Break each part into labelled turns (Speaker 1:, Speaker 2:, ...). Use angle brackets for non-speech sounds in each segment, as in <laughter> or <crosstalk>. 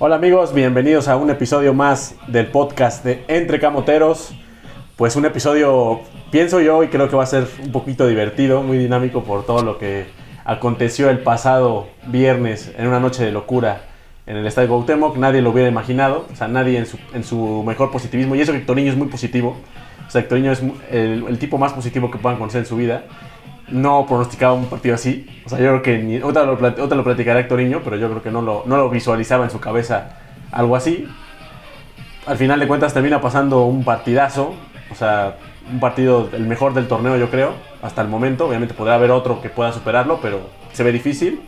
Speaker 1: Hola amigos, bienvenidos a un episodio más del podcast de Entre Camoteros. Pues un episodio, pienso yo, y creo que va a ser un poquito divertido, muy dinámico por todo lo que aconteció el pasado viernes en una noche de locura en el estadio Cuauhtémoc. Nadie lo hubiera imaginado, o sea, nadie en su, en su mejor positivismo. Y eso que Hectorinho es muy positivo, o sea, Hectorinho es mu- el, el tipo más positivo que puedan conocer en su vida. No pronosticaba un partido así. O sea, yo creo que ni. Otra lo, plat- otra lo platicará Hectorinho, pero yo creo que no lo, no lo visualizaba en su cabeza algo así al final de cuentas termina pasando un partidazo, o sea, un partido el mejor del torneo yo creo, hasta el momento, obviamente podrá haber otro que pueda superarlo, pero se ve difícil,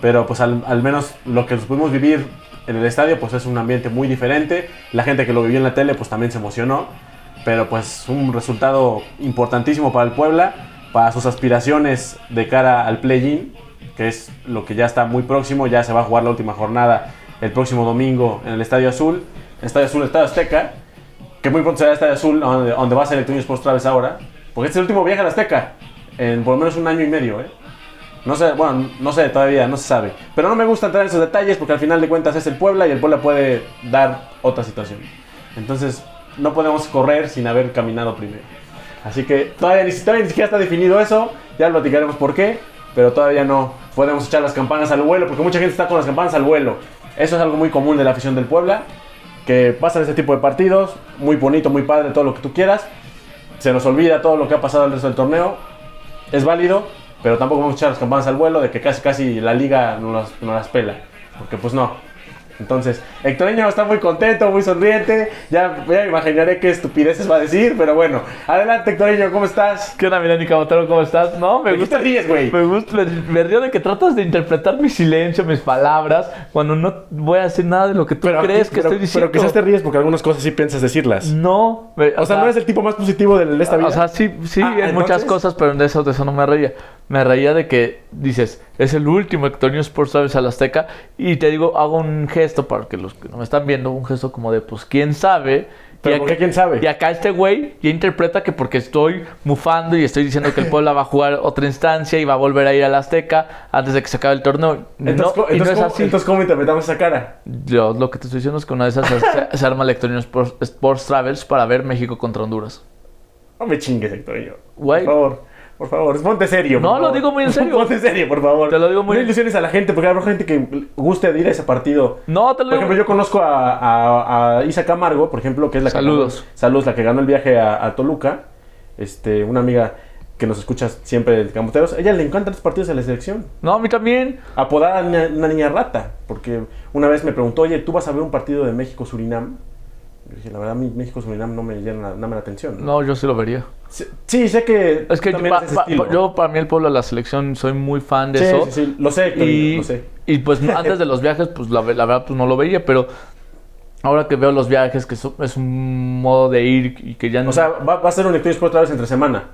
Speaker 1: pero pues al, al menos lo que pudimos vivir en el estadio pues es un ambiente muy diferente, la gente que lo vivió en la tele pues también se emocionó, pero pues un resultado importantísimo para el Puebla, para sus aspiraciones de cara al play-in, que es lo que ya está muy próximo, ya se va a jugar la última jornada el próximo domingo en el Estadio Azul, Estadio Azul, Estadio Azteca, que muy pronto será el Estadio Azul, a donde, a donde va a ser el Tuño Sports Travis ahora, porque este es el último viaje al Azteca, en por lo menos un año y medio, ¿eh? No sé, bueno, no sé todavía, no se sabe. Pero no me gusta entrar en esos detalles porque al final de cuentas es el Puebla y el Puebla puede dar otra situación. Entonces, no podemos correr sin haber caminado primero. Así que todavía ni, todavía ni siquiera está definido eso, ya lo platicaremos por qué, pero todavía no podemos echar las campanas al vuelo porque mucha gente está con las campanas al vuelo. Eso es algo muy común de la afición del Puebla, que pasan este tipo de partidos, muy bonito, muy padre, todo lo que tú quieras. Se nos olvida todo lo que ha pasado el resto del torneo, es válido, pero tampoco vamos a echar las campanas al vuelo de que casi casi la liga no las, no las pela, porque pues no. Entonces, Hectorinho está muy contento, muy sonriente, ya, ya me imaginaré qué estupideces va a decir, pero bueno, adelante Hectorinho, ¿cómo estás?
Speaker 2: ¿Qué onda, Milani Camotero? ¿Cómo estás? No, me
Speaker 1: ¿De qué te
Speaker 2: gusta.
Speaker 1: ríes, güey?
Speaker 2: Me gusta, me, me río de que tratas de interpretar mi silencio, mis palabras, cuando no voy a decir nada de lo que tú crees que
Speaker 1: pero-
Speaker 2: estoy diciendo.
Speaker 1: Pero quizás te ríes porque algunas cosas sí piensas decirlas.
Speaker 2: No, me-
Speaker 1: O sea, no eres el tipo más positivo de esta vida.
Speaker 2: O sea, sí, sí,
Speaker 1: Ah,
Speaker 2: en muchas
Speaker 1: entonces-
Speaker 2: cosas, pero en eso, de eso no me reía. Me reía de que dices, es el último Hectorio Sports Service al Azteca, y te digo, hago un gesto para que los que no me están viendo, un gesto como de, pues, quién sabe.
Speaker 1: Pero
Speaker 2: Y
Speaker 1: ¿por
Speaker 2: acá-
Speaker 1: qué quién sabe?
Speaker 2: Y acá este güey ya interpreta que porque estoy mufando y estoy diciendo que el Puebla va a jugar otra instancia y va a volver a ir al Azteca antes de que se acabe el torneo.
Speaker 1: entonces,
Speaker 2: no,
Speaker 1: ¿cómo-
Speaker 2: y no
Speaker 1: entonces,
Speaker 2: es
Speaker 1: ¿cómo,
Speaker 2: así.
Speaker 1: entonces, ¿cómo interpretamos esa cara?
Speaker 2: Yo lo que te estoy diciendo es que una de esas se, se- se arma el Hectorio Sports, Sports Travels para ver México contra Honduras.
Speaker 1: No me chingues, Hectorinho.
Speaker 2: Güey.
Speaker 1: Por favor, por favor, ponte serio.
Speaker 2: No,
Speaker 1: por
Speaker 2: lo
Speaker 1: favor.
Speaker 2: digo muy en
Speaker 1: <laughs>
Speaker 2: serio.
Speaker 1: Ponte serio, por favor.
Speaker 2: Te lo digo muy-
Speaker 1: No ilusiones a la gente, porque habrá gente que guste de ir a ese partido.
Speaker 2: No, te
Speaker 1: Por
Speaker 2: lo digo.
Speaker 1: ejemplo, yo conozco a, a, a Isa Camargo, por ejemplo, que es la que.
Speaker 2: Saludos.
Speaker 1: ganó- saludos, la que ganó el viaje a, a Toluca. Este, una amiga que nos escucha siempre de Camoteros. A ella le encantan los partidos de la selección.
Speaker 2: No, a mí también.
Speaker 1: Apodada una, una niña rata, porque una vez me preguntó, oye, ¿tú vas a ver un partido de México-Surinam? Yo dije, la verdad, mi- México-Surinam no me llama nada la atención.
Speaker 2: No, yo sí lo vería.
Speaker 1: Sí, sí, sé que.
Speaker 2: Es que yo,
Speaker 1: también
Speaker 2: pa-
Speaker 1: es ese
Speaker 2: pa-
Speaker 1: estilo.
Speaker 2: yo, para mí, el pueblo de la selección, soy muy fan de
Speaker 1: Sí,
Speaker 2: eso.
Speaker 1: sí, sí, lo sé, Héctor,
Speaker 2: y,
Speaker 1: lo sé.
Speaker 2: y, pues
Speaker 1: <laughs>
Speaker 2: no, antes de los viajes, pues la, ve- la verdad, pues no lo veía, pero ahora que veo los viajes, que so- es un modo de ir y que ya no.
Speaker 1: O sea, va, va a ser un Lectura Sport otra vez entre semana.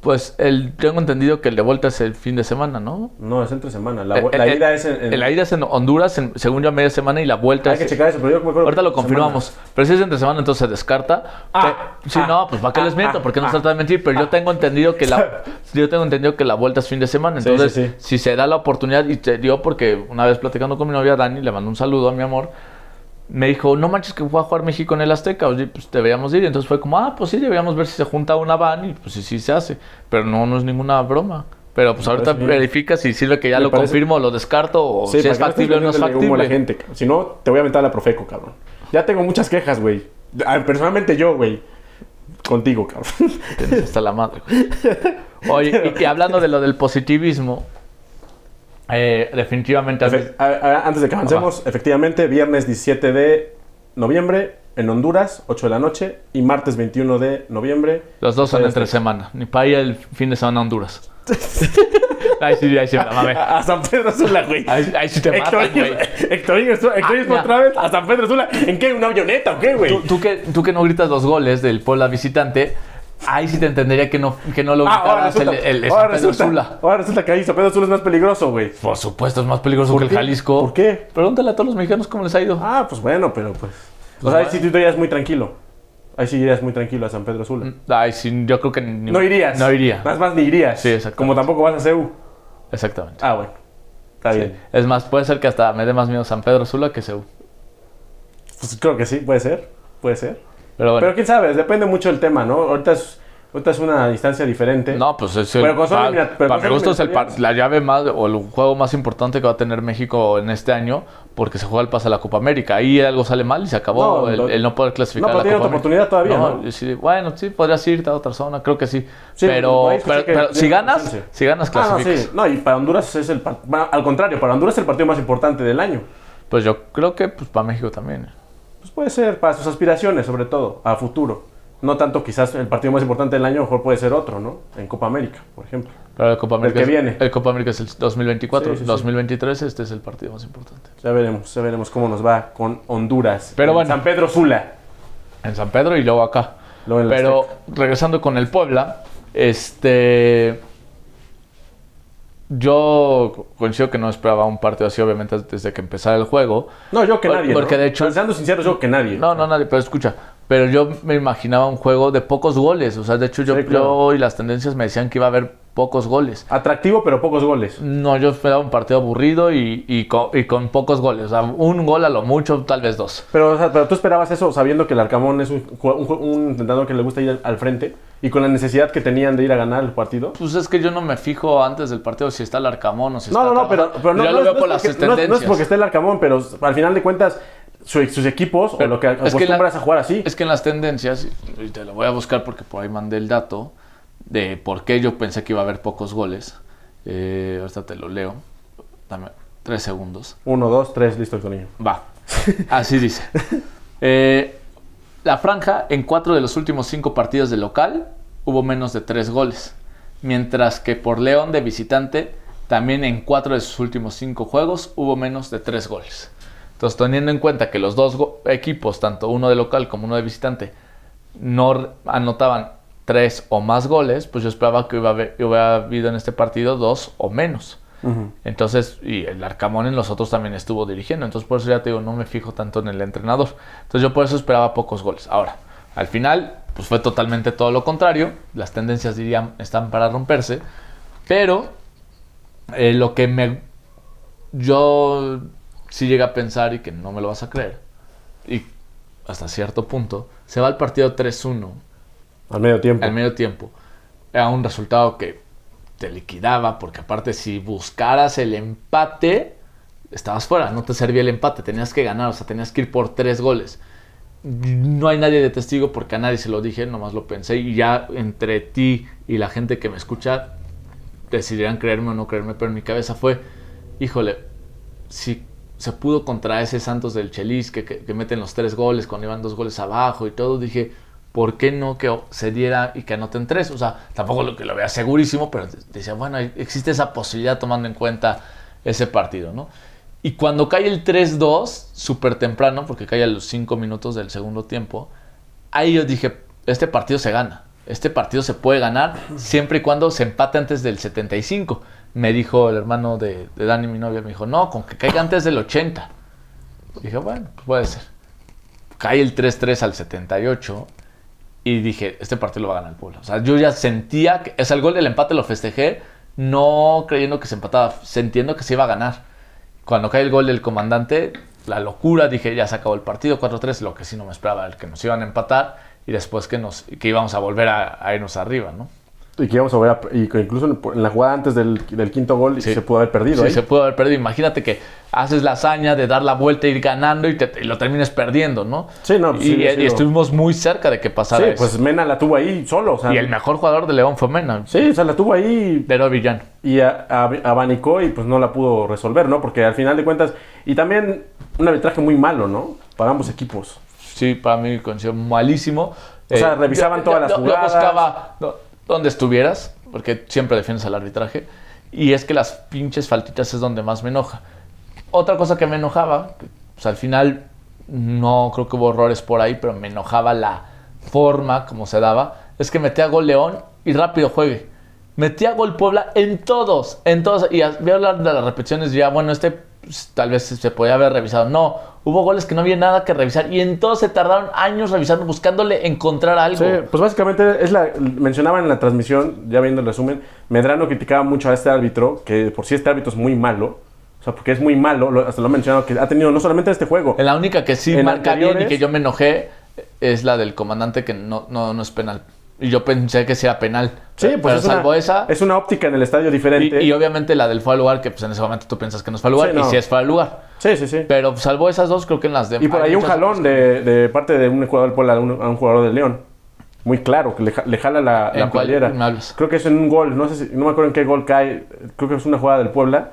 Speaker 2: pues el, tengo entendido que el de vuelta es el fin de semana, ¿no?
Speaker 1: No, es entre semana. La,
Speaker 2: Eh,
Speaker 1: la
Speaker 2: eh,
Speaker 1: ida es en. en-
Speaker 2: la ida es en Honduras, en- según yo, a media semana y la vuelta
Speaker 1: hay
Speaker 2: es.
Speaker 1: que checar eso, pero yo me acuerdo.
Speaker 2: Ahorita
Speaker 1: que
Speaker 2: lo
Speaker 1: entre
Speaker 2: confirmamos.
Speaker 1: semana.
Speaker 2: Pero si es entre semana, entonces se descarta.
Speaker 1: Ah,
Speaker 2: Pe- sí,
Speaker 1: ah,
Speaker 2: no, pues ¿para qué
Speaker 1: ah,
Speaker 2: les miento?
Speaker 1: ah,
Speaker 2: Porque no
Speaker 1: ah,
Speaker 2: se trata de mentir. Pero yo tengo entendido que la
Speaker 1: <laughs>
Speaker 2: yo tengo entendido que la vuelta es fin de semana.
Speaker 1: Sí,
Speaker 2: Entonces,
Speaker 1: sí, sí.
Speaker 2: si se da la oportunidad, y te dio porque una vez platicando con mi novia Dani, le mandó un saludo a mi amor. Me dijo, no manches que voy a jugar México en el Azteca, oye, pues deberíamos ir. Entonces fue como, ah, pues sí, deberíamos ver si se junta una van y pues sí, sí se hace. Pero no, no es ninguna broma. Pero pues
Speaker 1: Me
Speaker 2: ahorita
Speaker 1: parece bien.
Speaker 2: verifica si sirve que ya
Speaker 1: Me
Speaker 2: lo
Speaker 1: parece-
Speaker 2: confirmo, lo descarto o
Speaker 1: Sí,
Speaker 2: si
Speaker 1: para
Speaker 2: es
Speaker 1: que no estés
Speaker 2: factible o no es
Speaker 1: vendiéndole humo a
Speaker 2: factible.
Speaker 1: la gente. cabrón. Si no, te voy a aventar la Profeco, cabrón. Ya tengo muchas quejas, güey. Ah, Personalmente yo, güey. Contigo, cabrón.
Speaker 2: Tienes hasta la madre.
Speaker 1: <laughs>
Speaker 2: güey. Oye, y, y hablando de lo del positivismo, eh, definitivamente.
Speaker 1: Efe- a- a- Antes de que avancemos, efectivamente, viernes 17 de noviembre en Honduras, 8 de la noche, y martes 21 de noviembre.
Speaker 2: Los dos son
Speaker 1: Estadio
Speaker 2: entre
Speaker 1: Azteca.
Speaker 2: semana. Ni para ir el fin de semana a
Speaker 1: <laughs>
Speaker 2: Honduras. Ahí sí, ahí sí me la mamé.
Speaker 1: A, a San Pedro Sula, güey.
Speaker 2: Ahí, ahí sí te matan,
Speaker 1: Hectorinho-
Speaker 2: güey.
Speaker 1: Hectorinho Estu- Hectorinho
Speaker 2: Ah,
Speaker 1: Estuvo
Speaker 2: ya.
Speaker 1: otra vez a San Pedro Sula. ¿En qué? ¿Una avioneta o qué, güey?
Speaker 2: Tú, tú que, tú que no gritas los goles del Puebla visitante, ahí sí te entendería que no, que no lo
Speaker 1: Ah, ahora
Speaker 2: gritaras
Speaker 1: resulta,
Speaker 2: el, el, el
Speaker 1: ahora,
Speaker 2: San Pedro
Speaker 1: resulta,
Speaker 2: Sula.
Speaker 1: ahora resulta que ahí San Pedro Sula es más peligroso, güey.
Speaker 2: Por supuesto, es más peligroso que el
Speaker 1: qué?
Speaker 2: Jalisco.
Speaker 1: ¿Por qué?
Speaker 2: Pregúntale a todos los mexicanos cómo les ha ido.
Speaker 1: Ah, pues bueno, pero pues. O
Speaker 2: Pues
Speaker 1: sea, ahí
Speaker 2: bueno.
Speaker 1: sí tú te irías muy tranquilo. Ahí sí irías muy tranquilo a San Pedro Sula.
Speaker 2: Ay, sí, yo creo que ni-
Speaker 1: No irías.
Speaker 2: Mm.
Speaker 1: Ah.
Speaker 2: No iría.
Speaker 1: Más más ni irías.
Speaker 2: Sí, exactamente.
Speaker 1: Como tampoco vas a CEU.
Speaker 2: Exactamente.
Speaker 1: Ah, bueno. Está
Speaker 2: Sí.
Speaker 1: bien.
Speaker 2: Es más, puede ser que hasta me dé más miedo San Pedro Sula que Seúl.
Speaker 1: Pues creo que sí, puede ser, puede ser.
Speaker 2: Pero bueno.
Speaker 1: Pero quién sabe, depende mucho del tema, ¿no? Ahorita es, ahorita es una instancia diferente.
Speaker 2: no, pues es
Speaker 1: Pero con solo
Speaker 2: pa-
Speaker 1: elimina- pero
Speaker 2: para
Speaker 1: con
Speaker 2: mi
Speaker 1: solo
Speaker 2: gusto es el par-
Speaker 1: eliminatorias.
Speaker 2: la llave más o el juego más importante que va a tener México en este año porque se juega el pase a la Copa América. Ahí algo sale mal y se acabó
Speaker 1: No,
Speaker 2: el,
Speaker 1: lo-
Speaker 2: el no poder
Speaker 1: No,
Speaker 2: clasificar. a la
Speaker 1: pero tiene
Speaker 2: Copa
Speaker 1: otra
Speaker 2: América.
Speaker 1: oportunidad todavía, ¿no?
Speaker 2: y sí, bueno, sí, podrías irte a otra zona, creo que sí.
Speaker 1: Sí,
Speaker 2: pero
Speaker 1: por ahí escuché
Speaker 2: pero-
Speaker 1: que
Speaker 2: pero
Speaker 1: tiene
Speaker 2: si
Speaker 1: otra
Speaker 2: ganas,
Speaker 1: chance.
Speaker 2: si ganas,
Speaker 1: Ah, no,
Speaker 2: clasificas.
Speaker 1: sí. No, y para Honduras es el... par- bueno, al contrario, para Honduras es el partido más importante del año.
Speaker 2: Pues yo creo que pues, para México también.
Speaker 1: Pues puede ser, para sus aspiraciones, sobre todo, a futuro. No tanto quizás el partido más importante del año, mejor puede ser otro, ¿no? En Copa América, por ejemplo.
Speaker 2: Pero el Copa América,
Speaker 1: que
Speaker 2: es-
Speaker 1: viene.
Speaker 2: el Copa América es el 2024,
Speaker 1: Sí, sí, sí.
Speaker 2: 2023 este es el partido más importante.
Speaker 1: Ya veremos, ya veremos cómo nos va con Honduras.
Speaker 2: Pero
Speaker 1: En
Speaker 2: bueno.
Speaker 1: San Pedro Sula.
Speaker 2: En San Pedro y luego acá.
Speaker 1: Luego en la
Speaker 2: Pero regresando con el Puebla, este. Yo coincido que no esperaba un partido así, obviamente, desde que empezara el juego.
Speaker 1: No, yo que
Speaker 2: Por-
Speaker 1: nadie. ¿no?
Speaker 2: porque de hecho-
Speaker 1: Pero Siendo sinceros, yo que nadie.
Speaker 2: No, no, nadie, pero escucha. Pero yo me imaginaba un juego de pocos goles. O sea, de hecho, yo,
Speaker 1: Sí, claro.
Speaker 2: yo y las tendencias me decían que iba a haber pocos goles.
Speaker 1: Atractivo, pero pocos goles.
Speaker 2: No, yo esperaba un partido aburrido y, y co- y con pocos goles. O sea, un gol a lo mucho, tal vez dos.
Speaker 1: Pero, o sea, pero tú esperabas eso sabiendo que el Arcamón es un, ju- un ju- un entrenador que le gusta ir al, al frente y con la necesidad que tenían de ir a ganar el partido.
Speaker 2: Pues es que yo no me fijo antes del partido si está el Arcamón o si
Speaker 1: No,
Speaker 2: está...
Speaker 1: no, no, pero,
Speaker 2: Carvajal.
Speaker 1: pero no,
Speaker 2: Yo
Speaker 1: no
Speaker 2: lo
Speaker 1: es-
Speaker 2: veo
Speaker 1: no es
Speaker 2: por las
Speaker 1: porque- no-
Speaker 2: tendencias.
Speaker 1: no es porque esté el Arcamón, pero al final de cuentas, su- sus equipos o
Speaker 2: Pero
Speaker 1: lo que
Speaker 2: es que la-
Speaker 1: acostumbras a jugar así.
Speaker 2: Es que en las tendencias, y te lo voy a buscar porque por ahí mandé el dato de por qué yo pensé que iba a haber pocos goles. Eh, ahorita te lo leo. Dame tres segundos.
Speaker 1: Uno, dos, tres, listo el sonido.
Speaker 2: Va. Así dice. Eh, la franja en cuatro de los últimos cinco partidos de local hubo menos de tres goles. Mientras que por León de visitante también en cuatro de sus últimos cinco juegos hubo menos de tres goles. Entonces teniendo en cuenta que los dos go- equipos, tanto uno de local como uno de visitante, no r- anotaban tres o más goles, pues yo esperaba que iba a haber- hubiera habido en este partido dos o menos. Entonces, y el Arcamón en los otros también estuvo dirigiendo. Entonces, por eso ya te digo, no me fijo tanto en el entrenador. Entonces, yo por eso esperaba pocos goles. Ahora, al final, pues fue totalmente todo lo contrario. Las tendencias dirían están para romperse. Pero eh, lo que me. Yo sí llegué a pensar y que no me lo vas a creer. Y hasta cierto punto, se va al partido 3-1
Speaker 1: Al medio tiempo.
Speaker 2: al medio tiempo. Era un resultado que te liquidaba, porque aparte si buscaras el empate, estabas fuera, no te servía el empate, tenías que ganar, o sea, tenías que ir por tres goles. No hay nadie de testigo porque a nadie se lo dije, nomás lo pensé y ya entre ti y la gente que me escucha decidirán creerme o no creerme, pero en mi cabeza fue, híjole, si se pudo contra ese Santos del Chelis que, que- que meten los tres goles cuando iban dos goles abajo y todo, dije, ¿por qué no que o- se diera y que anoten tres? O sea, tampoco lo que lo vea segurísimo, pero de- decía, bueno, existe esa posibilidad tomando en cuenta ese partido, ¿no? Y cuando cae el 3-2, súper temprano, porque cae a los cinco minutos del segundo tiempo, ahí yo dije, este partido se gana. Este partido se puede ganar siempre y cuando se empate antes del 75. Me dijo el hermano de, de Dani, mi novia, me dijo, no, con que caiga antes del 80. Dije, bueno, pues puede ser. Cae el 3-3 al 78 y dije, este partido lo va a ganar el Puebla. O sea, yo ya sentía, que, o sea, el gol del empate lo festejé, no creyendo que se empataba, sintiendo que se iba a ganar. Cuando cae el gol del comandante, la locura, dije, ya se acabó el partido, 4-3, lo que sí no me esperaba, el que nos iban a empatar y después que, nos, que íbamos a volver a, a irnos arriba, ¿no?
Speaker 1: Y que íbamos a ver, a- y que incluso en- en la jugada antes del, del quinto gol
Speaker 2: Sí.
Speaker 1: se pudo haber perdido.
Speaker 2: Sí,
Speaker 1: ahí.
Speaker 2: se pudo haber perdido. Imagínate que haces la hazaña de dar la vuelta, ir ganando y, te- y lo termines perdiendo, ¿no?
Speaker 1: Sí, no, pues
Speaker 2: y,
Speaker 1: sí,
Speaker 2: y
Speaker 1: sí, no.
Speaker 2: estuvimos muy cerca de que pasara
Speaker 1: Sí,
Speaker 2: eso.
Speaker 1: pues ah, Mena la tuvo ahí solo. O sea,
Speaker 2: y el mejor jugador de León fue Mena,
Speaker 1: Sí, o sea, la tuvo ahí
Speaker 2: pero villano.
Speaker 1: y a- a- abanicó y pues no la pudo resolver, ¿no? Porque al final de cuentas. Y también un arbitraje muy malo, ¿no? Para ambos equipos.
Speaker 2: Sí, para mí coincidió malísimo. O
Speaker 1: sea, revisaban todas las jugadas.
Speaker 2: Yo buscaba no, donde estuvieras, porque siempre defiendes al arbitraje. Y es que las pinches faltitas es donde más me enoja. Otra cosa que me enojaba, que, pues al final no creo que hubo errores por ahí, pero me enojaba la forma como se daba, es que metía gol León y rápido juegue. Metía gol Puebla en todos, en todos. Y as- voy a hablar de las repeticiones ya, bueno, este pues, tal vez se podía haber revisado. No, hubo goles que no había nada que revisar y en todos se tardaron años revisando, buscándole encontrar algo.
Speaker 1: Sí, pues básicamente es la mencionaba en la transmisión, ya viendo el resumen, Medrano criticaba mucho a este árbitro, que por sí este árbitro es muy malo. O O sea, porque es muy malo, lo- hasta lo he mencionado, que ha tenido no solamente este juego.
Speaker 2: La única que sí
Speaker 1: En
Speaker 2: marca bien y
Speaker 1: anteriores-
Speaker 2: que yo me enojé es la del comandante que no, no, no es penal. Y yo pensé que sí era penal.
Speaker 1: sí,
Speaker 2: Pero-
Speaker 1: pues
Speaker 2: pero
Speaker 1: es,
Speaker 2: salvo
Speaker 1: una,
Speaker 2: esa.
Speaker 1: es una óptica en el estadio diferente.
Speaker 2: Y, y obviamente la del fuera de lugar, que pues en ese momento tú piensas que no es fuera de lugar,
Speaker 1: Sí, no.
Speaker 2: y sí es fuera de lugar.
Speaker 1: sí, sí, sí.
Speaker 2: Pero salvo esas dos, creo que en las demás.
Speaker 1: Y por
Speaker 2: hay
Speaker 1: ahí un
Speaker 2: muchas
Speaker 1: jalón de, de parte de un jugador del Puebla a un, a un jugador del León. Muy claro, que le, ja- le jala la,
Speaker 2: ¿En
Speaker 1: la
Speaker 2: cuál
Speaker 1: playera.
Speaker 2: me hablas?
Speaker 1: Creo que es en un gol, no sé si, no me acuerdo en qué gol cae, creo que es una jugada del Puebla,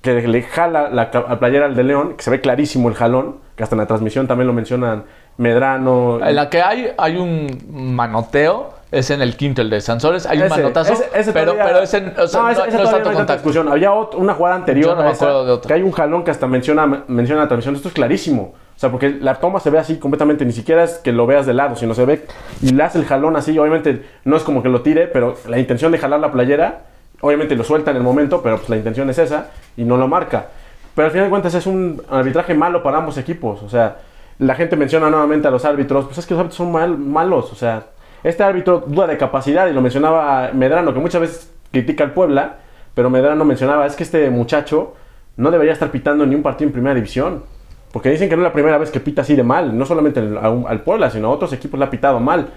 Speaker 1: que le jala la ca- la playera al de León, que se ve clarísimo el jalón, que hasta en la transmisión también lo mencionan Medrano.
Speaker 2: En la que hay, hay un manoteo, es en el quinto, el de Sansores. Hay un
Speaker 1: Ese-
Speaker 2: manotazo,
Speaker 1: ese- ese
Speaker 2: pero,
Speaker 1: todavía-
Speaker 2: pero es en. O sea, no,
Speaker 1: ese- ese todavía
Speaker 2: no es
Speaker 1: hay
Speaker 2: tanto
Speaker 1: tanta
Speaker 2: contacto.
Speaker 1: discusión. Había ot- una jugada anterior.
Speaker 2: Yo no
Speaker 1: a
Speaker 2: me
Speaker 1: esa,
Speaker 2: acuerdo de otra.
Speaker 1: Que hay un jalón que hasta menciona, menciona la transmisión. Esto es clarísimo. O sea, porque la toma se ve así completamente. Ni siquiera es que lo veas de lado, sino se ve y le hace el jalón así. Obviamente no es como que lo tire, pero la intención de jalar la playera, obviamente lo suelta en el momento, pero pues la intención es esa y no lo marca. Pero al final de cuentas es un arbitraje malo para ambos equipos. O sea, la gente menciona nuevamente a los árbitros. Pues es que los árbitros son mal- malos. O sea, este árbitro duda de capacidad y lo mencionaba Medrano, que muchas veces critica al Puebla, pero Medrano mencionaba, es que este muchacho no debería estar pitando ni un partido en primera división. Porque dicen que no es la primera vez que pita así de mal, no solamente al, a un- al Puebla, sino a otros equipos le ha pitado mal.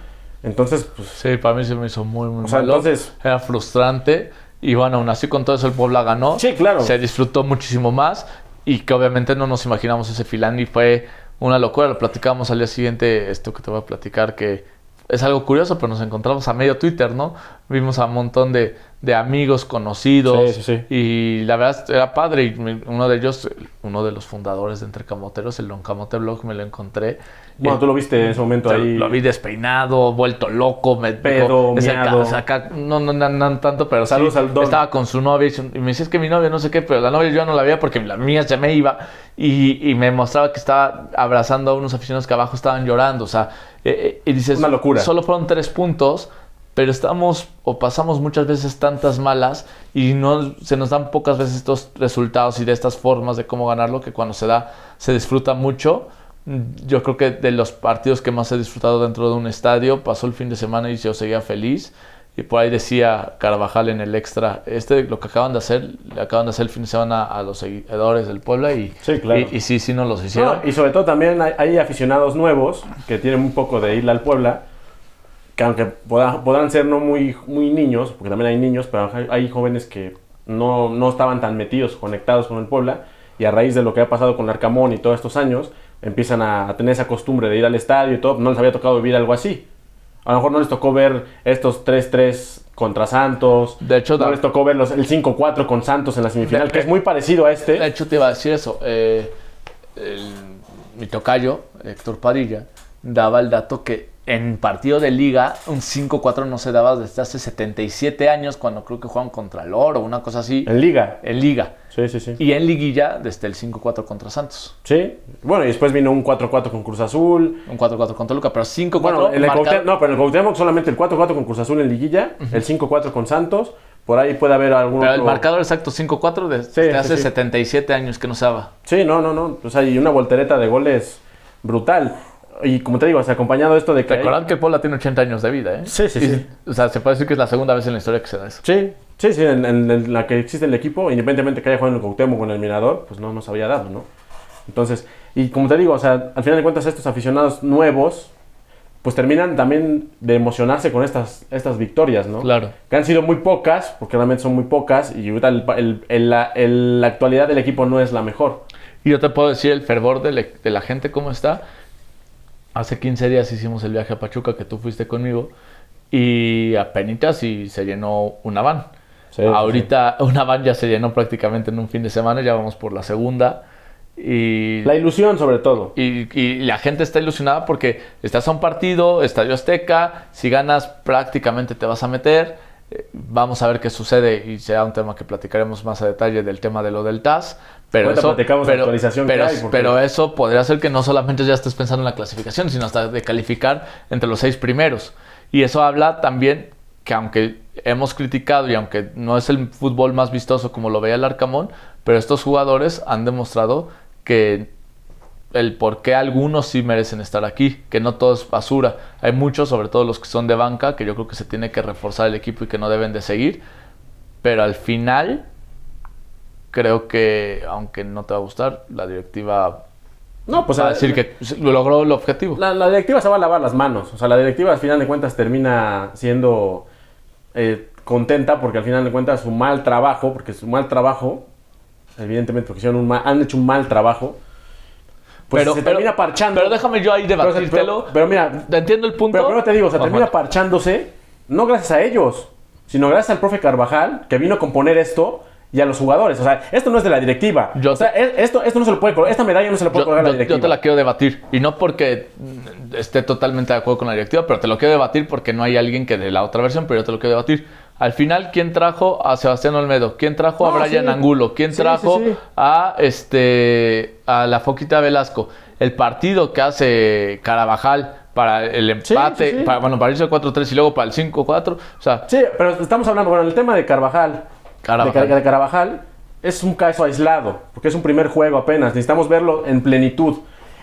Speaker 1: Entonces, pues,
Speaker 2: Sí, para mí se me hizo muy, muy
Speaker 1: O sea,
Speaker 2: malo.
Speaker 1: entonces-
Speaker 2: Era frustrante. Y bueno, aún así con todo eso el Puebla ganó.
Speaker 1: Sí, claro.
Speaker 2: Se disfrutó muchísimo más. Y que obviamente no nos imaginamos ese Filani. Fue una locura. Lo platicamos al día siguiente. Esto que te voy a platicar que es algo curioso, pero nos encontramos a medio Twitter, ¿no? Vimos a un montón de, de amigos conocidos.
Speaker 1: Sí, sí, sí.
Speaker 2: Y la verdad era padre. Y me- uno de ellos, uno de los fundadores de Entre Camoteros, el Don Camote Blog, me lo encontré.
Speaker 1: bueno,
Speaker 2: Y-
Speaker 1: tú lo viste en ese momento
Speaker 2: te-
Speaker 1: ahí.
Speaker 2: Lo vi despeinado, vuelto loco, me dijo,
Speaker 1: Pedo,
Speaker 2: es acá-
Speaker 1: miado.
Speaker 2: es acá- no, no, no, no tanto, pero sí,
Speaker 1: Saludos al Don.
Speaker 2: estaba con su novia y, su- y me decía, es que mi novia no sé qué, pero la novia yo ya no la veía porque la mía ya me iba y, y me mostraba que estaba abrazando a unos aficionados que abajo estaban llorando, o sea, eh, eh, y dices,
Speaker 1: Una locura.
Speaker 2: Solo fueron tres puntos, pero estamos o pasamos muchas veces tantas malas y no se nos dan pocas veces estos resultados y de estas formas de cómo ganarlo que cuando se da se disfruta mucho. Mm, Yo creo que de los partidos que más he disfrutado dentro de un estadio, pasó el fin de semana y yo seguía feliz. Y por ahí decía Carvajal en el extra, este lo que acaban de hacer, le acaban de hacer el fin de semana a los seguidores del Puebla y
Speaker 1: Sí, claro.
Speaker 2: y, y sí, sí nos los hicieron.
Speaker 1: No, y sobre todo también hay, hay aficionados nuevos que tienen un poco de irle al Puebla, que aunque poda- podrán ser no muy, muy niños, porque también hay niños, pero hay- hay jóvenes que no, no estaban tan metidos, conectados con el Puebla, y a raíz de lo que ha pasado con Arcamón y todos estos años, empiezan a, a tener esa costumbre de ir al estadio y todo, no les había tocado vivir algo así. A lo mejor no les tocó ver estos 3-3 contra Santos.
Speaker 2: De hecho,
Speaker 1: no
Speaker 2: da-
Speaker 1: les tocó ver los- el 5-4 con Santos en la semifinal,
Speaker 2: De-
Speaker 1: que es muy parecido a este.
Speaker 2: De hecho, te iba a decir eso. eh, el- mi tocayo, Héctor Padilla, daba el dato que en partido de liga un 5-4 no se daba desde hace 77 años, cuando creo que juegan contra el Oro, una cosa así,
Speaker 1: En liga.
Speaker 2: en liga.
Speaker 1: Sí, sí, sí.
Speaker 2: eh, Y en liguilla desde el 5-4 contra Santos.
Speaker 1: Sí. Bueno, y después vino un 4-4 con Cruz Azul.
Speaker 2: Un 4-4 contra Luca, pero 5-4
Speaker 1: Bueno, en el
Speaker 2: marcado-
Speaker 1: Cuauhtémoc- no, pero en el Cuauhtémoc solamente el 4-4 con Cruz Azul en liguilla, el 5-4 con Santos. Por ahí puede haber algún
Speaker 2: pero el
Speaker 1: otro-
Speaker 2: marcador exacto 5-4 desde
Speaker 1: Sí, sí,
Speaker 2: hace
Speaker 1: sí.
Speaker 2: 77 años que no se daba.
Speaker 1: Sí, no, no, no. O sea, y una voltereta de goles brutal. Y como te digo, o sea, acompañado de esto de que... hay-
Speaker 2: Recordad que el Puebla tiene 80 años de vida, ¿eh?
Speaker 1: Sí, sí,
Speaker 2: Y-
Speaker 1: sí.
Speaker 2: O sea, se puede decir que es la segunda vez en la historia que se da eso.
Speaker 1: Sí, sí, sí, en, en- en la que existe el equipo, independientemente que haya jugado en el Cuauhtémoc o en el Mirador, pues no nos había dado, ¿no? Entonces, y como te digo, o sea, al final de cuentas estos aficionados nuevos, pues terminan también de emocionarse con estas, estas victorias, ¿no?
Speaker 2: Claro.
Speaker 1: Que han sido muy pocas, porque realmente son muy pocas, y ahorita el pa- el- el- la, el- la actualidad del equipo no es la mejor.
Speaker 2: Y yo te puedo decir el fervor de, le- de la gente cómo está. Hace 15 días hicimos el viaje a Pachuca que tú fuiste conmigo y apenas y se llenó una van.
Speaker 1: Sí,
Speaker 2: Ahorita una van ya se llenó prácticamente en un fin de semana, ya vamos por la segunda. Y
Speaker 1: La ilusión sobre todo.
Speaker 2: y, y la gente está ilusionada porque estás a un partido, Estadio Azteca, si ganas prácticamente te vas a meter. Eh, Vamos a ver qué sucede y será un tema que platicaremos más a detalle del tema de lo del TAS. Pero
Speaker 1: Ahorita
Speaker 2: eso,
Speaker 1: platicamos la
Speaker 2: pero,
Speaker 1: actualización que
Speaker 2: pero,
Speaker 1: hay, porque-
Speaker 2: pero eso podría ser que no solamente ya estés pensando en la clasificación, sino hasta de calificar entre los seis primeros. Y eso habla también que aunque hemos criticado y aunque no es el fútbol más vistoso como lo veía el Arcamón, pero estos jugadores han demostrado que el por qué algunos sí merecen estar aquí, que no todo es basura. Hay muchos, sobre todo los que son de banca, que yo creo que se tiene que reforzar el equipo y que no deben de seguir. Pero al final, creo que, aunque no te va a gustar, la directiva
Speaker 1: No, pues
Speaker 2: va a
Speaker 1: la-
Speaker 2: decir que logró el objetivo.
Speaker 1: La, la directiva se va a lavar las manos. O sea, la directiva al final de cuentas termina siendo eh, contenta porque al final de cuentas su mal trabajo, porque su mal trabajo, evidentemente porque hicieron un ma- han hecho un mal trabajo, pues se termina parchando.
Speaker 2: Pero déjame yo ahí
Speaker 1: Pero se-
Speaker 2: debatírtelo.
Speaker 1: pero- pero mira,
Speaker 2: Te entiendo el punto.
Speaker 1: Pero primero te digo, se
Speaker 2: Ajá.
Speaker 1: termina parchándose, no gracias a ellos, sino gracias al profe Carvajal, que vino a componer esto, y a los jugadores. O sea, esto no es de la directiva.
Speaker 2: Yo
Speaker 1: o sea, es- esto, esto no se lo puede colgar, esta medalla no se la puede
Speaker 2: Yo,
Speaker 1: colgar a la
Speaker 2: yo- yo
Speaker 1: directiva.
Speaker 2: te la quiero debatir. Y no porque mm, esté totalmente de acuerdo con la directiva, pero te lo quiero debatir porque no hay alguien que dé la otra versión, pero yo te lo quiero debatir. Al final, ¿quién trajo a Sebastián Olmedo? ¿Quién trajo
Speaker 1: No,
Speaker 2: a Brian
Speaker 1: Ah, sí.
Speaker 2: Angulo? ¿Quién
Speaker 1: Sí, sí,
Speaker 2: trajo
Speaker 1: sí.
Speaker 2: a este a la Foquita Velasco? El partido que hace Carabajal para el
Speaker 1: sí,
Speaker 2: empate,
Speaker 1: sí.
Speaker 2: Para, bueno, para irse al 4-3 y luego para el 5-4. O sea,
Speaker 1: Sí, pero estamos hablando, bueno, el tema de Carvajal,
Speaker 2: Carvajal.
Speaker 1: De, Car- de Carvajal, es un caso aislado, porque es un primer juego apenas, necesitamos verlo en plenitud.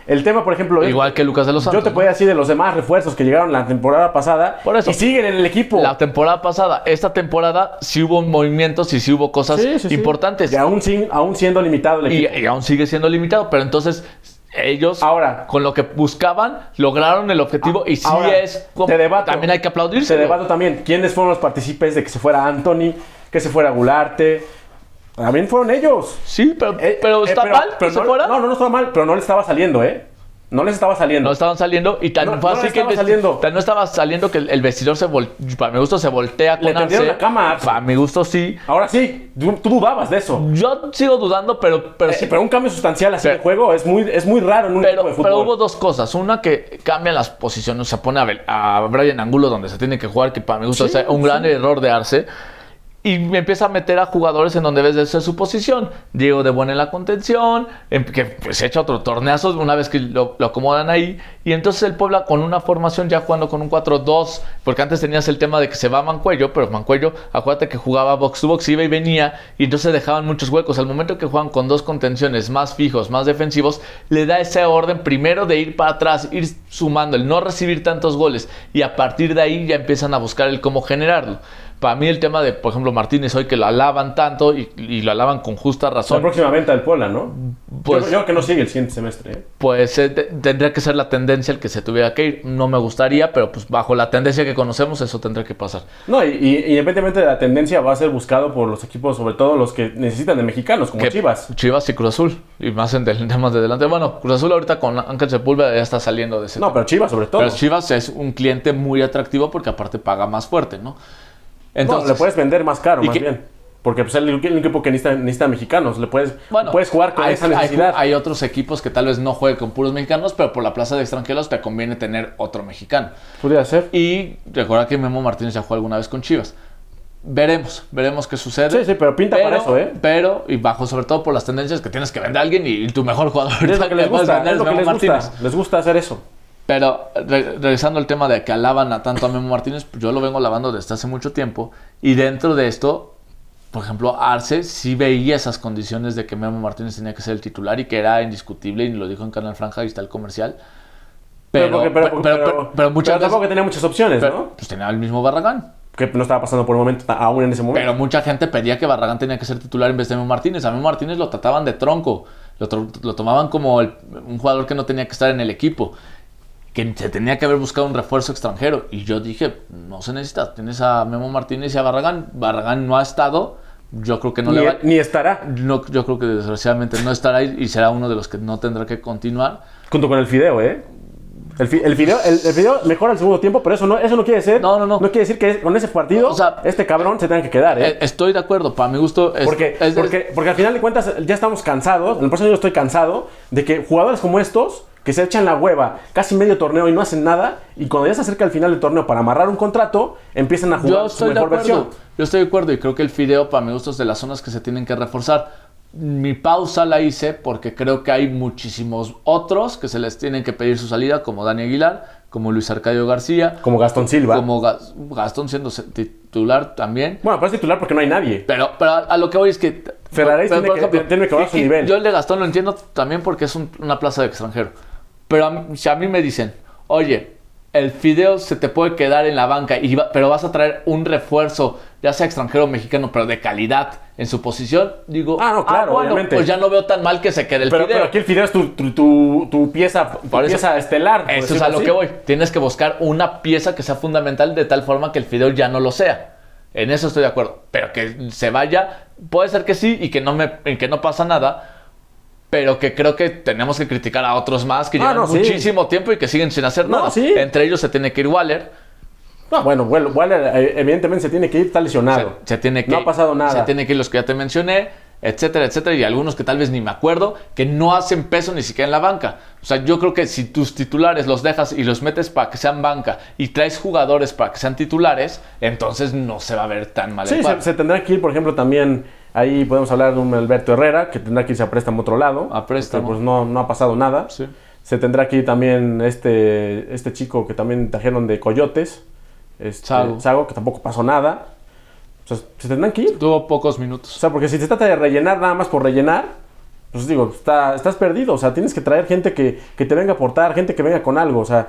Speaker 1: El tema, por ejemplo, es-
Speaker 2: igual que Lucas de los Santos.
Speaker 1: yo te
Speaker 2: ¿no?
Speaker 1: podía decir de los demás refuerzos que llegaron la temporada pasada
Speaker 2: Por eso.
Speaker 1: y siguen en el equipo.
Speaker 2: La temporada pasada, esta temporada sí hubo movimientos y sí hubo cosas
Speaker 1: Sí, sí, sí.
Speaker 2: importantes.
Speaker 1: Y aún, sin, aún siendo limitado el
Speaker 2: y,
Speaker 1: equipo.
Speaker 2: y aún sigue siendo limitado, pero entonces ellos
Speaker 1: Ahora. Ah,
Speaker 2: con lo que buscaban lograron el objetivo y sí
Speaker 1: Ahora,
Speaker 2: es como-
Speaker 1: te debato.
Speaker 2: también hay que aplaudirse.
Speaker 1: Te debato también quiénes fueron los partícipes de que se fuera Anthony, que se fuera Gularte. También fueron ellos.
Speaker 2: Sí, pero,
Speaker 1: Eh,
Speaker 2: pero
Speaker 1: eh,
Speaker 2: está mal que se
Speaker 1: no,
Speaker 2: fuera.
Speaker 1: No, no, no estaba mal, pero no le estaba saliendo, ¿eh? No les estaba saliendo.
Speaker 2: No estaban saliendo y tan
Speaker 1: No,
Speaker 2: fue
Speaker 1: no
Speaker 2: así que el
Speaker 1: estaba
Speaker 2: vesti-
Speaker 1: saliendo.
Speaker 2: tan no estaba saliendo que el, el vestidor se vol- para mi gusto se voltea con
Speaker 1: Le tendieron la cama a Arce.
Speaker 2: Para mi gusto sí.
Speaker 1: Ahora sí, tú, tú dudabas de eso.
Speaker 2: Yo sigo dudando, pero pero
Speaker 1: Eh,
Speaker 2: sí-
Speaker 1: pero un cambio sustancial así
Speaker 2: Pero-
Speaker 1: de juego es muy, es muy raro en un
Speaker 2: Pero,
Speaker 1: equipo de fútbol.
Speaker 2: pero hubo dos cosas. Una que cambian las posiciones. Se pone a, Bel- a Brian Angulo donde se tiene que jugar, que para mi gusto
Speaker 1: Sí,
Speaker 2: es un gran error de Arce. Y me empieza a meter a jugadores en donde ves esa es su posición. Diego de Buen en la contención, em- que pues echa otro torneazo una vez que lo, lo acomodan ahí. Y entonces el Puebla con una formación ya jugando con un 4-2, porque antes tenías el tema de que se va Mancuello, pero Mancuello, acuérdate que jugaba box to box, iba y venía, y entonces dejaban muchos huecos. Al momento que juegan con dos contenciones más fijos, más defensivos, le da esa orden primero de ir para atrás, ir sumando, el no recibir tantos goles, y a partir de ahí ya empiezan a buscar el cómo generarlo. Para mí el tema de, por ejemplo, Martínez hoy que lo alaban tanto y, y lo alaban con justa
Speaker 1: La
Speaker 2: razón,
Speaker 1: próxima venta del Puebla, ¿no? yo,
Speaker 2: Pues-
Speaker 1: yo creo que no sigue el siguiente semestre. ¿eh?
Speaker 2: pues eh, te- tendría que ser la tendencia el que se tuviera que ir. No me gustaría, pero pues bajo la tendencia que conocemos eso tendría que pasar.
Speaker 1: No, y, y- y independientemente de la tendencia, va a ser buscado por los equipos, sobre todo los que necesitan de mexicanos, como
Speaker 2: Que-
Speaker 1: Chivas.
Speaker 2: Chivas y Cruz Azul. Y más en del- <laughs> temas de delante. Bueno, Cruz Azul ahorita con Ángel Sepúlveda ya está saliendo de ese
Speaker 1: No, pero Chivas sobre todo.
Speaker 2: Pero Chivas es un cliente muy atractivo porque aparte paga más fuerte, ¿no? Entonces,
Speaker 1: no, le puedes vender más caro,
Speaker 2: ¿Y
Speaker 1: más
Speaker 2: qué-
Speaker 1: bien. Porque pues, es el, el equipo que necesita, necesita mexicanos. Le puedes,
Speaker 2: bueno,
Speaker 1: puedes jugar con
Speaker 2: hay,
Speaker 1: esa necesidad.
Speaker 2: Hay, hay otros equipos que tal vez no jueguen con puros mexicanos, pero por la plaza de extranjeros te conviene tener otro mexicano.
Speaker 1: Podría ser.
Speaker 2: Y recuerda que Memo Martínez ya jugó alguna vez con Chivas. Veremos, veremos qué sucede.
Speaker 1: Sí, sí, pero pinta para eso, ¿eh?
Speaker 2: Pero, y bajo sobre todo por las tendencias que tienes que vender a alguien y, tu mejor jugador
Speaker 1: Es lo que les
Speaker 2: puedes
Speaker 1: gusta,
Speaker 2: vender
Speaker 1: es lo que
Speaker 2: Memo
Speaker 1: les gusta. Les gusta hacer eso.
Speaker 2: Pero re- regresando al tema de que alaban a tanto a Memo Martínez, pues yo lo vengo lavando desde hace mucho tiempo. Y dentro de esto, por ejemplo, Arce sí veía esas condiciones de que Memo Martínez tenía que ser el titular y que era indiscutible, y lo dijo en Canal Franja y está el comercial. Pero,
Speaker 1: porque-
Speaker 2: pero, pero, pero muchas
Speaker 1: pero tampoco que
Speaker 2: veces-
Speaker 1: tenía muchas opciones,
Speaker 2: pero,
Speaker 1: ¿no?
Speaker 2: pues tenía el mismo Barragán.
Speaker 1: Que no estaba pasando por un momento, ta- aún en ese momento.
Speaker 2: Pero mucha gente pedía que Barragán tenía que ser titular en vez de Memo Martínez. A Memo Martínez lo trataban de tronco. Lo, tro- lo tomaban como el- un jugador que no tenía que estar en el equipo. Que se tenía que haber buscado un refuerzo extranjero. Y yo dije, no se necesita. Tienes a Memo Martínez y a Barragán. Barragán no ha estado. Yo creo que no
Speaker 1: ni,
Speaker 2: le va...
Speaker 1: ni estará.
Speaker 2: no- yo creo que desgraciadamente no estará ahí y será uno de los que no tendrá que continuar.
Speaker 1: Junto con el fideo, ¿eh? El, fi- el fideo, el, el fideo mejora el segundo tiempo, pero eso no, eso no quiere decir.
Speaker 2: No, no, no.
Speaker 1: No quiere decir que es- con ese partido
Speaker 2: O sea,
Speaker 1: este cabrón se tenga que quedar, ¿eh?
Speaker 2: Eh, Estoy de acuerdo, para mi gusto. es-
Speaker 1: Porque,
Speaker 2: es-
Speaker 1: porque, porque al final de cuentas ya estamos cansados, en el próximo yo estoy cansado de que jugadores como estos, que se echan la hueva casi medio torneo y no hacen nada, y cuando ya se acerca el final del torneo para amarrar un contrato, empiezan a jugar
Speaker 2: Yo
Speaker 1: su
Speaker 2: estoy de
Speaker 1: mejor
Speaker 2: acuerdo.
Speaker 1: versión.
Speaker 2: Yo estoy de acuerdo y creo que el fideo para mi gusto es de las zonas que se tienen que reforzar. Mi pausa la hice porque creo que hay muchísimos otros que se les tienen que pedir su salida, como Dani Aguilar, como Luis Arcadio García,
Speaker 1: Como Gastón Silva.
Speaker 2: como Gas- Gastón siendo se- titular también.
Speaker 1: Bueno, pero es titular porque no hay nadie.
Speaker 2: Pero, pero a, a lo que voy es que.
Speaker 1: Ferraris
Speaker 2: pero,
Speaker 1: tiene
Speaker 2: por
Speaker 1: que- tiene que bajar su
Speaker 2: y- y
Speaker 1: nivel.
Speaker 2: Yo el de Gastón lo entiendo también porque es un- una plaza de extranjero. Pero a mí- si a mí me dicen, oye, el Fideo se te puede quedar en la banca, y va- pero vas a traer un refuerzo, ya sea extranjero o mexicano, pero de calidad en su posición, digo,
Speaker 1: Ah, no, claro,
Speaker 2: bueno,
Speaker 1: obviamente.
Speaker 2: pues ya no veo tan mal que se quede el
Speaker 1: Pero,
Speaker 2: Fideo.
Speaker 1: pero aquí el Fideo es tu, tu, tu- tu pieza, tu
Speaker 2: Por eso-
Speaker 1: pieza estelar. por
Speaker 2: Eso es
Speaker 1: decirlo
Speaker 2: a lo
Speaker 1: así.
Speaker 2: que voy. Tienes que buscar una pieza que sea fundamental de tal forma que el fideo ya no lo sea. En eso estoy de acuerdo. Pero que se vaya, puede ser que sí y que no, me, y que no pasa nada. Pero que creo que tenemos que criticar a otros más que
Speaker 1: Ah,
Speaker 2: llevan
Speaker 1: no, sí.
Speaker 2: muchísimo tiempo y que siguen sin hacer
Speaker 1: No,
Speaker 2: nada.
Speaker 1: sí.
Speaker 2: Entre ellos se tiene que ir Waller.
Speaker 1: No, Ah, bueno, Waller, Waller, eh, evidentemente se tiene que ir, está lesionado.
Speaker 2: Se, se tiene que
Speaker 1: No ha pasado nada.
Speaker 2: Se tiene que ir los que ya te mencioné, etcétera, etcétera, y algunos que tal vez ni me acuerdo, que no hacen peso ni siquiera en la banca. O sea, yo creo que si tus titulares los dejas y los metes para que sean banca y traes jugadores para que sean titulares, entonces no se va a ver tan mal el
Speaker 1: Sí, se,
Speaker 2: cuadro.
Speaker 1: se tendrá que ir, por ejemplo, también ahí podemos hablar de un Alberto Herrera, que tendrá que irse a préstamo a otro lado.
Speaker 2: A préstamo.
Speaker 1: porque, Pues no, no ha pasado nada.
Speaker 2: Sí.
Speaker 1: Se tendrá que ir también este, este chico que también trajeron de Coyotes, este,
Speaker 2: Zago.
Speaker 1: Zago, que tampoco pasó nada. O sea, se tendrán que ir.
Speaker 2: Tuvo pocos
Speaker 1: O
Speaker 2: minutos.
Speaker 1: sea, porque si se trata de rellenar nada más por rellenar, pues digo, está- estás perdido. O sea, tienes que traer gente que, que te venga a aportar, gente que venga con algo. O sea,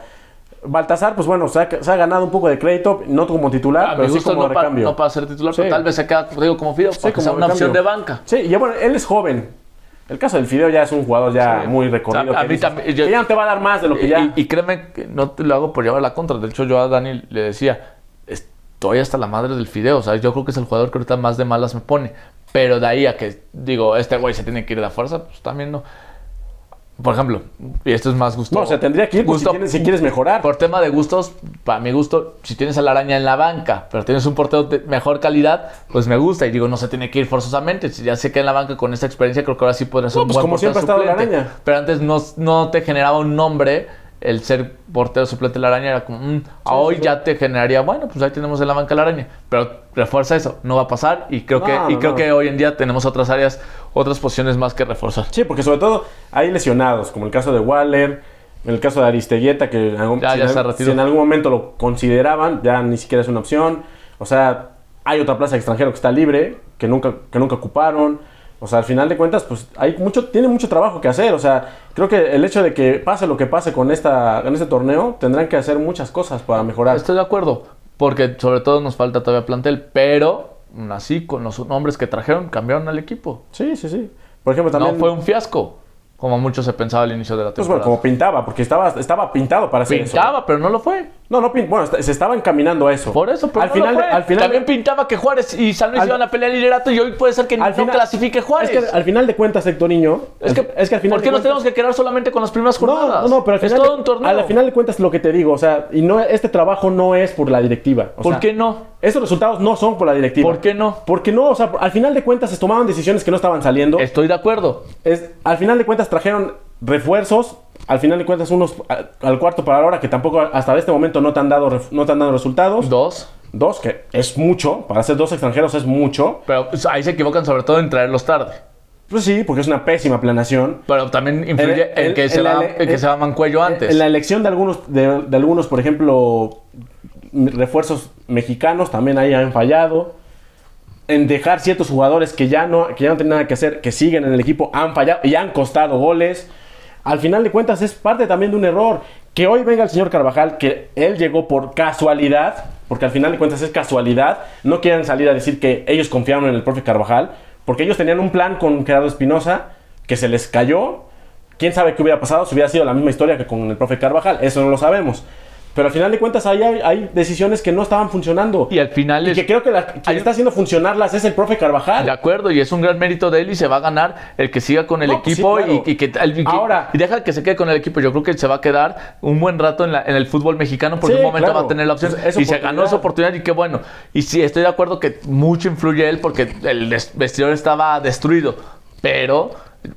Speaker 1: Baltasar, pues bueno, se ha, se ha ganado un poco de crédito, no como titular,
Speaker 2: A mi
Speaker 1: pero sí
Speaker 2: gusto
Speaker 1: como
Speaker 2: no,
Speaker 1: de
Speaker 2: para,
Speaker 1: recambio.
Speaker 2: no para ser titular,
Speaker 1: Sí.
Speaker 2: pero tal vez se queda, digo, como Fido,
Speaker 1: Sí,
Speaker 2: para que sea
Speaker 1: como
Speaker 2: una
Speaker 1: recambio.
Speaker 2: opción de banca.
Speaker 1: Sí, y bueno, él es joven. El caso del Fideo ya es un jugador ya
Speaker 2: Sí.
Speaker 1: muy recorrido.
Speaker 2: O sea, a
Speaker 1: que
Speaker 2: mí
Speaker 1: dices,
Speaker 2: también- yo-
Speaker 1: que ya no te va a dar más de lo que
Speaker 2: Y-
Speaker 1: ya.
Speaker 2: Y, y créeme que no te lo hago por llevar la contra. De hecho, yo a Dani le decía, estoy hasta la madre del fideo. O sea, yo creo que es el jugador que ahorita más de malas me pone. Pero de ahí a que digo, este güey se tiene que ir de la fuerza, pues también no. Por ejemplo, y esto es más gusto.
Speaker 1: no, o sea, tendría que ir pues, si,
Speaker 2: gusto-
Speaker 1: quieres, si quieres mejorar.
Speaker 2: Por tema de gustos, para mi gusto, si tienes a la araña en la banca, pero tienes un portero de mejor calidad, pues me gusta. Y digo, no se tiene que ir forzosamente. Si ya se queda en la banca con esta experiencia, creo que ahora sí podrás ser
Speaker 1: No,
Speaker 2: un
Speaker 1: pues
Speaker 2: buen
Speaker 1: como
Speaker 2: portero
Speaker 1: siempre ha estado la
Speaker 2: suplente.
Speaker 1: araña.
Speaker 2: Pero antes no, no te generaba un nombre el ser portero suplente de la araña. Era como, mm, a hoy
Speaker 1: sí.
Speaker 2: ya te generaría, bueno, pues ahí tenemos en la banca la araña. Pero refuerza eso, no va a pasar. Y creo,
Speaker 1: No,
Speaker 2: que, y
Speaker 1: no,
Speaker 2: creo
Speaker 1: no.
Speaker 2: que hoy en día tenemos otras áreas, otras posiciones más que reforzar.
Speaker 1: Sí, porque sobre todo hay lesionados, como el caso de Waller, en el caso de Aristeguieta, que en algún-
Speaker 2: Ya,
Speaker 1: si,
Speaker 2: ya
Speaker 1: en,
Speaker 2: se
Speaker 1: al-
Speaker 2: retiró.
Speaker 1: si en algún momento lo consideraban, ya ni siquiera es una opción. O sea, hay otra plaza extranjera que está libre, que nunca, que nunca ocuparon. O sea, al final de cuentas, pues hay mucho, tiene mucho trabajo que hacer. O sea, creo que el hecho de que pase lo que pase con esta, en este torneo, tendrán que hacer muchas cosas para mejorar.
Speaker 2: Estoy de acuerdo, porque sobre todo nos falta todavía plantel, pero aún así con los nombres que trajeron cambiaron al equipo.
Speaker 1: Sí, sí, sí. Por ejemplo, también.
Speaker 2: No fue un fiasco, como mucho se pensaba al inicio de la
Speaker 1: pues bueno,
Speaker 2: temporada.
Speaker 1: como pintaba, porque estaba, estaba pintado para hacer eso.
Speaker 2: pintaba, pero no lo fue.
Speaker 1: No, no pin- bueno, est- se estaba encaminando a eso.
Speaker 2: Por eso, pero
Speaker 1: al
Speaker 2: no
Speaker 1: final,
Speaker 2: lo
Speaker 1: de-
Speaker 2: fue.
Speaker 1: al final,
Speaker 2: También pintaba que Juárez y San Luis
Speaker 1: Al-
Speaker 2: iban a pelear el liderato y hoy puede ser que no
Speaker 1: al final-
Speaker 2: clasifique Juárez.
Speaker 1: Es que al final de cuentas, Héctor Niño. al- es que al final.
Speaker 2: ¿Por qué
Speaker 1: de
Speaker 2: nos
Speaker 1: cuentas-
Speaker 2: tenemos que quedar solamente con las primeras
Speaker 1: No,
Speaker 2: jornadas?
Speaker 1: no, no, pero al final.
Speaker 2: es todo
Speaker 1: de-
Speaker 2: un torneo.
Speaker 1: Al final de cuentas, lo que te digo, o sea, y no, este trabajo no es por la directiva. o
Speaker 2: ¿Por
Speaker 1: sea,
Speaker 2: qué no?
Speaker 1: Estos resultados no son por la directiva.
Speaker 2: ¿Por qué no?
Speaker 1: Porque no, o sea, al final de cuentas se tomaban decisiones que no estaban saliendo.
Speaker 2: Estoy de acuerdo.
Speaker 1: Es, al final de cuentas trajeron refuerzos. Al final de cuentas, unos a- al cuarto para la hora que tampoco hasta este momento no te han dado, ref- no te han dado resultados.
Speaker 2: Dos.
Speaker 1: Dos, que es mucho. Para ser dos extranjeros es mucho.
Speaker 2: Pero pues, ahí se equivocan sobre todo en traerlos tarde.
Speaker 1: Pues sí, porque es una pésima planeación.
Speaker 2: Pero también influye
Speaker 1: El-
Speaker 2: el,
Speaker 1: el-
Speaker 2: que, se
Speaker 1: el
Speaker 2: va,
Speaker 1: ale-
Speaker 2: el que se va Mancuello antes.
Speaker 1: En Eh, la elección de algunos, de, de algunos, por ejemplo, m- refuerzos mexicanos también ahí han fallado. En dejar ciertos jugadores que ya no, que ya no tienen nada que hacer, que siguen en el equipo, han fallado y han costado goles. Al final de cuentas es parte también de un error. Que hoy venga el señor Carvajal, que él llegó por casualidad, porque al final de cuentas es casualidad. No quieran salir a decir que ellos confiaron en el profe Carvajal, porque ellos tenían un plan con Gerardo Espinosa que se les cayó. ¿Quién sabe qué hubiera pasado si hubiera sido la misma historia que con el profe Carvajal? Eso no lo sabemos. Pero al final de cuentas ahí hay, hay decisiones que no estaban funcionando.
Speaker 2: Y al final
Speaker 1: Y
Speaker 2: es-
Speaker 1: que creo que la, quien
Speaker 2: hay-
Speaker 1: está haciendo funcionarlas es el profe Carvajal.
Speaker 2: De acuerdo, y es un gran mérito de él y se va a ganar el que siga con el
Speaker 1: No, pues sí,
Speaker 2: equipo
Speaker 1: claro.
Speaker 2: y, y que el- y que-
Speaker 1: Ahora-
Speaker 2: y deja que se quede con el equipo. Yo creo que se va a quedar un buen rato en, la- en el fútbol mexicano porque
Speaker 1: Sí,
Speaker 2: un momento
Speaker 1: claro.
Speaker 2: va a tener la opción
Speaker 1: Es- es
Speaker 2: y se ganó
Speaker 1: oportunidad.
Speaker 2: esa oportunidad y qué bueno. Y sí, estoy de acuerdo que mucho influye él porque el des- vestidor estaba destruido, pero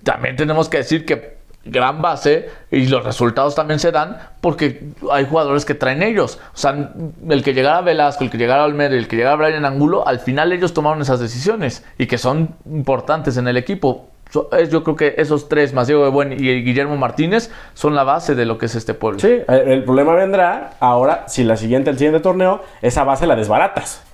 Speaker 2: también tenemos que decir que gran base y los resultados también se dan porque hay jugadores que traen ellos. O sea, el que llegara Velasco, el que llegara Olmedo, y el que llegara Brian Angulo, al final ellos tomaron esas decisiones y que son importantes en el equipo. So- es- Yo creo que esos tres, más Diego de Buen y Guillermo Martínez, son la base de lo que es este pueblo.
Speaker 1: Sí, el, el problema vendrá ahora si la siguiente, el siguiente torneo, esa base la desbaratas.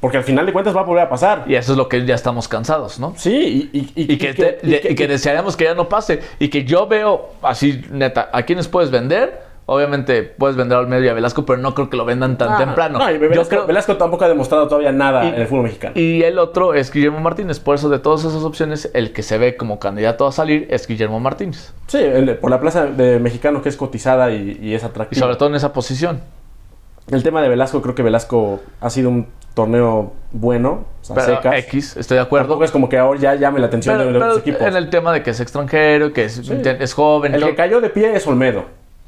Speaker 1: Porque al final de cuentas va a volver a pasar.
Speaker 2: Y eso es lo que ya estamos cansados, ¿no?
Speaker 1: Sí, y, y- y-
Speaker 2: Y que, te-
Speaker 1: y
Speaker 2: de- y que desearíamos que ya no pase. Y que yo veo, así, neta, ¿a quiénes puedes vender? Obviamente puedes vender a Olmedo y a Velasco, pero no creo que lo vendan tan
Speaker 1: Ah,
Speaker 2: temprano.
Speaker 1: No, y Velasco,
Speaker 2: Yo creo-
Speaker 1: Velasco tampoco ha demostrado todavía nada
Speaker 2: Y-
Speaker 1: en el fútbol mexicano.
Speaker 2: Y el otro es Guillermo Martínez. Por eso, de todas esas opciones, el que se ve como candidato a salir es Guillermo Martínez.
Speaker 1: sí, el- por la plaza de mexicano que es cotizada y, y es
Speaker 2: Y
Speaker 1: atractiva.
Speaker 2: sobre todo en esa posición.
Speaker 1: El tema de Velasco, creo que Velasco ha sido un torneo bueno, o sea,
Speaker 2: Pero
Speaker 1: secas.
Speaker 2: X, estoy de acuerdo.
Speaker 1: Tampoco es como que ahora ya llame la atención
Speaker 2: Pero,
Speaker 1: de los
Speaker 2: pero
Speaker 1: equipos.
Speaker 2: en el tema de que es extranjero, que es, es joven,
Speaker 1: El
Speaker 2: yo-
Speaker 1: que cayó de pie es Olmedo.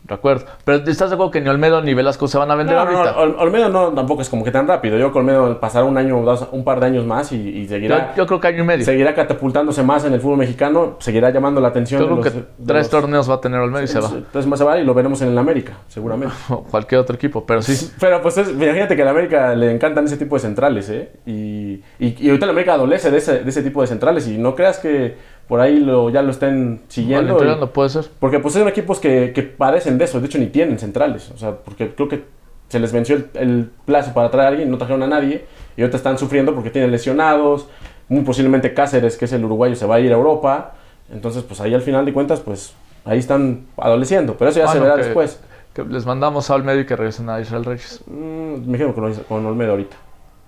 Speaker 2: de acuerdo. Pero estás de acuerdo que ni Olmedo ni Velasco se van a
Speaker 1: No,
Speaker 2: vender
Speaker 1: no,
Speaker 2: ahorita.
Speaker 1: no, Ol- Olmedo no, tampoco es como que tan rápido. Yo creo que Olmedo pasará un año, o dos- un par de años más y, y seguirá,
Speaker 2: yo, yo creo que año y medio.
Speaker 1: seguirá catapultándose más en el fútbol mexicano, seguirá llamando la atención.
Speaker 2: Yo creo
Speaker 1: de
Speaker 2: que
Speaker 1: los- de
Speaker 2: tres
Speaker 1: los-
Speaker 2: torneos va a tener Olmedo y se va.
Speaker 1: Entonces más se va y lo veremos en el América, seguramente.
Speaker 2: O cualquier otro equipo, pero <laughs> sí.
Speaker 1: Pero pues es- imagínate que a la América le encantan ese tipo de centrales, ¿eh? Y, y, y ahorita la América adolece de ese, de ese tipo de centrales y no creas que por ahí lo, ya lo estén siguiendo. y-
Speaker 2: Valenzuela no puede ser.
Speaker 1: porque pues son equipos que, que parecen de eso, de hecho ni tienen centrales, o sea, porque creo que se les venció el, el plazo para traer a alguien, no trajeron a nadie y ahorita están sufriendo porque tienen lesionados, muy posiblemente Cáceres, que es el uruguayo, se va a ir a Europa, entonces pues ahí al final de cuentas pues ahí están adoleciendo, pero eso ya se
Speaker 2: Bueno,
Speaker 1: verá
Speaker 2: Ah, que-
Speaker 1: después.
Speaker 2: Que les mandamos a Olmedo y que regresen a Israel Reyes.
Speaker 1: Mm, me quedo con, con Olmedo ahorita.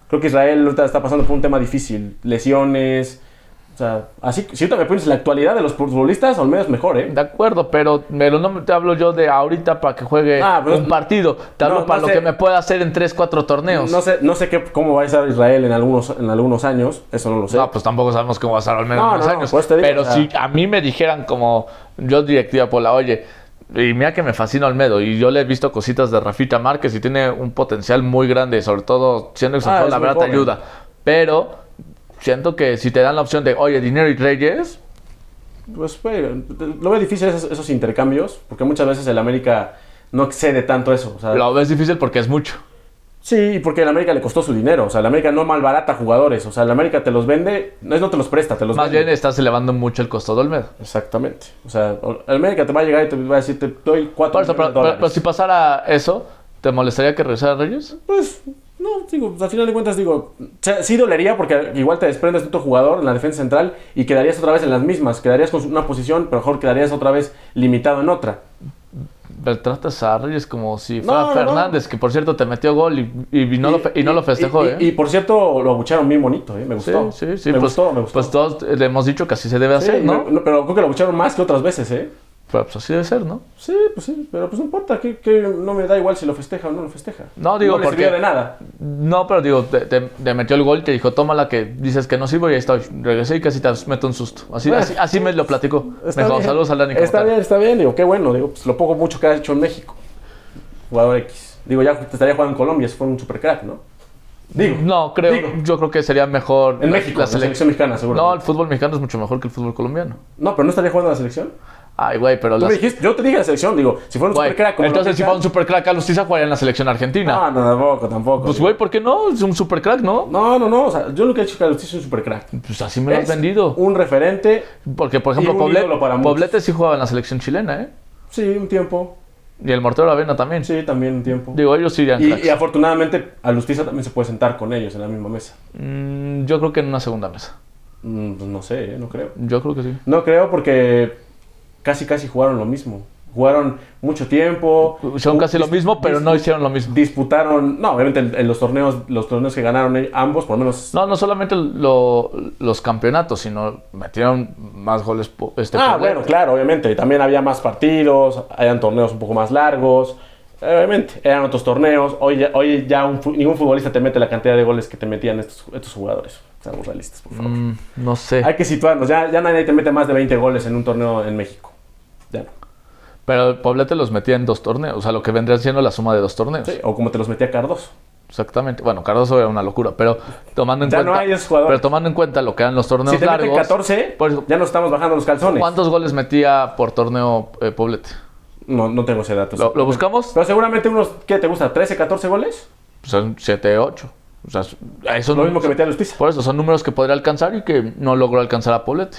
Speaker 1: Creo que Israel ahorita está pasando por un tema difícil, lesiones, o sea, así que si ahorita me pones la actualidad de los futbolistas, Olmedo es mejor, ¿eh?
Speaker 2: De acuerdo, pero, pero no te hablo yo de ahorita para que juegue
Speaker 1: Ah, pero-
Speaker 2: un partido. Te
Speaker 1: No,
Speaker 2: hablo
Speaker 1: no
Speaker 2: para lo
Speaker 1: sé.
Speaker 2: que me pueda hacer en 3, 4 torneos.
Speaker 1: No sé, no sé qué, cómo va a estar Israel en algunos, en algunos años, eso no lo sé.
Speaker 2: No, pues tampoco sabemos cómo va a estar Olmedo
Speaker 1: No,
Speaker 2: en unos
Speaker 1: no, no,
Speaker 2: años.
Speaker 1: pues te digo,
Speaker 2: pero
Speaker 1: o sea-
Speaker 2: si a mí me dijeran como yo directiva Pola, oye, y mira que me fascina Olmedo, y yo le he visto cositas de Rafita Márquez y tiene un potencial muy grande, sobre todo siendo extranjero,
Speaker 1: Ah, es
Speaker 2: la
Speaker 1: muy
Speaker 2: verdad te
Speaker 1: joven.
Speaker 2: ayuda. Pero siento que si te dan la opción de, oye, dinero y Reyes,
Speaker 1: Pues, güey, lo veo difícil esos, esos intercambios, porque muchas veces el América no excede tanto eso. o sea,
Speaker 2: lo ves difícil porque es mucho.
Speaker 1: Sí, y porque el América le costó su dinero, o sea, el América no malbarata jugadores, o sea, el América te los vende, no es no te los presta, te los
Speaker 2: Más
Speaker 1: vende.
Speaker 2: bien estás elevando mucho el costo de Olmedo.
Speaker 1: Exactamente. O sea, el América te va a llegar y te va a decir, te doy cuatro
Speaker 2: Por
Speaker 1: millones de
Speaker 2: eso, pero, pero-
Speaker 1: dólares.
Speaker 2: pero si pasara eso, ¿te molestaría que regresara Reyes?
Speaker 1: Pues, no, digo, pues, al final de cuentas, digo, se- sí dolería porque igual te desprendes de tu jugador en la defensa central y quedarías otra vez en las mismas. Quedarías con una posición, pero mejor quedarías otra vez limitado en otra.
Speaker 2: Pero tratas a Reyes como si fuera
Speaker 1: No, no,
Speaker 2: Fernández, que por cierto te metió gol y, y no, lo, fe- y no lo festejó,
Speaker 1: y-
Speaker 2: ¿eh?
Speaker 1: y, por cierto, lo abucharon bien bonito, ¿eh? Me
Speaker 2: sí,
Speaker 1: gustó.
Speaker 2: sí, sí.
Speaker 1: Me
Speaker 2: pues,
Speaker 1: gustó, me gustó.
Speaker 2: pues todos le hemos dicho que así se debe
Speaker 1: Sí,
Speaker 2: hacer, ¿no?
Speaker 1: me- pero creo que lo abucharon más que otras veces, ¿eh?
Speaker 2: Pero, pues así debe ser, ¿no?
Speaker 1: Sí, pues sí, pero pues no importa, que, que no me da igual si lo festeja o no lo festeja.
Speaker 2: No, digo,
Speaker 1: no le
Speaker 2: porque-
Speaker 1: sirvió de nada.
Speaker 2: No, pero digo, te, te- te metió el gol, te dijo, tómala que dices que no sirvo y ahí estoy. Regresé y casi te meto un susto. Así,
Speaker 1: Bueno,
Speaker 2: así, así me lo platicó.
Speaker 1: Está
Speaker 2: Me dijo,
Speaker 1: bien.
Speaker 2: saludos a Dani.
Speaker 1: Está
Speaker 2: Camacho".
Speaker 1: bien, está bien. Digo, qué bueno. Digo, pues lo poco mucho que ha hecho en México. Jugador X. Digo, ya te estaría jugando en Colombia si fuera un supercrack, ¿no? Digo.
Speaker 2: No, creo,
Speaker 1: Digo.
Speaker 2: yo creo que sería mejor
Speaker 1: En México, en la
Speaker 2: la
Speaker 1: selección
Speaker 2: selección.
Speaker 1: mexicana, seguro.
Speaker 2: No, el
Speaker 1: No,
Speaker 2: fútbol mexicano es mucho mejor que el fútbol colombiano.
Speaker 1: pero no estaría jugando en la selección.
Speaker 2: Ay, güey, pero
Speaker 1: Tú
Speaker 2: las-
Speaker 1: me dijiste, yo te dije la selección, digo, si fuera un
Speaker 2: Güey,
Speaker 1: supercrack. como
Speaker 2: entonces,
Speaker 1: lo
Speaker 2: si
Speaker 1: piensan-
Speaker 2: fue un supercrack, Carlos Tiza jugaría en la selección argentina.
Speaker 1: No, no, tampoco, tampoco.
Speaker 2: pues,
Speaker 1: digo.
Speaker 2: güey, ¿por qué no? Es un supercrack, ¿no?
Speaker 1: No, no, no. O sea, yo lo que he hecho es que Agustín es un supercrack.
Speaker 2: Pues así me lo has
Speaker 1: Es
Speaker 2: vendido.
Speaker 1: Un referente,
Speaker 2: Porque, por
Speaker 1: y
Speaker 2: ejemplo,
Speaker 1: un ídolo para
Speaker 2: Poblet,
Speaker 1: muchos.
Speaker 2: Poblete sí jugaba en la selección chilena, ¿eh?
Speaker 1: sí, un tiempo.
Speaker 2: Y el Mortero Avena también.
Speaker 1: Sí, también un tiempo.
Speaker 2: Digo, ellos sí eran
Speaker 1: y,
Speaker 2: cracks.
Speaker 1: y afortunadamente, Alustiza también se puede sentar con ellos en la misma mesa.
Speaker 2: Mm, yo creo que en una segunda mesa.
Speaker 1: Mm, pues no sé, ¿eh? no creo.
Speaker 2: Yo creo que sí.
Speaker 1: No creo porque casi casi jugaron lo mismo. Jugaron mucho tiempo.
Speaker 2: Son casi lo mismo, pero
Speaker 1: Uh, dis-
Speaker 2: no hicieron lo mismo.
Speaker 1: Disputaron, no, obviamente en en los torneos, los torneos que ganaron e- ambos, por lo menos.
Speaker 2: No, no solamente lo- los campeonatos, sino metieron más goles. po- Este,
Speaker 1: ah,
Speaker 2: Poblete.
Speaker 1: bueno, claro, obviamente. También había más partidos, eran torneos un poco más largos. Eh, Obviamente, eran otros torneos. Hoy ya, hoy ya un fu- ningún futbolista te mete la cantidad de goles que te metían estos, estos jugadores. Seamos realistas, por favor.
Speaker 2: Mm, no sé.
Speaker 1: Hay que situarnos. Ya, ya nadie te mete más de 20 goles en un torneo en México. Ya no.
Speaker 2: Pero Poblete los metía en dos torneos. O sea, lo que vendrían siendo la suma de dos torneos.
Speaker 1: Sí, o como te los metía Cardoso.
Speaker 2: Exactamente. Bueno, Cardoso era una locura, pero tomando en
Speaker 1: Ya
Speaker 2: cuenta.
Speaker 1: no hay esos jugadores.
Speaker 2: Pero tomando en cuenta lo que eran los torneos
Speaker 1: Si te meten
Speaker 2: largos.
Speaker 1: 14,
Speaker 2: por eso,
Speaker 1: ya nos estamos bajando los calzones.
Speaker 2: ¿Cuántos goles metía por torneo eh, Poblete?
Speaker 1: No, no tengo ese dato.
Speaker 2: ¿Lo, lo buscamos?
Speaker 1: Pero seguramente unos, ¿qué te gusta? ¿13, 14 goles?
Speaker 2: Son 7, 8. O sea, eso
Speaker 1: Lo mismo que metía Lustiza.
Speaker 2: Por eso, son números que podría alcanzar y que no logró alcanzar a Poblete.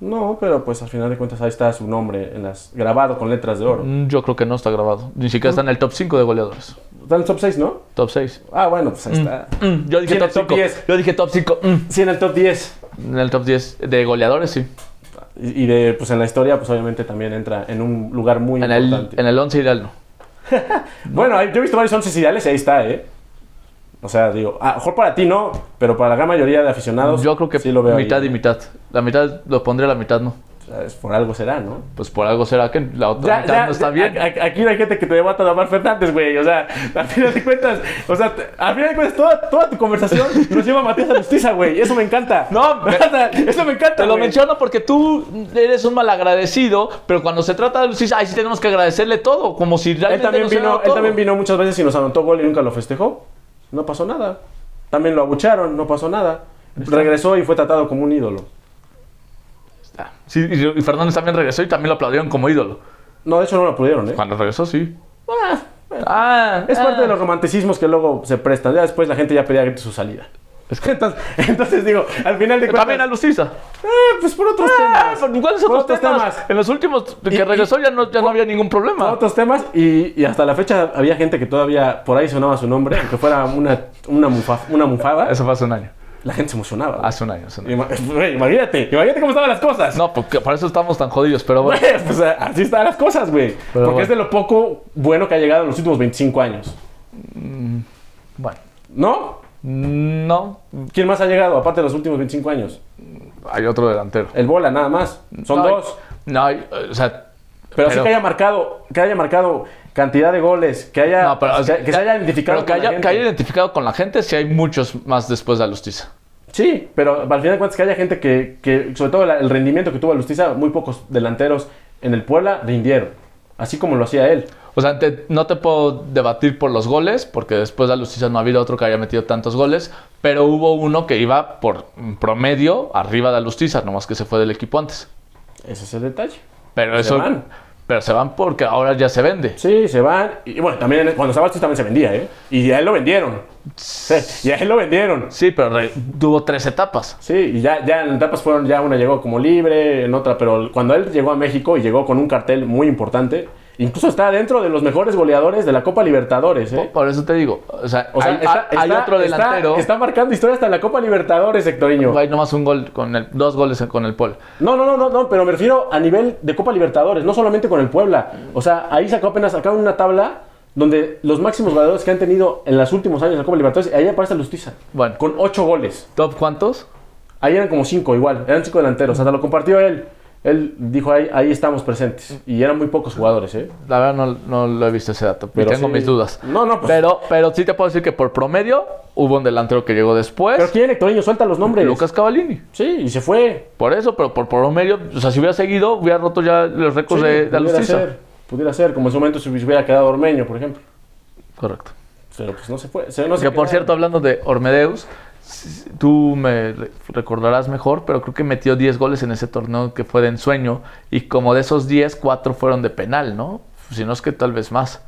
Speaker 1: No, pero pues al final de cuentas ahí está su nombre en las, grabado con letras de oro.
Speaker 2: Mm, Yo creo que no está grabado. Ni siquiera está en el top 5 de goleadores.
Speaker 1: Está en el top 6, ¿no?
Speaker 2: Top 6.
Speaker 1: Ah, bueno, pues ahí está.
Speaker 2: yo
Speaker 1: Sí,
Speaker 2: dije
Speaker 1: en el
Speaker 2: top
Speaker 1: top
Speaker 2: 5.
Speaker 1: 10.
Speaker 2: Yo dije top 5.
Speaker 1: Sí, en el top 10.
Speaker 2: En el top 10 de goleadores, sí.
Speaker 1: Y y de, pues en la historia, pues obviamente también entra en un lugar muy
Speaker 2: En el,
Speaker 1: importante.
Speaker 2: en el 11 ideal no.
Speaker 1: bueno, hay- yo he visto varios once ideales y ahí está, ¿eh? O sea, digo, a lo mejor para ti no, pero para la gran mayoría de aficionados.
Speaker 2: Yo creo que
Speaker 1: sí lo veo
Speaker 2: mitad
Speaker 1: ahí. ¿eh?
Speaker 2: y mitad. La mitad lo pondré, la mitad no.
Speaker 1: O sea, es por algo será, ¿no?
Speaker 2: Pues por algo será que la otra
Speaker 1: Ya,
Speaker 2: mitad
Speaker 1: ya,
Speaker 2: no está
Speaker 1: ya,
Speaker 2: bien.
Speaker 1: a- a- aquí no hay gente que te debata a Omar Fernández, güey. O sea, al final de cuentas, o sea, t- al final de cuentas, toda, toda tu conversación nos lleva a Matías Alustiza, güey. Eso me encanta.
Speaker 2: <laughs> No,
Speaker 1: <laughs> O sea, eso me encanta.
Speaker 2: Te lo
Speaker 1: güey.
Speaker 2: menciono porque tú eres un malagradecido, pero cuando se trata de Lucís, ay, sí tenemos que agradecerle todo, como si
Speaker 1: Él
Speaker 2: realmente
Speaker 1: también,
Speaker 2: nos hubiera
Speaker 1: vino,
Speaker 2: dado
Speaker 1: él
Speaker 2: todo.
Speaker 1: también vino muchas veces y nos anotó gol y nunca lo festejó. No pasó nada. También lo abucharon, no pasó nada. Regresó y fue tratado como un ídolo.
Speaker 2: Ah, Sí, y y Fernández también regresó y también lo aplaudieron como ídolo.
Speaker 1: No, de hecho no lo pudieron, ¿eh?
Speaker 2: Cuando regresó, sí.
Speaker 1: Ah, bueno.
Speaker 2: Ah,
Speaker 1: Es
Speaker 2: ah.
Speaker 1: parte de los romanticismos que luego se prestan. Ya después la gente ya pedía su salida. <laughs> Entonces, entonces digo, al final de cuentas.
Speaker 2: También a Lucisa.
Speaker 1: Eh, pues por otros
Speaker 2: Ah,
Speaker 1: temas.
Speaker 2: pero ¿Cuáles
Speaker 1: Por
Speaker 2: otros
Speaker 1: otros
Speaker 2: temas?
Speaker 1: temas.
Speaker 2: En los últimos que
Speaker 1: Y- y-
Speaker 2: regresó ya no, ya no había ningún
Speaker 1: Por
Speaker 2: problema.
Speaker 1: otros temas y, y hasta la fecha había gente que todavía por ahí sonaba su nombre, aunque fuera una, una, mufa- una mufada.
Speaker 2: Eso fue hace un año.
Speaker 1: La gente se emocionaba.
Speaker 2: Hace un año, hace un año.
Speaker 1: Ima- güey, imagínate, imagínate cómo estaban las cosas. <laughs>
Speaker 2: No, porque para eso estamos tan jodidos, pero bueno.
Speaker 1: Pues, a- así están las cosas, güey. Porque
Speaker 2: Pero bueno.
Speaker 1: es de lo poco bueno que ha llegado en los últimos 25 años.
Speaker 2: bueno.
Speaker 1: ¿No?
Speaker 2: No,
Speaker 1: ¿Quién más ha llegado aparte de los últimos 25 años?
Speaker 2: hay otro delantero.
Speaker 1: El Bola, nada más. Son
Speaker 2: No,
Speaker 1: dos.
Speaker 2: No, hay- o sea,
Speaker 1: Pero, sí
Speaker 2: pero-
Speaker 1: que haya marcado, que haya marcado cantidad de goles, que haya
Speaker 2: No, pero, o sea,
Speaker 1: Ah, pues que, que se haya identificado.
Speaker 2: Pero que
Speaker 1: con la
Speaker 2: haya, que haya
Speaker 1: gente.
Speaker 2: identificado con la gente, si hay muchos más después de Alustiza.
Speaker 1: Sí, pero al final de cuentas que haya gente que, que sobre todo la- el rendimiento que tuvo Alustiza, muy pocos delanteros en el Puebla rindieron, así como lo hacía él.
Speaker 2: O sea, te- no te puedo debatir por los goles, porque después de Alustiza no ha habido otro que haya metido tantos goles, pero hubo uno que iba por mm, promedio arriba de Alustiza, nomás que se fue del equipo antes.
Speaker 1: Ese es el detalle.
Speaker 2: Pero
Speaker 1: Se
Speaker 2: eso.
Speaker 1: van.
Speaker 2: Pero se van porque ahora ya se vende.
Speaker 1: Sí, se van. Y bueno, también cuando estaba Alustiza también se vendía, ¿eh? Y a él lo vendieron. Sí, y a él lo vendieron.
Speaker 2: Sí, pero re- tuvo tres etapas.
Speaker 1: Sí, y ya, ya en etapas fueron, ya una llegó como libre, en otra, pero cuando él llegó a México y llegó con un cartel muy importante, incluso está dentro de los mejores goleadores de la Copa Libertadores, ¿eh?
Speaker 2: Por eso te digo. O sea,
Speaker 1: O sea,
Speaker 2: hay,
Speaker 1: está-
Speaker 2: hay
Speaker 1: está-
Speaker 2: otro
Speaker 1: está-
Speaker 2: delantero.
Speaker 1: Está, marcando historia hasta en la Copa Libertadores, Hectorinho.
Speaker 2: Hay nomás un gol con el, dos goles con el Pol.
Speaker 1: No, no, no, no, no, pero me refiero a nivel de Copa Libertadores, no solamente con el Puebla. O sea, ahí sacó apenas, sacaron una tabla donde los máximos goleadores que han tenido en los últimos años en la Copa Libertadores, ahí aparece Lustiza.
Speaker 2: Bueno.
Speaker 1: Con ocho goles.
Speaker 2: ¿Top cuántos?
Speaker 1: Ahí eran como cinco igual, eran cinco delanteros. Hasta lo compartió él. Él dijo, ahí, ahí estamos presentes. Y eran muy pocos jugadores, ¿eh?
Speaker 2: La verdad no, no lo he visto ese dato, pero
Speaker 1: Pero
Speaker 2: tengo
Speaker 1: sí.
Speaker 2: mis dudas.
Speaker 1: No, no, pues-
Speaker 2: Pero, pero sí te puedo decir que por promedio hubo un delantero que llegó
Speaker 1: Pero
Speaker 2: después,
Speaker 1: ¿quién, Hectorinho? Suelta los nombres.
Speaker 2: Lucas Cavallini.
Speaker 1: Sí, y se fue.
Speaker 2: Por eso, pero por promedio, o sea, si hubiera seguido, hubiera roto ya los récords
Speaker 1: Sí,
Speaker 2: Pues de, de
Speaker 1: pudiera
Speaker 2: Alustiza.
Speaker 1: ser, pudiera ser, como en su momento si hubiera quedado Ormeño, por ejemplo.
Speaker 2: Correcto.
Speaker 1: Pero pues no se fue. se- no se
Speaker 2: que por
Speaker 1: quedaron.
Speaker 2: cierto, hablando de Ormedeus, s- tú me re- recordarás mejor, pero creo que metió 10 goles en ese torneo que fue de ensueño. Y como de esos 10, 4 fueron de penal, ¿no? Si no es que tal vez más.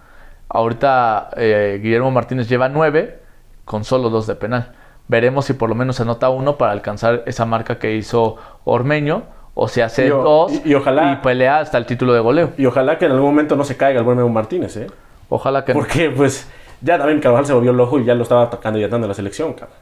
Speaker 2: Ahorita eh, Guillermo Martínez lleva 9 con solo 2 de penal. Veremos si por lo menos anota uno para alcanzar esa marca que hizo Ormeño. O se hace
Speaker 1: Y o-
Speaker 2: dos
Speaker 1: y- y ojalá-
Speaker 2: y pelea hasta el título de goleo.
Speaker 1: Y ojalá que en algún momento no se caiga el buen Memo Martínez, ¿eh?
Speaker 2: Ojalá que
Speaker 1: <laughs>
Speaker 2: no.
Speaker 1: Porque, pues, ya también Carvajal se volvió loco y ya lo estaba atacando y atando a la selección, cabrón.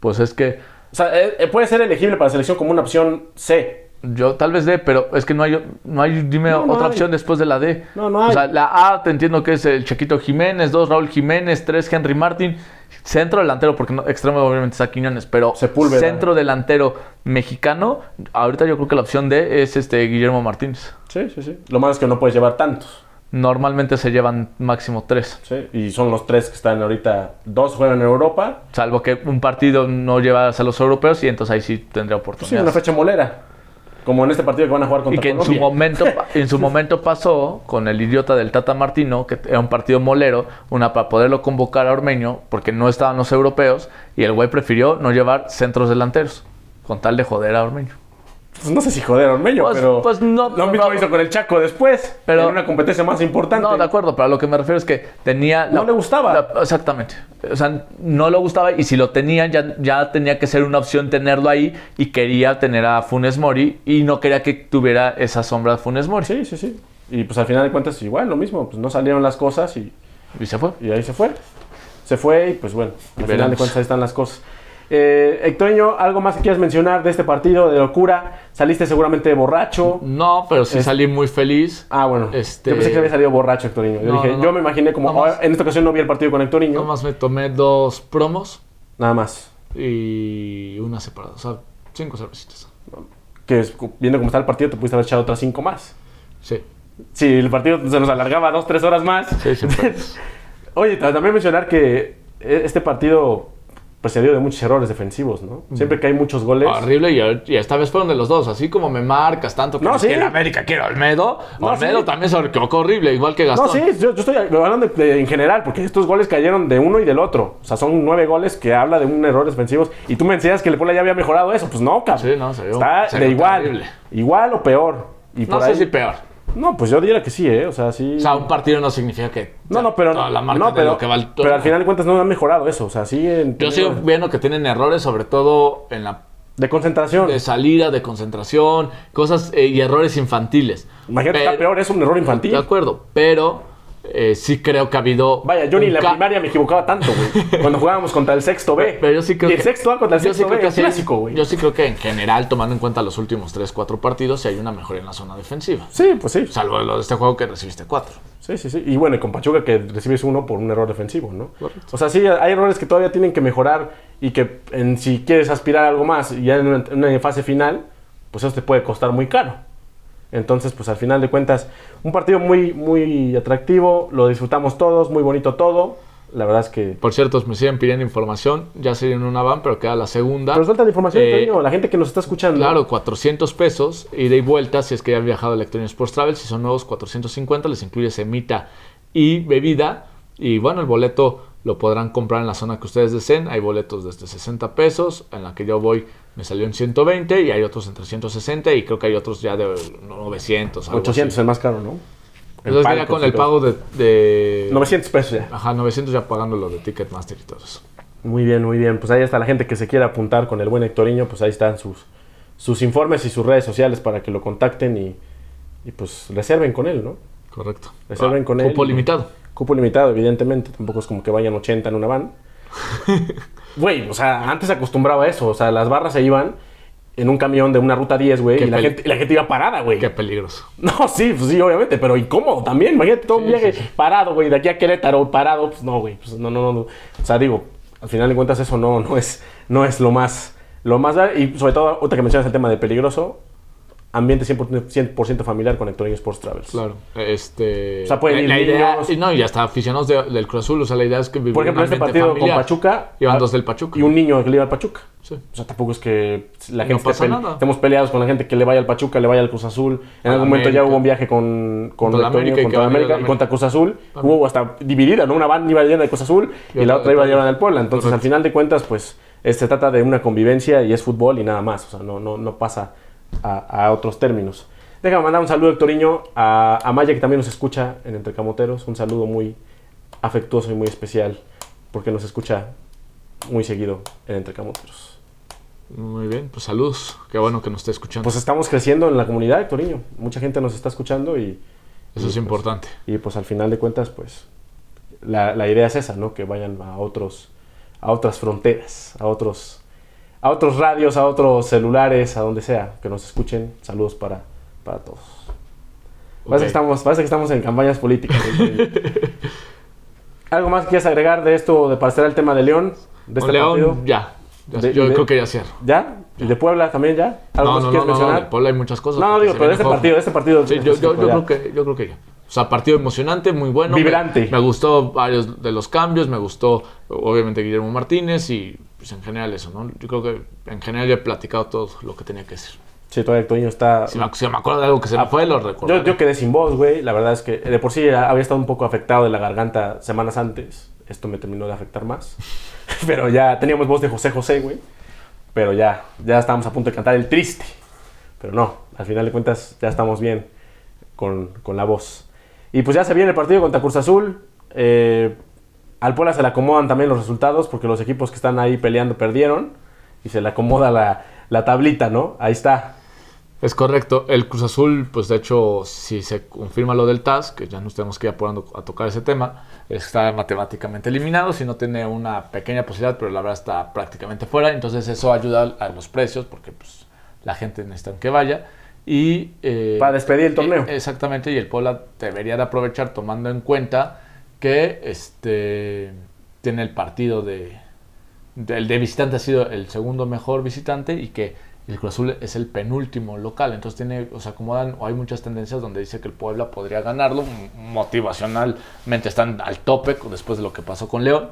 Speaker 2: Pues es que
Speaker 1: O sea, eh, eh, puede ser elegible para la selección como una opción C.
Speaker 2: Yo tal vez D, pero es que no hay, no hay dime
Speaker 1: No, no
Speaker 2: otra
Speaker 1: hay.
Speaker 2: opción después de la D.
Speaker 1: No, no hay.
Speaker 2: O sea, la A te entiendo que es el Chiquito Jiménez, dos Raúl Jiménez, tres Henry Martin, centro delantero, porque no, extremo obviamente está Quiñones, pero
Speaker 1: Sepúlveda.
Speaker 2: centro delantero mexicano, ahorita yo creo que la opción D es este Guillermo Martínez.
Speaker 1: Sí, sí, sí. Lo malo es que no puedes llevar tantos.
Speaker 2: Normalmente se llevan máximo tres,
Speaker 1: Sí. Y son los tres que están ahorita. Dos juegan en Europa.
Speaker 2: salvo que un partido no llevas a los europeos y entonces ahí sí tendría
Speaker 1: Pues Sí, en una
Speaker 2: oportunidades.
Speaker 1: fecha molera. Como en este partido que van a jugar
Speaker 2: Y
Speaker 1: contra
Speaker 2: que en su,
Speaker 1: Colombia.
Speaker 2: momento, pa- en su momento pasó con el idiota del Tata Martino, que era un partido molero, una para poderlo convocar a Ormeño, porque no estaban los europeos, y el güey prefirió no llevar centros delanteros, con tal de joder a Ormeño.
Speaker 1: Pues no sé si joder a Ormeño,
Speaker 2: Pues-
Speaker 1: pero.
Speaker 2: pues no,
Speaker 1: Lo mismo
Speaker 2: no.
Speaker 1: hizo con el Chaco después.
Speaker 2: Pero-
Speaker 1: en una competencia más importante.
Speaker 2: No, de acuerdo, pero a lo que me refiero es que tenía...
Speaker 1: No le gustaba.
Speaker 2: la- exactamente. O sea, no le gustaba y si lo tenía, ya, ya tenía que ser una opción tenerlo ahí y quería tener a Funes Mori y no quería que tuviera esa sombra Funes Mori.
Speaker 1: Sí, sí, sí. Y pues al final de cuentas, igual, lo mismo. Pues no salieron las cosas y.
Speaker 2: Y se fue.
Speaker 1: Y ahí se fue. Se fue y pues bueno, al final de
Speaker 2: Veremos.
Speaker 1: cuentas ahí están las cosas. Eh, Hectorinho, ¿algo más que quieras mencionar de este partido de locura? Saliste seguramente borracho.
Speaker 2: No, pero sí salí muy feliz.
Speaker 1: Ah, bueno.
Speaker 2: Este-
Speaker 1: Yo pensé que había salido borracho Hectorinho. Yo,
Speaker 2: No,
Speaker 1: dije,
Speaker 2: no, no.
Speaker 1: yo me imaginé como,
Speaker 2: Nada más.
Speaker 1: "Ah, en esta ocasión no vi el partido con Hectorinho.
Speaker 2: Nomás me tomé dos promos
Speaker 1: Nada más.
Speaker 2: y una separada. O sea, cinco cervecitas.
Speaker 1: Que es- viendo cómo está el partido, te pudiste haber echado otras cinco más.
Speaker 2: Sí.
Speaker 1: Si el partido se nos alargaba dos, tres horas más.
Speaker 2: Sí, sí, pues.
Speaker 1: <laughs> Oye, ta- también mencionar que e- este partido precedió de muchos errores defensivos, ¿no? Siempre que hay muchos goles.
Speaker 2: Horrible y, y esta vez fueron de los dos. Así como me marcas tanto que
Speaker 1: No,
Speaker 2: es
Speaker 1: sí.
Speaker 2: que en América quiero a Olmedo.
Speaker 1: No,
Speaker 2: Olmedo
Speaker 1: sí.
Speaker 2: también se equivocó horrible, igual que Gastón.
Speaker 1: No, sí, yo, yo estoy hablando de- de- en general, porque estos goles cayeron de uno y del otro. O sea, son nueve goles que habla de un error defensivos. Y tú me decías que el Puebla ya había mejorado eso. Pues no, cabrón.
Speaker 2: Sí, no, se vio-
Speaker 1: Está
Speaker 2: se
Speaker 1: de
Speaker 2: vio
Speaker 1: igual.
Speaker 2: terrible.
Speaker 1: Igual o peor. Y
Speaker 2: No
Speaker 1: por
Speaker 2: sé
Speaker 1: ahí-
Speaker 2: si peor.
Speaker 1: No, pues yo diría que sí, ¿eh? O sea, sí.
Speaker 2: O sea, un partido no significa que.
Speaker 1: no, no, pero.
Speaker 2: toda la marca
Speaker 1: no,
Speaker 2: de
Speaker 1: pero,
Speaker 2: lo que va el-
Speaker 1: pero al final de cuentas no han mejorado eso. O sea, siguen.
Speaker 2: Yo sigo viendo que tienen errores, sobre todo en la
Speaker 1: De concentración.
Speaker 2: de salida, de concentración, cosas eh, y errores infantiles.
Speaker 1: Imagínate, está
Speaker 2: Pero-
Speaker 1: peor, es un error infantil.
Speaker 2: De acuerdo, pero eh, sí creo que ha habido.
Speaker 1: Vaya, yo ni
Speaker 2: un
Speaker 1: en la
Speaker 2: ca-
Speaker 1: primaria me equivocaba tanto,
Speaker 2: <laughs>
Speaker 1: güey. Cuando jugábamos contra el sexto B.
Speaker 2: Pero yo sí creo
Speaker 1: y el
Speaker 2: que-
Speaker 1: sexto A contra el
Speaker 2: yo sí
Speaker 1: sexto
Speaker 2: creo
Speaker 1: B.
Speaker 2: que
Speaker 1: es
Speaker 2: sí-
Speaker 1: clásico, güey.
Speaker 2: Yo sí creo que en general, tomando en cuenta los últimos 3, 4 partidos, sí hay una mejora en la zona defensiva.
Speaker 1: Sí, pues sí.
Speaker 2: Salvo lo de este juego que recibiste 4.
Speaker 1: Sí, sí, sí. Y bueno, y con Pachuca que recibes uno por un error defensivo, ¿no? O sea, sí, hay errores que todavía tienen que mejorar y que en, si quieres aspirar a algo más y ya en una, en una fase final, pues eso te puede costar muy caro. Entonces, pues al final de cuentas, un partido muy, muy atractivo, lo disfrutamos todos, muy bonito todo. La verdad es que...
Speaker 2: Por cierto, me siguen pidiendo información. Ya sería en una van, pero queda la segunda.
Speaker 1: Pero suelta la información,
Speaker 2: Eh,
Speaker 1: Toño, la gente que nos está escuchando.
Speaker 2: Claro, 400 pesos, ida y vuelta, si es que ya han viajado a Electronics Sports Travel, si son nuevos, 450, les incluye semita y bebida. Y bueno, el boleto lo podrán comprar en la zona que ustedes deseen. Hay boletos desde 60 pesos, en la que yo voy me salió en 120 y hay otros en 360 y creo que hay otros ya de 900. algo
Speaker 1: 800
Speaker 2: así.
Speaker 1: el más caro, ¿no?
Speaker 2: Entonces
Speaker 1: En
Speaker 2: ya
Speaker 1: palcos
Speaker 2: con
Speaker 1: y
Speaker 2: el
Speaker 1: todo.
Speaker 2: pago de... de-
Speaker 1: 900 pesos ya.
Speaker 2: Ajá, 900 ya pagando lo de Ticketmaster y todo eso.
Speaker 1: Muy bien, muy bien. Pues ahí está la gente que se quiera apuntar con el buen Hectoriño, pues ahí están sus, sus informes y sus redes sociales para que lo contacten y, y, pues reserven con él, ¿no?
Speaker 2: Correcto.
Speaker 1: Reserven con él.
Speaker 2: Cupo limitado.
Speaker 1: Cupo limitado, evidentemente. Tampoco es como que vayan 80 en una
Speaker 2: <laughs>
Speaker 1: van. Güey, o sea, antes se acostumbraba a eso. O sea, las barras se iban en un camión de una ruta 10, güey,
Speaker 2: Qué
Speaker 1: y la
Speaker 2: peli-
Speaker 1: gente, y la gente iba parada, güey.
Speaker 2: Qué peligroso.
Speaker 1: No, sí, pues sí, obviamente, pero incómodo también. Imagínate todo un
Speaker 2: Sí,
Speaker 1: viaje
Speaker 2: sí, sí.
Speaker 1: parado, güey, de aquí a Querétaro, parado. Pues no, güey, pues no, no, no, no. O sea, digo, al final de cuentas eso no, no es, no es lo más, lo más. Y sobre todo, otra que mencionas el tema de peligroso, ambiente 100%, 100% familiar con Hectorinho Sports Travels.
Speaker 2: Claro. Este,
Speaker 1: O sea, pueden ir
Speaker 2: la idea,
Speaker 1: niños.
Speaker 2: y no, y hasta aficionados de- del Cruz Azul. O sea, la idea es que vivir
Speaker 1: Por ejemplo,
Speaker 2: un
Speaker 1: este
Speaker 2: ambiente
Speaker 1: partido
Speaker 2: familiar.
Speaker 1: con Pachuca.
Speaker 2: Iban
Speaker 1: ah,
Speaker 2: dos del Pachuca.
Speaker 1: Y un niño que le iba al Pachuca.
Speaker 2: Sí.
Speaker 1: O sea, tampoco es que la
Speaker 2: No
Speaker 1: gente esté
Speaker 2: pasa
Speaker 1: pele-
Speaker 2: nada.
Speaker 1: estemos peleados con la gente que le vaya al Pachuca, le vaya al Cruz Azul. En
Speaker 2: A la
Speaker 1: algún momento ya
Speaker 2: América.
Speaker 1: hubo un viaje con, con
Speaker 2: Contra la
Speaker 1: Antonio,
Speaker 2: América y que
Speaker 1: contra la
Speaker 2: va a ir a
Speaker 1: América y
Speaker 2: la América.
Speaker 1: contra Cruz Azul. Hubo hasta dividida, ¿no? Una van iba llena de Cruz Azul y,
Speaker 2: Y
Speaker 1: la
Speaker 2: otra
Speaker 1: otra
Speaker 2: de
Speaker 1: iba
Speaker 2: Puebla.
Speaker 1: llena del Puebla. Entonces, al final de cuentas, pues es- se trata de una convivencia y es fútbol y nada más. O sea, no, no, no pasa a, a otros términos. Déjame mandar un saludo, Hectorinho, a, a Maya, que también nos escucha en Entre Camoteros. Un saludo muy afectuoso y muy especial porque nos escucha muy seguido en Entre Camoteros.
Speaker 2: Muy bien, pues saludos. Qué bueno que nos esté escuchando.
Speaker 1: Pues estamos creciendo en la comunidad, Toriño. Mucha gente nos está escuchando y,
Speaker 2: Eso es importante.
Speaker 1: y, pues al final de cuentas, pues la, la idea es esa, ¿no? Que vayan a otros, a otras fronteras, a otros, a otros radios, a otros celulares, a donde sea, que nos escuchen. Saludos para, para todos. Parece,
Speaker 2: Ok.
Speaker 1: que estamos, parece que estamos en campañas políticas. Toño.
Speaker 2: <laughs>
Speaker 1: ¿Algo más que quieras agregar de esto, de para cerrar el tema de León? De
Speaker 2: Con León, ya. Ya,
Speaker 1: este De-
Speaker 2: yo
Speaker 1: de-
Speaker 2: creo que ya cierro.
Speaker 1: ¿Ya? ¿Y de Puebla también ya? ¿Algo
Speaker 2: No,
Speaker 1: más
Speaker 2: no,
Speaker 1: que
Speaker 2: no,
Speaker 1: quieras
Speaker 2: no, no,
Speaker 1: mencionar?
Speaker 2: de Puebla hay muchas cosas.
Speaker 1: No, no,
Speaker 2: porque
Speaker 1: digo,
Speaker 2: se
Speaker 1: pero de
Speaker 2: viene
Speaker 1: este
Speaker 2: Copa.
Speaker 1: partido, de este partido.
Speaker 2: Sí,
Speaker 1: en
Speaker 2: yo, yo,
Speaker 1: específico,
Speaker 2: yo
Speaker 1: ya.
Speaker 2: creo que, yo creo que ya. O sea, partido emocionante, muy bueno. Me-
Speaker 1: Vibrante.
Speaker 2: Me, gustó varios de los cambios, me gustó obviamente Guillermo Martínez y pues, en general eso, ¿no? Yo creo que en general ya he platicado todo lo que tenía que decir.
Speaker 1: Sí, todavía el Toño está.
Speaker 2: Si me, si me acuerdo de algo que se me fue, lo recuerdo.
Speaker 1: Ah, yo, yo quedé sin voz, güey. La verdad es que de por sí ya había estado un poco afectado de la garganta semanas antes. Esto me terminó de afectar más. <laughs> Pero ya teníamos voz de José José, güey. Pero ya, ya estábamos a punto de cantar el triste. Pero no, al final de cuentas ya estamos bien con, con la voz. Y pues ya se viene el partido contra Cruz Azul. Eh, al Puebla se le acomodan también los resultados porque los equipos que están ahí peleando perdieron. Y se le acomoda la, la tablita, ¿no? Ahí está.
Speaker 2: Es correcto. El Cruz Azul, pues de hecho, si se confirma lo del TAS, que ya nos tenemos que ir apurando a tocar ese tema, está matemáticamente eliminado. Si no tiene una pequeña posibilidad, pero la verdad está prácticamente fuera. Entonces eso ayuda a los precios porque pues, la gente necesita que vaya. Y, eh,
Speaker 1: Para despedir el torneo.
Speaker 2: eh, exactamente, y el Puebla debería de aprovechar tomando en cuenta que este tiene el partido de, de- el de visitante ha sido el segundo mejor visitante y que el Cruz Azul es el penúltimo local, entonces tiene, o sea, como dan, o hay muchas tendencias donde dice que el Puebla podría ganarlo, m- motivacionalmente están al tope con- después de lo que pasó con León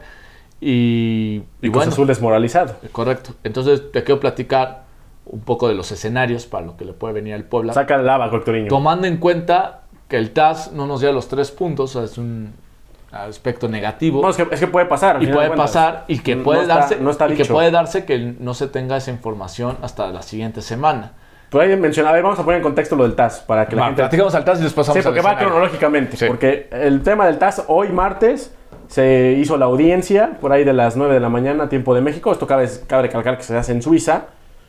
Speaker 2: y, y
Speaker 1: Y Cruz
Speaker 2: bueno.
Speaker 1: Azul desmoralizado.
Speaker 2: Correcto. Entonces te quiero platicar un poco de los escenarios para lo que le puede venir al Puebla.
Speaker 1: Saca el lava, Coctoriño.
Speaker 2: Tomando en cuenta que el TAS no nos dio los tres puntos, o sea, es un aspecto negativo.
Speaker 1: No, es, que, es que puede pasar. al
Speaker 2: y
Speaker 1: final de
Speaker 2: puede
Speaker 1: cuentas.
Speaker 2: pasar y que
Speaker 1: No
Speaker 2: puede
Speaker 1: está-
Speaker 2: darse
Speaker 1: no está
Speaker 2: y que
Speaker 1: dicho.
Speaker 2: puede darse que no se tenga esa información hasta la siguiente semana.
Speaker 1: Tú ahí menciona- a ver, vamos a poner en contexto lo del TAS para que la
Speaker 2: Va,
Speaker 1: gente.
Speaker 2: platicamos al TAS y después
Speaker 1: Sí,
Speaker 2: pasamos
Speaker 1: porque
Speaker 2: al
Speaker 1: va
Speaker 2: escenario.
Speaker 1: cronológicamente.
Speaker 2: Sí.
Speaker 1: Porque el tema del TAS, hoy martes, se hizo la audiencia por ahí de las 9 de la mañana, tiempo de México. Esto cabe, cabe recalcar que se hace en Suiza.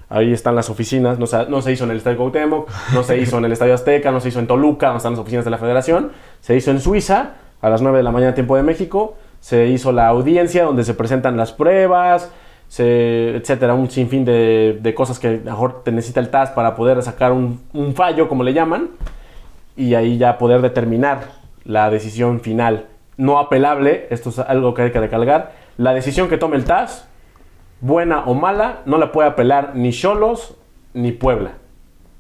Speaker 1: Ahí están las oficinas. No se, no se hizo en el Estadio Cuauhtémoc, no se hizo en el Estadio Azteca, no se hizo en Toluca, donde están las oficinas de la Federación. Se hizo en Suiza a las 9 de la mañana, tiempo de México. Se hizo la audiencia donde se presentan las pruebas, se- etcétera, un sinfín de, de cosas que mejor te necesita el TAS para poder sacar un- un fallo, como le llaman y ahí ya poder determinar la decisión final. No apelable, esto es algo que hay que recalcar. La decisión que tome el TAS, buena o mala, no la puede apelar ni Cholos ni Puebla.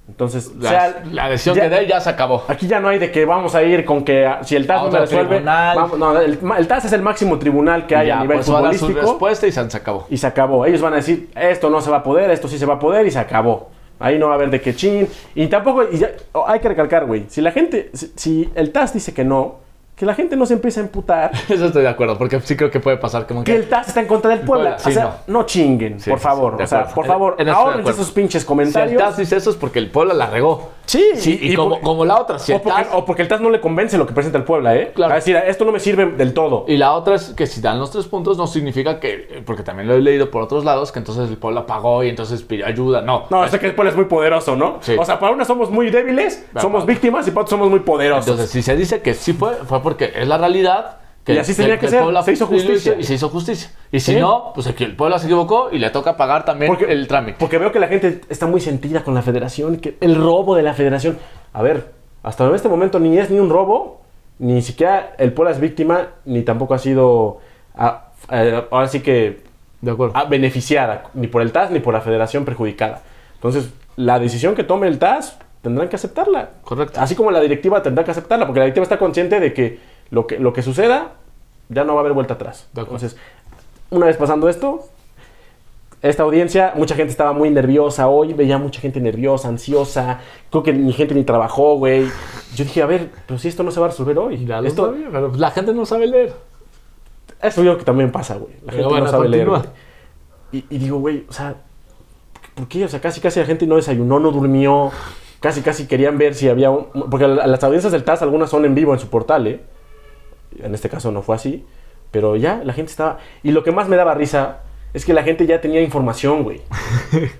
Speaker 1: Entonces,
Speaker 2: La,
Speaker 1: sea-
Speaker 2: la decisión
Speaker 1: ya-
Speaker 2: que dé ya se acabó.
Speaker 1: Aquí ya no hay de que vamos a ir con que ah, si el
Speaker 2: A
Speaker 1: TAS no me
Speaker 2: otro
Speaker 1: resuelve.
Speaker 2: tribunal.
Speaker 1: vamos- no, el, el TAS es el máximo tribunal que hay
Speaker 2: Ya, pues,
Speaker 1: a nivel
Speaker 2: por eso va a dar su
Speaker 1: futbolístico
Speaker 2: respuesta y se se acabó.
Speaker 1: <laughs> y se acabó. Ellos van a decir, esto no se va a poder, esto sí se va a poder y se acabó. Ahí no va a haber de qué chin. Y tampoco, y ya- oh, hay que recalcar, güey, si la gente, si, si el TAS dice que no, que la gente no se empiece a emputar.
Speaker 2: Eso estoy de acuerdo, porque sí creo que puede pasar como
Speaker 1: Que el TAS está en contra del Puebla.
Speaker 2: Puebla, sí,
Speaker 1: o sea, no, chinguen,
Speaker 2: Sí,
Speaker 1: por
Speaker 2: sí,
Speaker 1: favor.
Speaker 2: sí, de
Speaker 1: o sea,
Speaker 2: acuerdo.
Speaker 1: por favor,
Speaker 2: En- en eso estoy de
Speaker 1: ahorren
Speaker 2: acuerdo.
Speaker 1: esos pinches
Speaker 2: Si el
Speaker 1: comentarios.
Speaker 2: TAS dice eso es porque el Puebla la regó.
Speaker 1: Sí,
Speaker 2: Sí, y,
Speaker 1: y
Speaker 2: como,
Speaker 1: por-
Speaker 2: como la otra, si
Speaker 1: o,
Speaker 2: el
Speaker 1: porque,
Speaker 2: TAS-
Speaker 1: o porque el TAS no le convence lo que presenta el Puebla, ¿eh?
Speaker 2: Claro.
Speaker 1: A decir, esto no me sirve del todo.
Speaker 2: y la otra es que si dan los tres puntos no significa que, porque también lo he leído por otros lados, que entonces el Puebla pagó y entonces pidió ayuda. No,
Speaker 1: No, sé que el Puebla es muy poderoso, ¿no?
Speaker 2: Sí.
Speaker 1: O sea, para unas somos muy débiles,
Speaker 2: Ajá.
Speaker 1: somos víctimas y para otras somos muy poderosos.
Speaker 2: Entonces, si se dice que sí fue, fue porque es la realidad. Que,
Speaker 1: Y así tenía que ser, se hizo
Speaker 2: sí lo
Speaker 1: justicia.
Speaker 2: Y se hizo justicia. Y si
Speaker 1: Sí.
Speaker 2: no, pues aquí el Puebla se equivocó y le toca pagar también
Speaker 1: Porque-
Speaker 2: el trámite.
Speaker 1: Porque veo que la gente está muy sentida con la federación, que el robo de la federación. A ver, hasta este momento ni es ni un robo, ni siquiera el Puebla es víctima, ni tampoco ha sido, ah, eh, ahora sí que,
Speaker 2: De acuerdo.
Speaker 1: ah, beneficiada, ni por el TAS, ni por la federación perjudicada. Entonces, la decisión que tome el TAS tendrán que aceptarla.
Speaker 2: Correcto.
Speaker 1: Así como la directiva tendrá que aceptarla, porque la directiva está consciente de que lo que, lo que suceda ya no va a haber vuelta atrás.
Speaker 2: De acuerdo.
Speaker 1: Entonces, una vez pasando esto, esta audiencia, mucha gente estaba muy nerviosa hoy, veía mucha gente nerviosa, ansiosa, creo que ni gente ni trabajó, güey. Yo dije, a ver, pero si esto no se va a resolver hoy.
Speaker 2: Ya lo
Speaker 1: Esto-
Speaker 2: sabía, pero la gente no sabe leer.
Speaker 1: eso yo creo que también pasa, güey. La
Speaker 2: Pero
Speaker 1: gente
Speaker 2: bueno,
Speaker 1: no sabe leer.
Speaker 2: continúa.
Speaker 1: güey. Y, y digo, güey, o sea, ¿por qué? O sea, casi casi la gente no desayunó, no durmió. Casi casi querían ver si había un... Porque la- las audiencias del TAS algunas son en vivo en su portal, ¿eh? En este caso no fue así. Pero ya, la gente estaba... Y lo que más me daba risa es que la gente ya tenía información,
Speaker 2: <laughs>
Speaker 1: güey.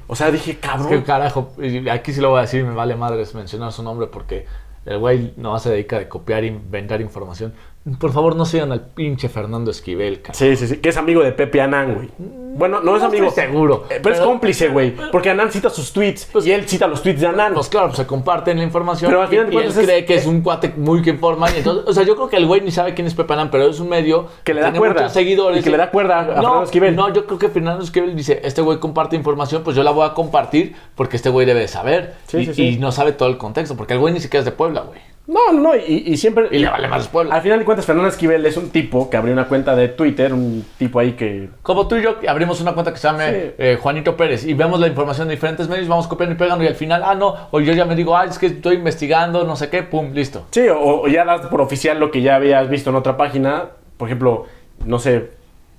Speaker 1: O sea, dije,
Speaker 2: Es
Speaker 1: cabrón.
Speaker 2: que carajo, y aquí sí lo voy a decir, me vale madres mencionar su nombre porque el güey no se dedica a copiar e inventar información. Por favor, no sigan al pinche Fernando Esquivel, cara.
Speaker 1: Sí, sí, sí. Que es amigo de Pepe Anán, güey. Bueno, no, es
Speaker 2: no
Speaker 1: amigo.
Speaker 2: estoy seguro,
Speaker 1: Eh, Pero, es
Speaker 2: pero-
Speaker 1: cómplice, güey. Porque Anán cita sus tweets. y él cita los tweets de Anán.
Speaker 2: Pues claro, pues se comparten la información
Speaker 1: Pero al
Speaker 2: y-
Speaker 1: final de
Speaker 2: y, él
Speaker 1: cuentas es-
Speaker 2: cree que es un cuate muy que informa. Y entonces, o sea, yo creo que el güey ni sabe quién es Pepanán, pero es un medio
Speaker 1: Que le da
Speaker 2: tiene
Speaker 1: cuerda.
Speaker 2: muchos seguidores.
Speaker 1: Y que le da cuerda a
Speaker 2: no,
Speaker 1: Fernando Esquivel.
Speaker 2: No, yo creo que Fernando Esquivel dice, este güey comparte información, pues yo la voy a compartir porque este güey debe de saber.
Speaker 1: Sí,
Speaker 2: y,
Speaker 1: sí, sí.
Speaker 2: y no sabe todo el contexto, porque el güey ni siquiera es de Puebla, güey.
Speaker 1: No, no, no, y, y siempre...
Speaker 2: Y le vale más Puebla.
Speaker 1: Al final de cuentas, Fernando Esquivel es un tipo que abrió una cuenta de Twitter, un tipo ahí que...
Speaker 2: Como tú y yo abrimos una cuenta que se llame
Speaker 1: Sí.
Speaker 2: eh, Juanito Pérez y vemos la información de diferentes medios, vamos copiando y pegando y al final, ah, no, o yo ya me digo, ah, es que estoy investigando, no sé qué, pum, listo.
Speaker 1: Sí, o, o ya das por oficial lo que ya habías visto en otra página. Por ejemplo, no sé,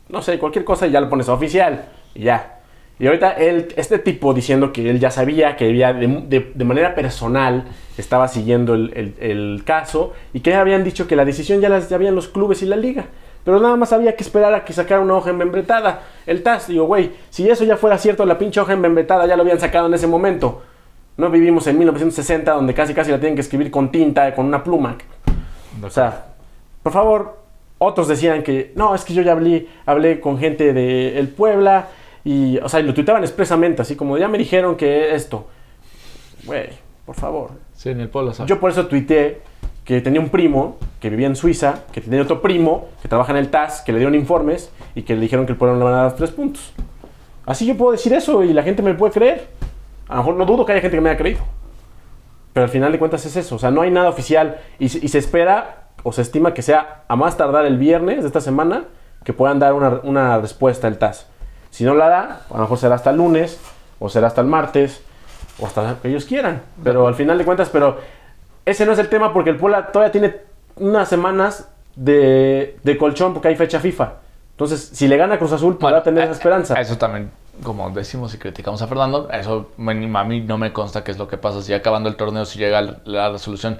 Speaker 1: no sé, cualquier cosa y ya lo pones a oficial. Y ya. Y ahorita él, este tipo diciendo que él ya sabía, que había de, de- de manera personal estaba siguiendo el, el- el caso y que ya habían dicho que la decisión ya la ya habían los clubes y la liga. Pero nada más había que esperar a que sacara una hoja membretada El TAS, digo, güey, si eso ya fuera cierto, la pinche hoja membretada ya lo habían sacado en ese momento. No vivimos en 1960 donde casi casi la tienen que escribir con tinta, con una pluma. O sea, por favor, otros decían que no, es que yo ya hablé, hablé con gente de el Puebla y, o sea, y lo tuitaban expresamente, así como ya me dijeron que esto. Güey, por favor.
Speaker 2: Sí, en el pueblo, ¿sabes?
Speaker 1: Yo por eso tuiteé que tenía un primo que vivía en Suiza, que tenía otro primo que trabaja en el TAS, que le dieron informes y que le dijeron que el Puebla no le van a dar tres puntos. Así yo puedo decir eso y la gente me puede creer. A lo mejor no dudo que haya gente que me haya creído. Pero al final de cuentas es eso. O sea, no hay nada oficial y, se- y se espera o se estima que sea a más tardar el viernes de esta semana que puedan dar una, una respuesta al TAS. Si no la da, a lo mejor será hasta el lunes o será hasta el martes o hasta que ellos quieran. Pero al final de cuentas, pero ese no es el tema porque el Puebla todavía tiene unas semanas de, de colchón porque hay fecha FIFA. Entonces, si le gana Cruz Azul, podrá
Speaker 2: Bueno,
Speaker 1: tener
Speaker 2: eh,
Speaker 1: esa esperanza.
Speaker 2: Eso también, como decimos y criticamos a Fernando, eso me- a mí no me consta qué es lo que pasa. Si acabando el torneo, si llega la- la resolución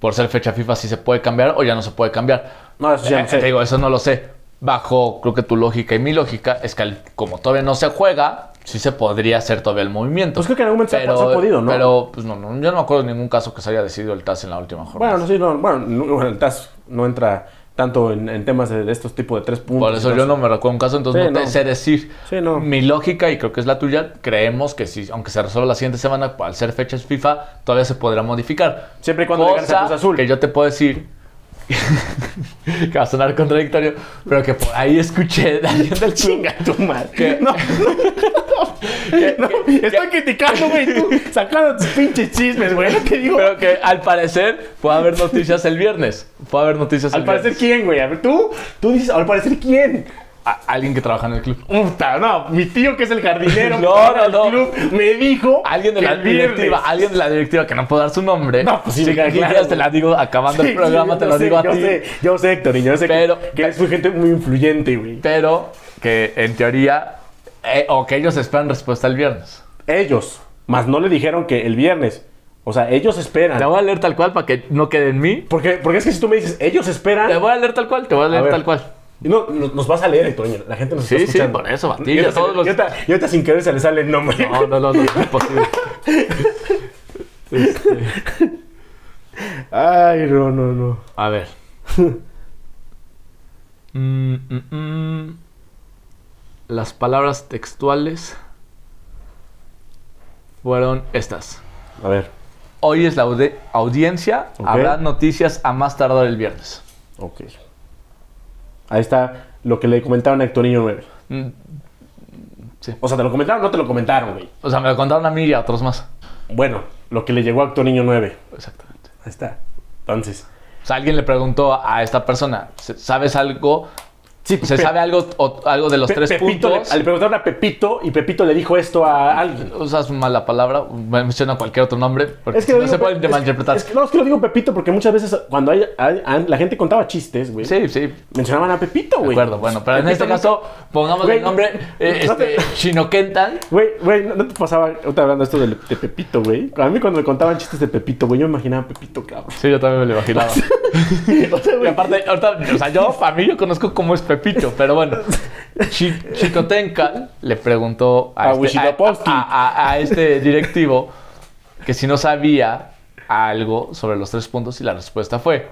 Speaker 2: por ser fecha FIFA, si se puede cambiar o ya no se puede cambiar.
Speaker 1: No, eso ya
Speaker 2: Eh,
Speaker 1: no sé.
Speaker 2: Te digo, eso no lo sé. Bajo, creo que tu lógica y mi lógica es que al- como todavía no se juega, sí se podría hacer todavía el movimiento.
Speaker 1: Pues creo que en algún momento se ha- se ha podido, ¿no?
Speaker 2: Pero, pues no, no, yo no me acuerdo de ningún caso que se haya decidido el TAS en la última jornada.
Speaker 1: Bueno, no, sí, no, bueno, no, bueno, el TAS no entra tanto en, en temas de, de estos tipos de tres puntos.
Speaker 2: Por eso yo no me recuerdo un caso, entonces
Speaker 1: Sí,
Speaker 2: no te
Speaker 1: no.
Speaker 2: sé decir.
Speaker 1: Sí, no.
Speaker 2: Mi lógica, y creo que es la tuya, creemos que si, aunque se resuelva la siguiente semana, al ser fechas FIFA, todavía se podrá modificar.
Speaker 1: Siempre y cuando le ganes a
Speaker 2: Cosa
Speaker 1: Cruz Azul.
Speaker 2: Que yo te puedo decir. <laughs> que va a sonar contradictorio, pero que por ahí escuché
Speaker 1: <laughs>
Speaker 2: de alguien del club
Speaker 1: Chinga tu madre.
Speaker 2: ¿Qué?
Speaker 1: No, no, estoy criticando, güey, tú sacando tus pinches chismes, güey. No te digo.
Speaker 2: Pero que al parecer puede haber noticias el viernes. Puede haber noticias el
Speaker 1: al parecer,
Speaker 2: viernes.
Speaker 1: ¿quién, güey? A ver, tú, tú dices, al parecer, ¿quién?
Speaker 2: A- alguien que trabaja en el club.
Speaker 1: Puta, no, mi tío que es el jardinero
Speaker 2: <laughs>
Speaker 1: que
Speaker 2: No,
Speaker 1: trabaja
Speaker 2: no,
Speaker 1: en el
Speaker 2: no.
Speaker 1: club, me dijo.
Speaker 2: Alguien de
Speaker 1: que
Speaker 2: la
Speaker 1: el viernes. <laughs>
Speaker 2: directiva, alguien de la directiva que no puedo dar su nombre.
Speaker 1: No, pues sí,
Speaker 2: Si
Speaker 1: claro.
Speaker 2: quieres te la digo acabando
Speaker 1: Sí,
Speaker 2: el programa,
Speaker 1: yo
Speaker 2: te lo
Speaker 1: sé,
Speaker 2: digo a
Speaker 1: yo
Speaker 2: ti.
Speaker 1: Sé, yo sé, Héctor, y yo sé que-
Speaker 2: Pero-
Speaker 1: que, eres muy gente muy influyente, güey.
Speaker 2: Pero que en teoría, eh, o que ellos esperan respuesta el viernes.
Speaker 1: Ellos, más no le dijeron que el viernes. O sea, ellos esperan.
Speaker 2: Te voy a leer tal cual para que no quede en mí.
Speaker 1: Porque, porque es que si tú me dices, ellos
Speaker 2: Te
Speaker 1: esperan.
Speaker 2: voy a leer tal cual, te voy a leer
Speaker 1: ver.
Speaker 2: tal cual.
Speaker 1: Y no, no- nos vas a leer, Antonio. La gente nos
Speaker 2: Sí,
Speaker 1: está
Speaker 2: sí,
Speaker 1: escuchando.
Speaker 2: por eso,
Speaker 1: Y
Speaker 2: Batillo,
Speaker 1: ahorita se-
Speaker 2: todos los-
Speaker 1: y ahorita- y ahorita sin querer se le sale el nombre.
Speaker 2: No, no, no, no, es imposible.
Speaker 1: Ay, no, no, no.
Speaker 2: A ver. <laughs> Mm, mm, mm. Las palabras textuales fueron estas.
Speaker 1: A ver,
Speaker 2: Hoy es la audi- audiencia.
Speaker 1: Ok.
Speaker 2: Habrá noticias a más tardar el viernes.
Speaker 1: ok. Ahí está lo que le comentaron a Hectorinho 9.
Speaker 2: Mm,
Speaker 1: O sea, ¿te lo comentaron o no te lo comentaron, güey?
Speaker 2: O sea, me lo contaron a mí y a otros más.
Speaker 1: Bueno, lo que le llegó a Hectorinho 9.
Speaker 2: Exactamente.
Speaker 1: Ahí está. Entonces.
Speaker 2: O sea, alguien le preguntó a a esta persona, ¿se- ¿sabes algo?
Speaker 1: Sí,
Speaker 2: pues, ¿Se sabe algo, o- algo de los tres
Speaker 1: Pepito
Speaker 2: puntos?
Speaker 1: Le, le preguntaron a Pepito y Pepito le dijo esto a alguien.
Speaker 2: Usas mala palabra, menciona cualquier otro nombre, porque
Speaker 1: Es que
Speaker 2: si
Speaker 1: lo
Speaker 2: no
Speaker 1: digo
Speaker 2: se
Speaker 1: Pe-
Speaker 2: puede
Speaker 1: es que-
Speaker 2: malinterpretar.
Speaker 1: es que- no, es que lo digo Pepito porque muchas veces cuando hay, hay- an- la gente contaba chistes, güey.
Speaker 2: Sí, sí, de
Speaker 1: Mencionaban a Pepito, güey.
Speaker 2: acuerdo. Bueno, pero en
Speaker 1: Pepito
Speaker 2: este
Speaker 1: nunca-
Speaker 2: caso, pongamos
Speaker 1: Güey,
Speaker 2: el nombre eh,
Speaker 1: no te-
Speaker 2: este, Shino Kentan.
Speaker 1: Güey, güey, ¿no, no te pasaba ahorita hablando esto del- de, Pepito, güey? A mí cuando me contaban chistes de Pepito, güey, yo me imaginaba a Pepito, cabrón.
Speaker 2: Sí, yo también me lo <laughs> imaginaba.
Speaker 1: O sea,
Speaker 2: Y
Speaker 1: güey,
Speaker 2: aparte, ahorita, o sea, yo, para mí, yo conozco cómo es Pepito, pero bueno. Chi- Chicotencal le preguntó
Speaker 1: A
Speaker 2: a, este,
Speaker 1: Huitzilopochtli.
Speaker 2: a- a- a- a este directivo que si no sabía algo sobre los tres puntos y la respuesta fue,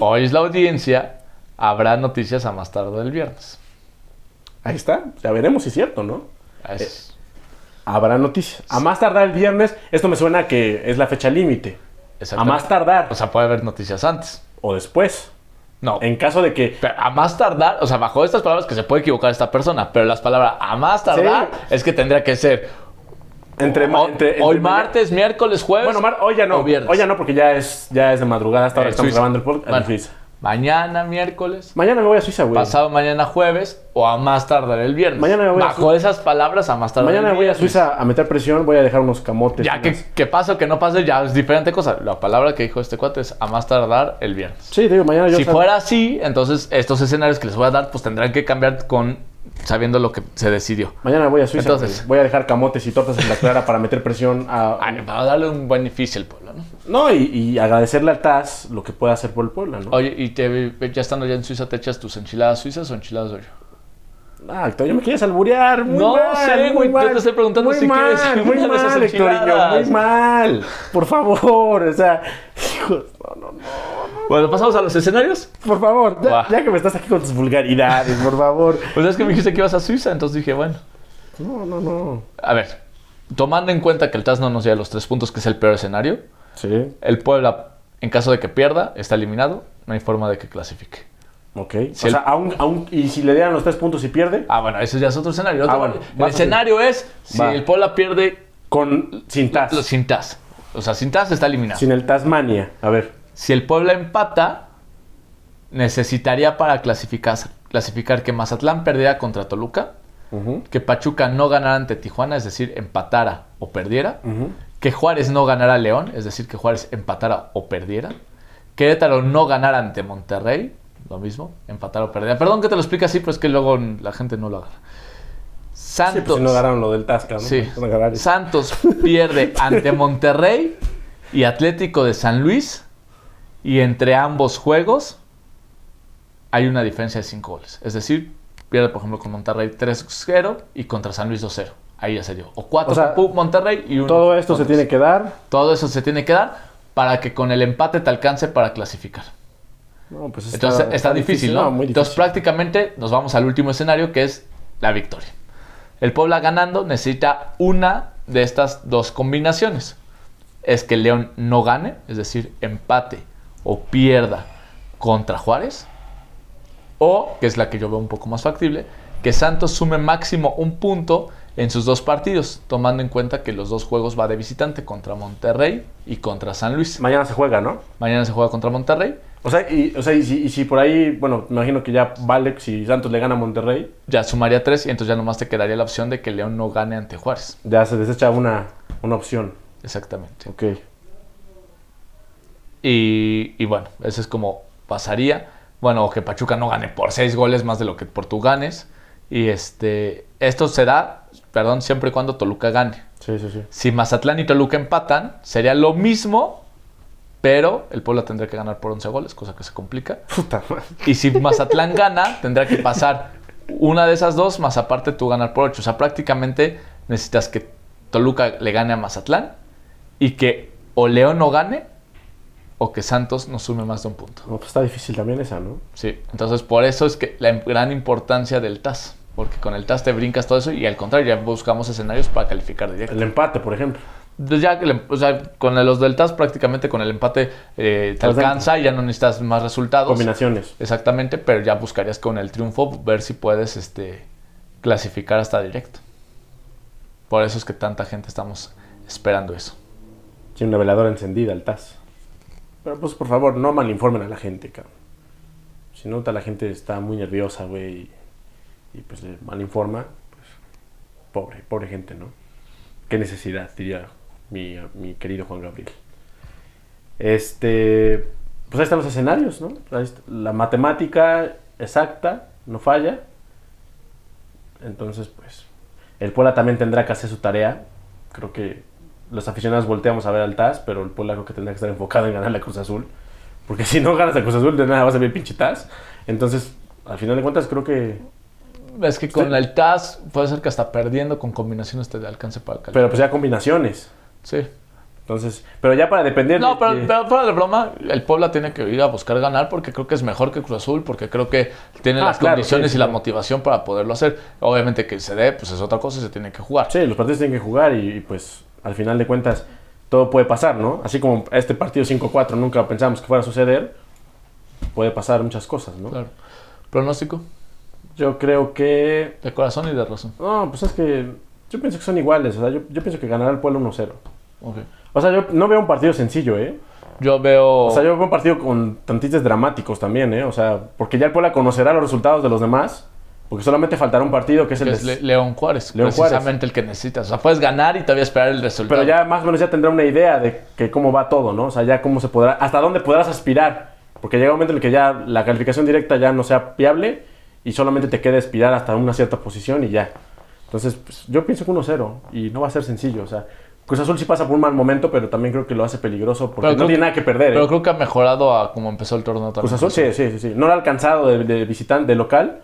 Speaker 2: hoy es la audiencia, habrá noticias a más tarde del viernes.
Speaker 1: Ahí está. Ya veremos si es cierto, ¿no?
Speaker 2: Es-
Speaker 1: Eh, Habrá noticias. A más tardar el viernes, esto me suena a que es la fecha límite. A
Speaker 2: exactamente.
Speaker 1: más tardar
Speaker 2: O sea, puede haber noticias antes.
Speaker 1: o después.
Speaker 2: No.
Speaker 1: En caso de que
Speaker 2: Pero a más tardar, o sea, bajo estas palabras que se puede equivocar esta persona, pero las palabras a más tardar es que tendría que ser
Speaker 1: entre, ma-
Speaker 2: O-
Speaker 1: entre- entre
Speaker 2: hoy
Speaker 1: mañana-
Speaker 2: martes, miércoles, jueves.
Speaker 1: Bueno, mar- hoy ya no.
Speaker 2: o viernes.
Speaker 1: Hoy ya no, porque ya es, ya es de madrugada hasta ahora
Speaker 2: Eh,
Speaker 1: que estamos
Speaker 2: Suiza.
Speaker 1: grabando el podcast.
Speaker 2: Bueno,
Speaker 1: en Suiza.
Speaker 2: Mañana, miércoles.
Speaker 1: Mañana me voy a Suiza, güey.
Speaker 2: Pasado mañana jueves o a más tardar el viernes.
Speaker 1: Mañana me voy a
Speaker 2: Bajo esas palabras a más tardar
Speaker 1: Mañana
Speaker 2: el
Speaker 1: me voy a
Speaker 2: viernes.
Speaker 1: Suiza a meter presión, voy a dejar unos camotes.
Speaker 2: Ya que,
Speaker 1: unas-
Speaker 2: que pase o que no pase, ya es diferente cosa. La palabra que dijo este cuate es a más tardar el viernes.
Speaker 1: Sí, digo, mañana Ah, yo...
Speaker 2: Si
Speaker 1: sal-
Speaker 2: fuera así, entonces estos escenarios que les voy a dar, pues tendrán que cambiar con sabiendo lo que se decidió.
Speaker 1: Mañana voy a Suiza,
Speaker 2: Entonces. Ah,
Speaker 1: güey. voy a dejar camotes y tortas en la clara para meter presión a...
Speaker 2: Ay, Para darle un beneficio al pueblo, ¿no?
Speaker 1: No, y, y agradecerle al TAS lo que pueda hacer por el Puebla, ¿no?
Speaker 2: Oye, y te, ya estando ya en Suiza, ¿te echas tus enchiladas suizas o enchiladas de hoyo?
Speaker 1: Ah, Héctor, yo me quieres alburear. Muy
Speaker 2: No
Speaker 1: mal,
Speaker 2: sé,
Speaker 1: muy
Speaker 2: güey, yo
Speaker 1: mal.
Speaker 2: te estoy preguntando
Speaker 1: muy
Speaker 2: si
Speaker 1: mal,
Speaker 2: <laughs> quieres
Speaker 1: Muy
Speaker 2: una de esas
Speaker 1: mal, Hectorinho, muy
Speaker 2: enchiladas.
Speaker 1: mal. Por favor, o sea, hijo, no, no, no.
Speaker 2: Bueno, pasamos a los escenarios.
Speaker 1: Por favor, ya,
Speaker 2: Va.
Speaker 1: ya que me estás aquí con tus vulgaridades, por favor.
Speaker 2: Pues es que me dijiste que ibas a Suiza, entonces dije, bueno.
Speaker 1: No, no, no.
Speaker 2: A ver, tomando en cuenta que el TAS no nos lleva los tres puntos, que es el peor escenario,
Speaker 1: Sí,
Speaker 2: el Puebla, en caso de que pierda, está eliminado. No hay forma de que clasifique.
Speaker 1: ok.
Speaker 2: Si
Speaker 1: o
Speaker 2: el-
Speaker 1: sea, aún, aún, y si le dieran los tres puntos y pierde,
Speaker 2: Ah, bueno, eso ya es otro escenario. Otro-
Speaker 1: Ah, bueno,
Speaker 2: el
Speaker 1: vas a-
Speaker 2: escenario es si
Speaker 1: Va.
Speaker 2: el Puebla pierde
Speaker 1: con, sin TAS,
Speaker 2: los sin TAS. O sea, sin TAS está eliminado.
Speaker 1: sin el Tasmania. A ver,
Speaker 2: Si el Puebla empata, necesitaría para clasificar, clasificar que Mazatlán perdiera contra Toluca,
Speaker 1: Ujú.
Speaker 2: que Pachuca no ganara ante Tijuana, es decir, empatara o perdiera,
Speaker 1: Ujú.
Speaker 2: que Juárez no ganara a León, es decir, que Juárez empatara o perdiera, Querétaro no ganara ante Monterrey, lo mismo, empatara o perdiera. Perdón que te lo explique así, pero es que luego la gente no lo agarra.
Speaker 1: sí,
Speaker 2: Santos,
Speaker 1: pues si no ganaron lo del Tasca, ¿no?
Speaker 2: Sí.
Speaker 1: No ganaron.
Speaker 2: Santos pierde ante Monterrey y Atlético de San Luis. Y entre ambos juegos hay una diferencia de 5 goles. Es decir, pierde, por ejemplo, con Monterrey 3-0 y contra San Luis 2-0. Ahí ya se dio. O 4
Speaker 1: O sea,
Speaker 2: con Pu- Monterrey y 1.
Speaker 1: Todo esto se tiene que dar.
Speaker 2: Todo eso se tiene que dar para que con el empate te alcance para clasificar.
Speaker 1: No, pues
Speaker 2: Entonces está, difícil, ¿no?
Speaker 1: No, muy
Speaker 2: Entonces
Speaker 1: difícil.
Speaker 2: prácticamente nos vamos al último escenario que es la victoria. El Puebla ganando necesita una de estas dos combinaciones. Es que el León no gane, es decir, empate o pierda contra Juárez. O, que es la que yo veo un poco más factible, que Santos sume máximo un punto en sus dos partidos, tomando en cuenta que los dos juegos va de visitante contra Monterrey y contra San Luis.
Speaker 1: Mañana se juega, ¿no?
Speaker 2: Mañana se juega contra Monterrey,
Speaker 1: O sea, y, o sea, y si, y si por ahí, bueno, me imagino que ya vale si Santos le gana a Monterrey,
Speaker 2: ya sumaría tres y entonces ya nomás te quedaría la opción de que León no gane ante Juárez.
Speaker 1: ya se desecha una, una opción.
Speaker 2: Exactamente.
Speaker 1: Ok.
Speaker 2: Y, y bueno, eso es como pasaría. Bueno, o que Pachuca no gane por seis goles más de lo que por tú ganes. Y este, esto será, perdón, siempre y cuando Toluca gane.
Speaker 1: Sí, sí, sí.
Speaker 2: Si Mazatlán y Toluca empatan, sería lo mismo, pero el Puebla tendría que ganar por 11 goles, cosa que se complica.
Speaker 1: Puta madre.
Speaker 2: Y si Mazatlán gana, tendrá que pasar una de esas dos, más aparte tú ganar por 8. O sea, prácticamente necesitas que Toluca le gane a Mazatlán y que o León no gane o que Santos no sume más de un punto.
Speaker 1: No, pues está difícil también esa, ¿no?
Speaker 2: Sí, entonces por eso es que la im- gran importancia del TAS. Porque con el TAS te brincas todo eso y al contrario, ya buscamos escenarios para calificar directo.
Speaker 1: El empate, por ejemplo.
Speaker 2: Pues ya que le- o sea, con los del TAS prácticamente con el empate eh, te
Speaker 1: Los del-
Speaker 2: alcanza y ya no necesitas más resultados.
Speaker 1: Combinaciones.
Speaker 2: Exactamente, pero ya buscarías con el triunfo ver si puedes este, clasificar hasta directo. Por eso es que tanta gente estamos esperando eso.
Speaker 1: Tiene una veladora encendida, el TAS. Pero pues por favor, no malinformen a la gente, cabrón. Si no, ta- la gente está muy nerviosa, güey. Y, y, pues le malinforma. Pues, pobre, pobre gente, ¿no? Qué necesidad, diría mi, mi querido Juan Gabriel. Este. Pues ahí están los escenarios, ¿no? Ahí está- La matemática exacta no falla. Entonces, pues. El Puebla también tendrá que hacer su tarea. Creo que los aficionados volteamos a ver al TAS, pero el Puebla creo que tendrá que estar enfocado en ganar la Cruz Azul. Porque si no ganas la Cruz Azul, de nada vas a ver pinche TAS. Entonces, al final de cuentas, creo que.
Speaker 2: Es que con
Speaker 1: Sí.
Speaker 2: el TAS puede ser que hasta perdiendo con combinaciones te alcance para calificar.
Speaker 1: Pero pues ya combinaciones.
Speaker 2: Sí.
Speaker 1: Entonces, pero ya para depender.
Speaker 2: No,
Speaker 1: de-
Speaker 2: pero,
Speaker 1: de-
Speaker 2: pero fuera de broma, el Puebla tiene que ir a buscar ganar porque creo que es mejor que Cruz Azul, porque creo que tiene
Speaker 1: Ah,
Speaker 2: las
Speaker 1: claro,
Speaker 2: condiciones
Speaker 1: sí,
Speaker 2: y la
Speaker 1: sí.
Speaker 2: motivación para poderlo hacer. Obviamente que se dé, pues es otra cosa y se tiene que jugar.
Speaker 1: Sí, los partidos tienen que jugar y, y, pues al final de cuentas todo puede pasar, ¿no? Así como este partido 5-4 nunca pensamos que fuera a suceder, puede pasar muchas cosas, ¿no?
Speaker 2: Claro. Pronóstico
Speaker 1: Yo creo que...
Speaker 2: de corazón y de razón.
Speaker 1: No, pues es que yo pienso que son iguales, o sea, yo, yo pienso que ganará el pueblo 1-0.
Speaker 2: Ok.
Speaker 1: O sea, yo no veo un partido sencillo, ¿eh?
Speaker 2: Yo veo.
Speaker 1: O sea, yo veo un partido con tantitos dramáticos también, ¿eh? O sea, porque ya el Puebla conocerá los resultados de los demás, porque solamente faltará un partido que es el...
Speaker 2: que es
Speaker 1: de-
Speaker 2: Le- León Juárez,
Speaker 1: León Juárez.
Speaker 2: precisamente el que necesitas. O sea, puedes ganar y todavía esperar el resultado.
Speaker 1: Pero ya eh, más o menos ya tendrá una idea de que cómo va todo, ¿no? O sea, ya cómo se podrá, hasta dónde podrás aspirar. Porque llega un momento en el que ya la calificación directa ya no sea viable y solamente te queda aspirar hasta una cierta posición y ya. Entonces, pues, yo pienso que 1-0 y no va a ser sencillo. O sea, Cruz Azul sí pasa por un mal momento, pero también creo que lo hace peligroso porque
Speaker 2: Pero
Speaker 1: no
Speaker 2: creo
Speaker 1: tiene
Speaker 2: que-
Speaker 1: nada que perder.
Speaker 2: Pero
Speaker 1: ¿eh?
Speaker 2: creo que ha mejorado a como empezó el torneo también.
Speaker 1: Cruz Azul, sí, sí, sí, sí. No lo ha alcanzado de, de visitante, de local,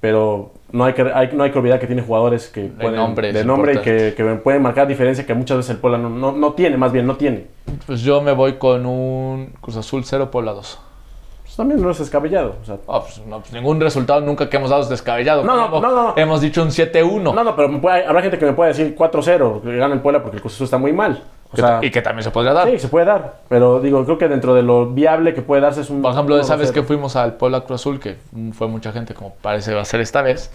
Speaker 1: pero no hay que, hay- no hay que olvidar que tiene jugadores que pueden,
Speaker 2: nombres
Speaker 1: de nombre y que, que pueden marcar diferencia que muchas veces el Puebla no, no, no tiene, más bien no tiene.
Speaker 2: Pues yo me voy con un Cruz Azul 0 Puebla 2.
Speaker 1: Pues también no es descabellado. o sea,
Speaker 2: Ah, pues, no, pues ningún resultado nunca que hemos dado es descabellado.
Speaker 1: No, no,
Speaker 2: Hemos-
Speaker 1: no, no.
Speaker 2: Hemos dicho un 7-1.
Speaker 1: no, no, pero me puede- habrá gente que me pueda decir 4-0, que gana el Puebla porque el Cruz Azul está muy mal. O
Speaker 2: Que-
Speaker 1: sea,
Speaker 2: y que también se podría dar.
Speaker 1: sí, se puede dar, pero digo, creo que dentro de lo viable que puede darse es un...
Speaker 2: Por ejemplo, esa vez
Speaker 1: 1-0.
Speaker 2: que fuimos al Puebla Cruz Azul, que fue mucha gente, como parece va a ser esta vez,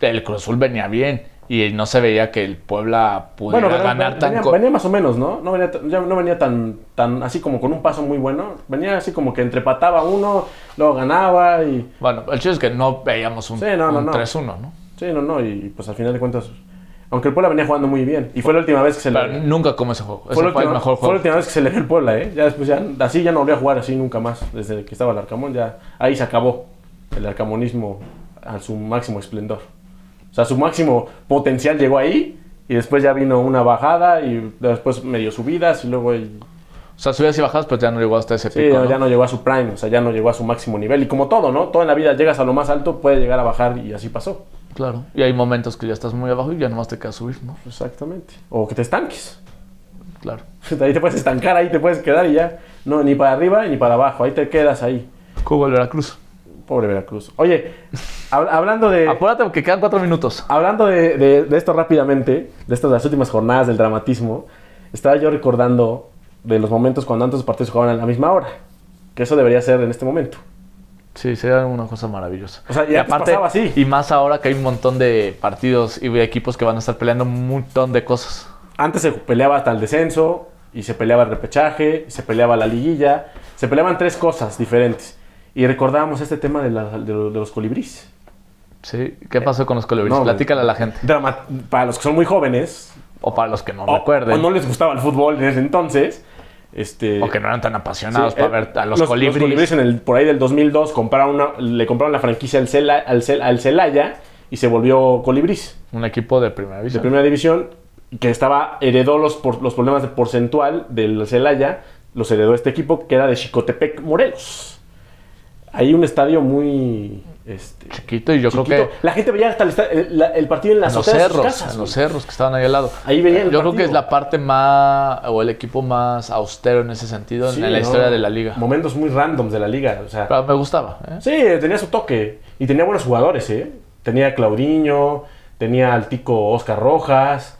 Speaker 2: el Cruz Azul venía bien y no se veía que el Puebla
Speaker 1: Bueno,
Speaker 2: pudiera
Speaker 1: venía,
Speaker 2: ganar tan
Speaker 1: venía-
Speaker 2: co-
Speaker 1: venía más o menos, ¿no? No venía, t- ya no venía tan, tan así como con un paso muy bueno. Venía así como que entrepataba uno, luego ganaba y...
Speaker 2: Bueno, el chiste es que no veíamos un,
Speaker 1: Sí, no, no,
Speaker 2: un
Speaker 1: no.
Speaker 2: 3-1, ¿no?
Speaker 1: Sí, no, no, y, y, pues al final de cuentas... Aunque el Puebla venía jugando muy bien. Y fue la última vez que se
Speaker 2: Pero
Speaker 1: le...
Speaker 2: nunca como ese juego. Ese fue,
Speaker 1: la
Speaker 2: el
Speaker 1: última- fue
Speaker 2: mejor
Speaker 1: la
Speaker 2: juego.
Speaker 1: última vez que se le vio el Puebla, ¿eh? Ya después ya... Así ya no volvió a jugar así nunca más. Desde que estaba el Arcamón ya... Ahí se acabó el arcamonismo a su máximo esplendor. O sea, su máximo potencial llegó ahí y después ya vino una bajada y después medio subidas y luego... y-
Speaker 2: O sea, subidas y bajadas, pero ya no llegó hasta ese
Speaker 1: Sí,
Speaker 2: pico. ¿no?
Speaker 1: ya no llegó a su prime, o sea, ya no llegó a su máximo nivel. Y como todo, ¿no? Todo en la vida llegas a lo más alto, puede llegar a bajar y así pasó.
Speaker 2: Claro. Y hay momentos que ya estás muy abajo y ya nomás te queda subir, ¿no?
Speaker 1: Exactamente. O que te estanques. <laughs>
Speaker 2: Claro.
Speaker 1: Ahí te puedes estancar, ahí te puedes quedar y ya. No, ni para arriba ni para abajo, ahí te quedas ahí.
Speaker 2: Cuba el Veracruz.
Speaker 1: Pobre Veracruz. Oye, hab- hablando de...
Speaker 2: Apúrate que quedan cuatro minutos.
Speaker 1: Hablando de, de- de esto rápidamente, de estas de las últimas jornadas del dramatismo, estaba yo recordando de los momentos cuando antes los partidos jugaban a la misma hora. Que eso debería ser en este momento.
Speaker 2: Sí, sería una cosa maravillosa.
Speaker 1: O sea, y antes pasaba así.
Speaker 2: y más ahora que hay un montón de partidos y de equipos que van a estar peleando un montón de cosas.
Speaker 1: Antes se peleaba hasta el descenso, y se peleaba el repechaje, y se peleaba la liguilla, se peleaban tres cosas diferentes. Y recordábamos este tema de, la- de lo- de los colibrís.
Speaker 2: Sí, ¿qué pasó con los colibríes?
Speaker 1: no, güey.
Speaker 2: Platícale a la gente.
Speaker 1: Drama- para los que son muy jóvenes,
Speaker 2: O para los que no
Speaker 1: o, o
Speaker 2: recuerden.
Speaker 1: no les gustaba el fútbol en ese entonces, este,
Speaker 2: o que no eran tan apasionados
Speaker 1: sí,
Speaker 2: para
Speaker 1: eh,
Speaker 2: ver a los, colibríes.
Speaker 1: en el, por ahí del 2002 compraron una- le compraron la franquicia al, Cela- al, Cel- al Celaya y se volvió colibrís.
Speaker 2: Un equipo de primera
Speaker 1: de
Speaker 2: división.
Speaker 1: primera división que estaba heredó los, por- los problemas de porcentual del Celaya, los heredó este equipo que era de Chicotepec, Morelos. Hay un estadio muy este,
Speaker 2: Chiquito, y yo creo
Speaker 1: chiquito.
Speaker 2: que.
Speaker 1: La gente veía hasta el, esta- el- la- el partido en las
Speaker 2: En los
Speaker 1: azoteas de sus
Speaker 2: cerros,
Speaker 1: casas,
Speaker 2: en los
Speaker 1: güey.
Speaker 2: cerros que estaban ahí al lado.
Speaker 1: Ahí veía el
Speaker 2: Yo creo
Speaker 1: partido.
Speaker 2: que es la parte más, o el equipo más austero en ese sentido en-
Speaker 1: Sí,
Speaker 2: en la
Speaker 1: ¿no?
Speaker 2: historia de la liga.
Speaker 1: Momentos muy randoms de la liga. O sea,
Speaker 2: Pero me gustaba. ¿eh?
Speaker 1: Sí, tenía su toque. Y tenía buenos jugadores, ¿eh? Tenía a Claudiño, tenía al tico Oscar Rojas,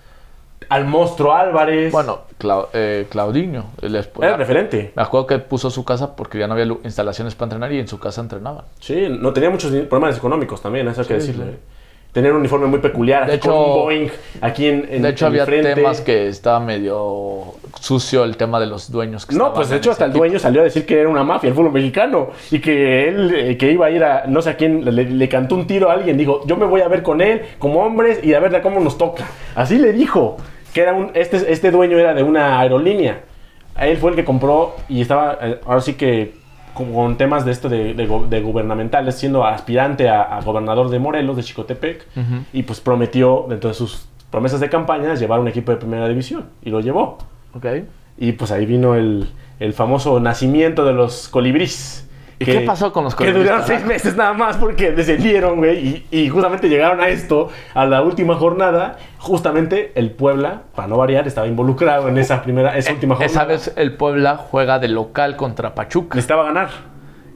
Speaker 1: al monstruo Álvarez.
Speaker 2: Bueno, pues Clau- eh, Claudinho. el esp-
Speaker 1: era el referente.
Speaker 2: Me acuerdo que puso su casa porque ya no había lu- instalaciones para entrenar y en su casa entrenaban.
Speaker 1: Sí, no tenía muchos di- problemas económicos también, eso hay que
Speaker 2: Sí,
Speaker 1: decirlo.
Speaker 2: sí.
Speaker 1: ¿eh? Tenía un uniforme muy peculiar,
Speaker 2: De
Speaker 1: aquí con
Speaker 2: hecho-
Speaker 1: un Boeing aquí en, en-
Speaker 2: De hecho,
Speaker 1: en el
Speaker 2: había
Speaker 1: frente.
Speaker 2: temas que estaba medio sucio el tema de los dueños. Que
Speaker 1: No,
Speaker 2: estaban
Speaker 1: pues de
Speaker 2: en
Speaker 1: hecho
Speaker 2: ese
Speaker 1: hasta el
Speaker 2: equipo.
Speaker 1: dueño salió a decir que era una mafia el fútbol mexicano y que él eh, que iba a ir a no sé a quién le, le cantó un tiro a alguien, dijo, "Yo me voy a ver con él como hombres y a ver de cómo nos toca." Así le dijo, que era un este este dueño era de una aerolínea. A Él fue el que compró y estaba eh, ahora sí que con, con temas de esto de, de go- de gubernamentales, siendo aspirante a, a gobernador de Morelos, de Chicotepec, y pues prometió, dentro de sus promesas de campaña, llevar un equipo de primera división, y lo llevó.
Speaker 2: Ok.
Speaker 1: Y pues ahí vino el, el famoso nacimiento de los colibrís.
Speaker 2: ¿Y qué pasó con los
Speaker 1: Que
Speaker 2: colibrís,
Speaker 1: duraron
Speaker 2: Tala?
Speaker 1: seis meses nada más porque descendieron, güey. Y, y justamente llegaron a esto, a la última jornada. Justamente el Puebla, para no variar, estaba involucrado en esa primera, esa última jornada.
Speaker 2: Eh, Esa vez el Puebla juega de local contra Pachuca
Speaker 1: Necesitaba ganar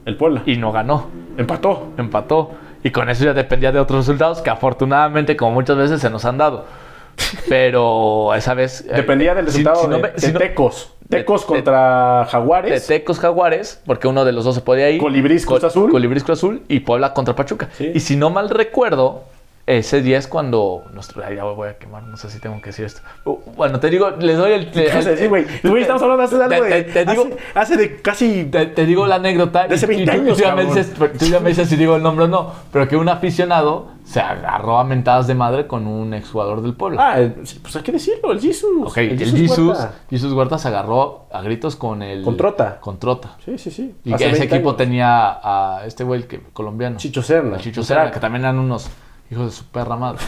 Speaker 1: el Puebla.
Speaker 2: y no ganó.
Speaker 1: Empató.
Speaker 2: empató. Y con eso ya dependía de otros resultados que afortunadamente, como muchas veces, se nos
Speaker 1: <laughs>
Speaker 2: han dado. Pero esa vez... eh,
Speaker 1: Dependía del
Speaker 2: si-
Speaker 1: resultado
Speaker 2: si no
Speaker 1: de,
Speaker 2: me-
Speaker 1: de
Speaker 2: si no-
Speaker 1: Tecos.
Speaker 2: de-
Speaker 1: Tecos
Speaker 2: de-
Speaker 1: contra
Speaker 2: de
Speaker 1: Jaguares.
Speaker 2: Tecos Jaguares, porque uno de los dos se podía ir.
Speaker 1: Colibrís, Cruz
Speaker 2: Col-
Speaker 1: Azul.
Speaker 2: Colibrís Cruz Azul y Puebla contra Pachuca.
Speaker 1: Sí.
Speaker 2: Y si no mal recuerdo, ese día es cuando... Nuestro, ay, ya voy a quemar, no sé si tengo que decir esto. Uh, Bueno, te digo, les doy el...
Speaker 1: ¿Qué <laughs> vas a decir, güey? Güey, estamos hablando hace
Speaker 2: Te-
Speaker 1: algo de-
Speaker 2: te- te digo-
Speaker 1: hace- hace de casi
Speaker 2: te, te digo la anécdota.
Speaker 1: De hace
Speaker 2: y- y
Speaker 1: 20
Speaker 2: tú-
Speaker 1: años,
Speaker 2: tú, ya me
Speaker 1: cabrón.
Speaker 2: dices, tú ya me dices si digo el nombre o no. Pero que un aficionado se agarró a mentadas de madre con un exjugador del pueblo.
Speaker 1: Ah, el- sí, pues hay que decirlo, el Jesus.
Speaker 2: ok, el Jesus,
Speaker 1: Huerta.
Speaker 2: Jesus Huerta se agarró a gritos con el.
Speaker 1: Con Trota.
Speaker 2: Con Trota.
Speaker 1: Sí, sí, sí.
Speaker 2: Y
Speaker 1: Hace
Speaker 2: que ese
Speaker 1: 20
Speaker 2: equipo
Speaker 1: años.
Speaker 2: tenía a este güey, el que, colombiano.
Speaker 1: Chicho Serna.
Speaker 2: A Chicho Serra, que también eran unos hijos de su
Speaker 1: <laughs>
Speaker 2: perra madre.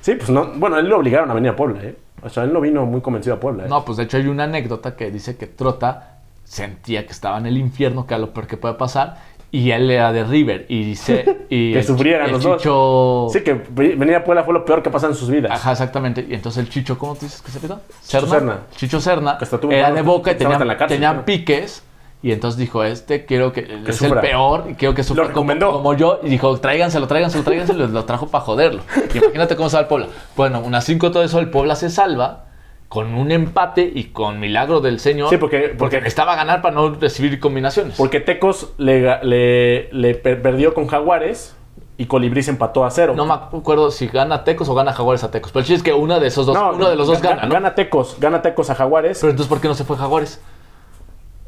Speaker 1: Sí, pues no. Bueno, él lo obligaron a venir a Puebla, ¿eh? O sea, él no vino muy convencido a Puebla. ¿eh?
Speaker 2: No, pues de hecho hay una anécdota que dice que Trota sentía que estaba en el infierno, que era lo peor que puede pasar, y él era de River
Speaker 1: <laughs>
Speaker 2: y se y
Speaker 1: Que
Speaker 2: el chi-
Speaker 1: sufrieran
Speaker 2: el
Speaker 1: los dos.
Speaker 2: Chicho-
Speaker 1: Sí, que venir a Puebla fue lo peor que pasó en sus vidas.
Speaker 2: Ajá, exactamente. Y entonces el Chicho, ¿cómo tú dices que se pegó?
Speaker 1: Serna.
Speaker 2: Chicho Serna
Speaker 1: Que hasta tuvo un
Speaker 2: era
Speaker 1: problema,
Speaker 2: de Boca y
Speaker 1: estaba hasta en
Speaker 2: tenían,
Speaker 1: la cárcel,
Speaker 2: tenían
Speaker 1: creo.
Speaker 2: piques. Y entonces dijo, este quiero que, es
Speaker 1: sufra.
Speaker 2: el peor y quiero que sufra
Speaker 1: Lo
Speaker 2: como,
Speaker 1: recomendó.
Speaker 2: como yo. Y dijo, tráiganselo, tráiganselo, tráiganselo. y lo trajo para
Speaker 1: <laughs>
Speaker 2: joderlo. Y imagínate cómo sale el Puebla. Bueno, unas cinco todo eso, el Puebla se salva con un empate y con milagro del señor.
Speaker 1: Sí, porque- porque-
Speaker 2: estaba a ganar para no recibir combinaciones.
Speaker 1: Porque Tecos le, ga- le- le per- perdió con Jaguares y Colibrí se empató a cero.
Speaker 2: No me acuerdo si gana Tecos o gana Jaguares a Tecos. Pero el chiste es que una de esos dos,
Speaker 1: No,
Speaker 2: uno de los dos
Speaker 1: ga-
Speaker 2: gana, ¿no?
Speaker 1: Gana Tecos, gana Tecos a Jaguares.
Speaker 2: Pero entonces, ¿por qué no se fue Jaguares?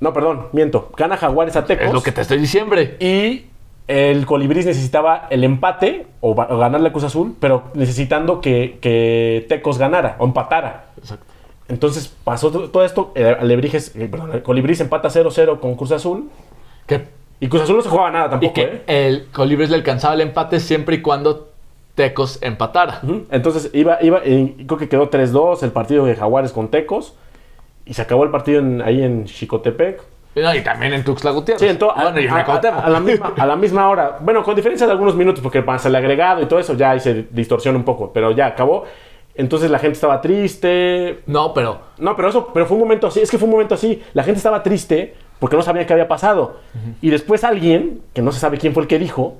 Speaker 1: No, perdón, miento. Gana Jaguares a Tecos.
Speaker 2: Es lo que te estoy diciendo.
Speaker 1: Y el Colibrí necesitaba el empate o, va- o ganarle a Cruz Azul, pero necesitando que, que Tecos ganara o empatara.
Speaker 2: Exacto.
Speaker 1: Entonces pasó to- todo esto. eh, Alebrijes, eh, perdón, el Colibrí se empata 0-0 con Cruz Azul.
Speaker 2: Que,
Speaker 1: Y Cruz Azul no se jugaba nada
Speaker 2: y
Speaker 1: tampoco,
Speaker 2: que
Speaker 1: ¿eh?
Speaker 2: el Colibres le alcanzaba el empate siempre y cuando Tecos empatara.
Speaker 1: Ujú. Entonces iba, iba, y creo que quedó 3-2 el partido de Jaguares con Tecos. Y se acabó el partido en- ahí en Chicotepec.
Speaker 2: Y no, Y también en Tuxtla Gutiérrez.
Speaker 1: Sí, en to-
Speaker 2: Ah, bueno, y en
Speaker 1: a,
Speaker 2: Cuauhtémoc.
Speaker 1: a- a la misma, a la misma hora. Bueno, con diferencia de algunos minutos, porque pasa el agregado y todo eso, ya ahí se distorsiona un poco, pero ya acabó. Entonces la gente estaba triste.
Speaker 2: <laughs> No, pero
Speaker 1: No, pero eso, pero fue un momento así, es que fue un momento así. La gente estaba triste porque no sabía qué había pasado. Y después alguien, que no se sabe quién fue el que dijo,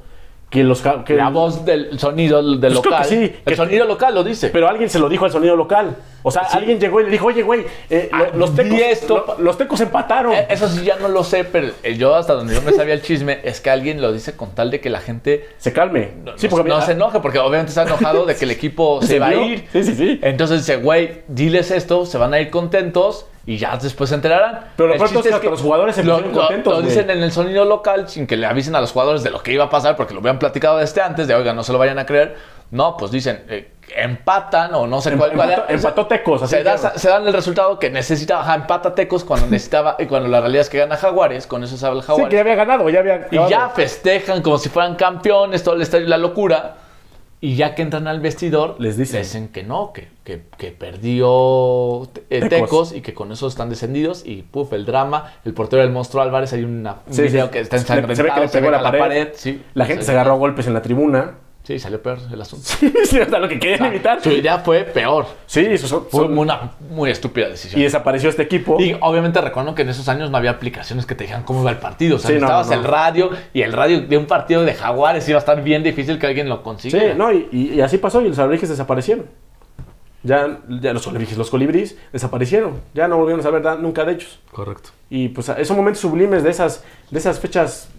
Speaker 1: que los... ja- Que,
Speaker 2: la voz del sonido del
Speaker 1: Pues creo
Speaker 2: local.
Speaker 1: que sí,
Speaker 2: el
Speaker 1: que-
Speaker 2: sonido local lo dice.
Speaker 1: Pero alguien se lo dijo al sonido local. O sea, alguien llegó y le dijo, oye, güey, eh, lo-
Speaker 2: Ah,
Speaker 1: los, tecos,
Speaker 2: vi esto.
Speaker 1: lo- los tecos empataron.
Speaker 2: Eh, Eso sí, ya no lo sé, pero eh, yo hasta donde yo me sabía el chisme es que alguien lo dice con tal de que la gente
Speaker 1: se calme. sí,
Speaker 2: no,
Speaker 1: porque
Speaker 2: no
Speaker 1: mira,
Speaker 2: se enoje, porque obviamente está enojado de que el equipo
Speaker 1: <laughs>
Speaker 2: se,
Speaker 1: ¿se
Speaker 2: va a
Speaker 1: vio?
Speaker 2: ir. Eh,
Speaker 1: Sí, sí, sí.
Speaker 2: Entonces dice, güey, diles esto, se van a ir contentos y ya después se enterarán.
Speaker 1: Pero lo
Speaker 2: El
Speaker 1: pronto
Speaker 2: chiste
Speaker 1: es que hasta los jugadores se pusieron contentos,
Speaker 2: Lo
Speaker 1: güey.
Speaker 2: dicen en el sonido local sin que le avisen a los jugadores de lo que iba a pasar, porque lo habían platicado desde antes, de oiga, no se lo vayan a creer. No, pues dicen, eh, empatan o no sé cuál. cuál
Speaker 1: empató,
Speaker 2: era.
Speaker 1: empató tecos. así
Speaker 2: Se, da-
Speaker 1: dijeron.
Speaker 2: se dan el resultado que necesitaba, ajá, empata Tecos cuando necesitaba, y cuando la realidad es que gana Jaguares, con eso se habla el
Speaker 1: Sí,
Speaker 2: Jaguares.
Speaker 1: que ya había ganado, ya había...
Speaker 2: Y ya festejan como si fueran campeones, todo el estadio y la locura. Y ya que entran al vestidor,
Speaker 1: Les dicen.
Speaker 2: que no, que, que, que perdió eh,
Speaker 1: Tecos.
Speaker 2: Tecos. y que con eso están descendidos. Y puf, el drama. El portero del monstruo Álvarez, hay una, un
Speaker 1: Sí,
Speaker 2: video
Speaker 1: sí.
Speaker 2: que está
Speaker 1: Se- se ve que le
Speaker 2: ensangrentado.
Speaker 1: pegó la
Speaker 2: a
Speaker 1: pared.
Speaker 2: sí.
Speaker 1: La gente se agarró a golpes en la tribuna. <laughs>
Speaker 2: Sí, salió peor el asunto.
Speaker 1: Sí, o sea, lo que querían evitar.
Speaker 2: Su idea fue peor.
Speaker 1: Sí, eso son-
Speaker 2: Fue
Speaker 1: son-
Speaker 2: una muy estúpida decisión.
Speaker 1: y desapareció este equipo.
Speaker 2: Y obviamente recuerdo que en esos años no había aplicaciones que te dijeran cómo iba el partido. O sea,
Speaker 1: Sí, no,
Speaker 2: estabas
Speaker 1: no, no.
Speaker 2: el radio y el radio de un partido de Jaguares iba a estar bien difícil que alguien lo
Speaker 1: sí,
Speaker 2: consiga.
Speaker 1: no, y, y- y así pasó y los alebrijes desaparecieron. Ya, ya los colibríes, los colibríes desaparecieron. Ya no volvieron a saber da- nunca de ellos.
Speaker 2: Correcto.
Speaker 1: Y pues esos momentos sublimes de esas, de esas fechas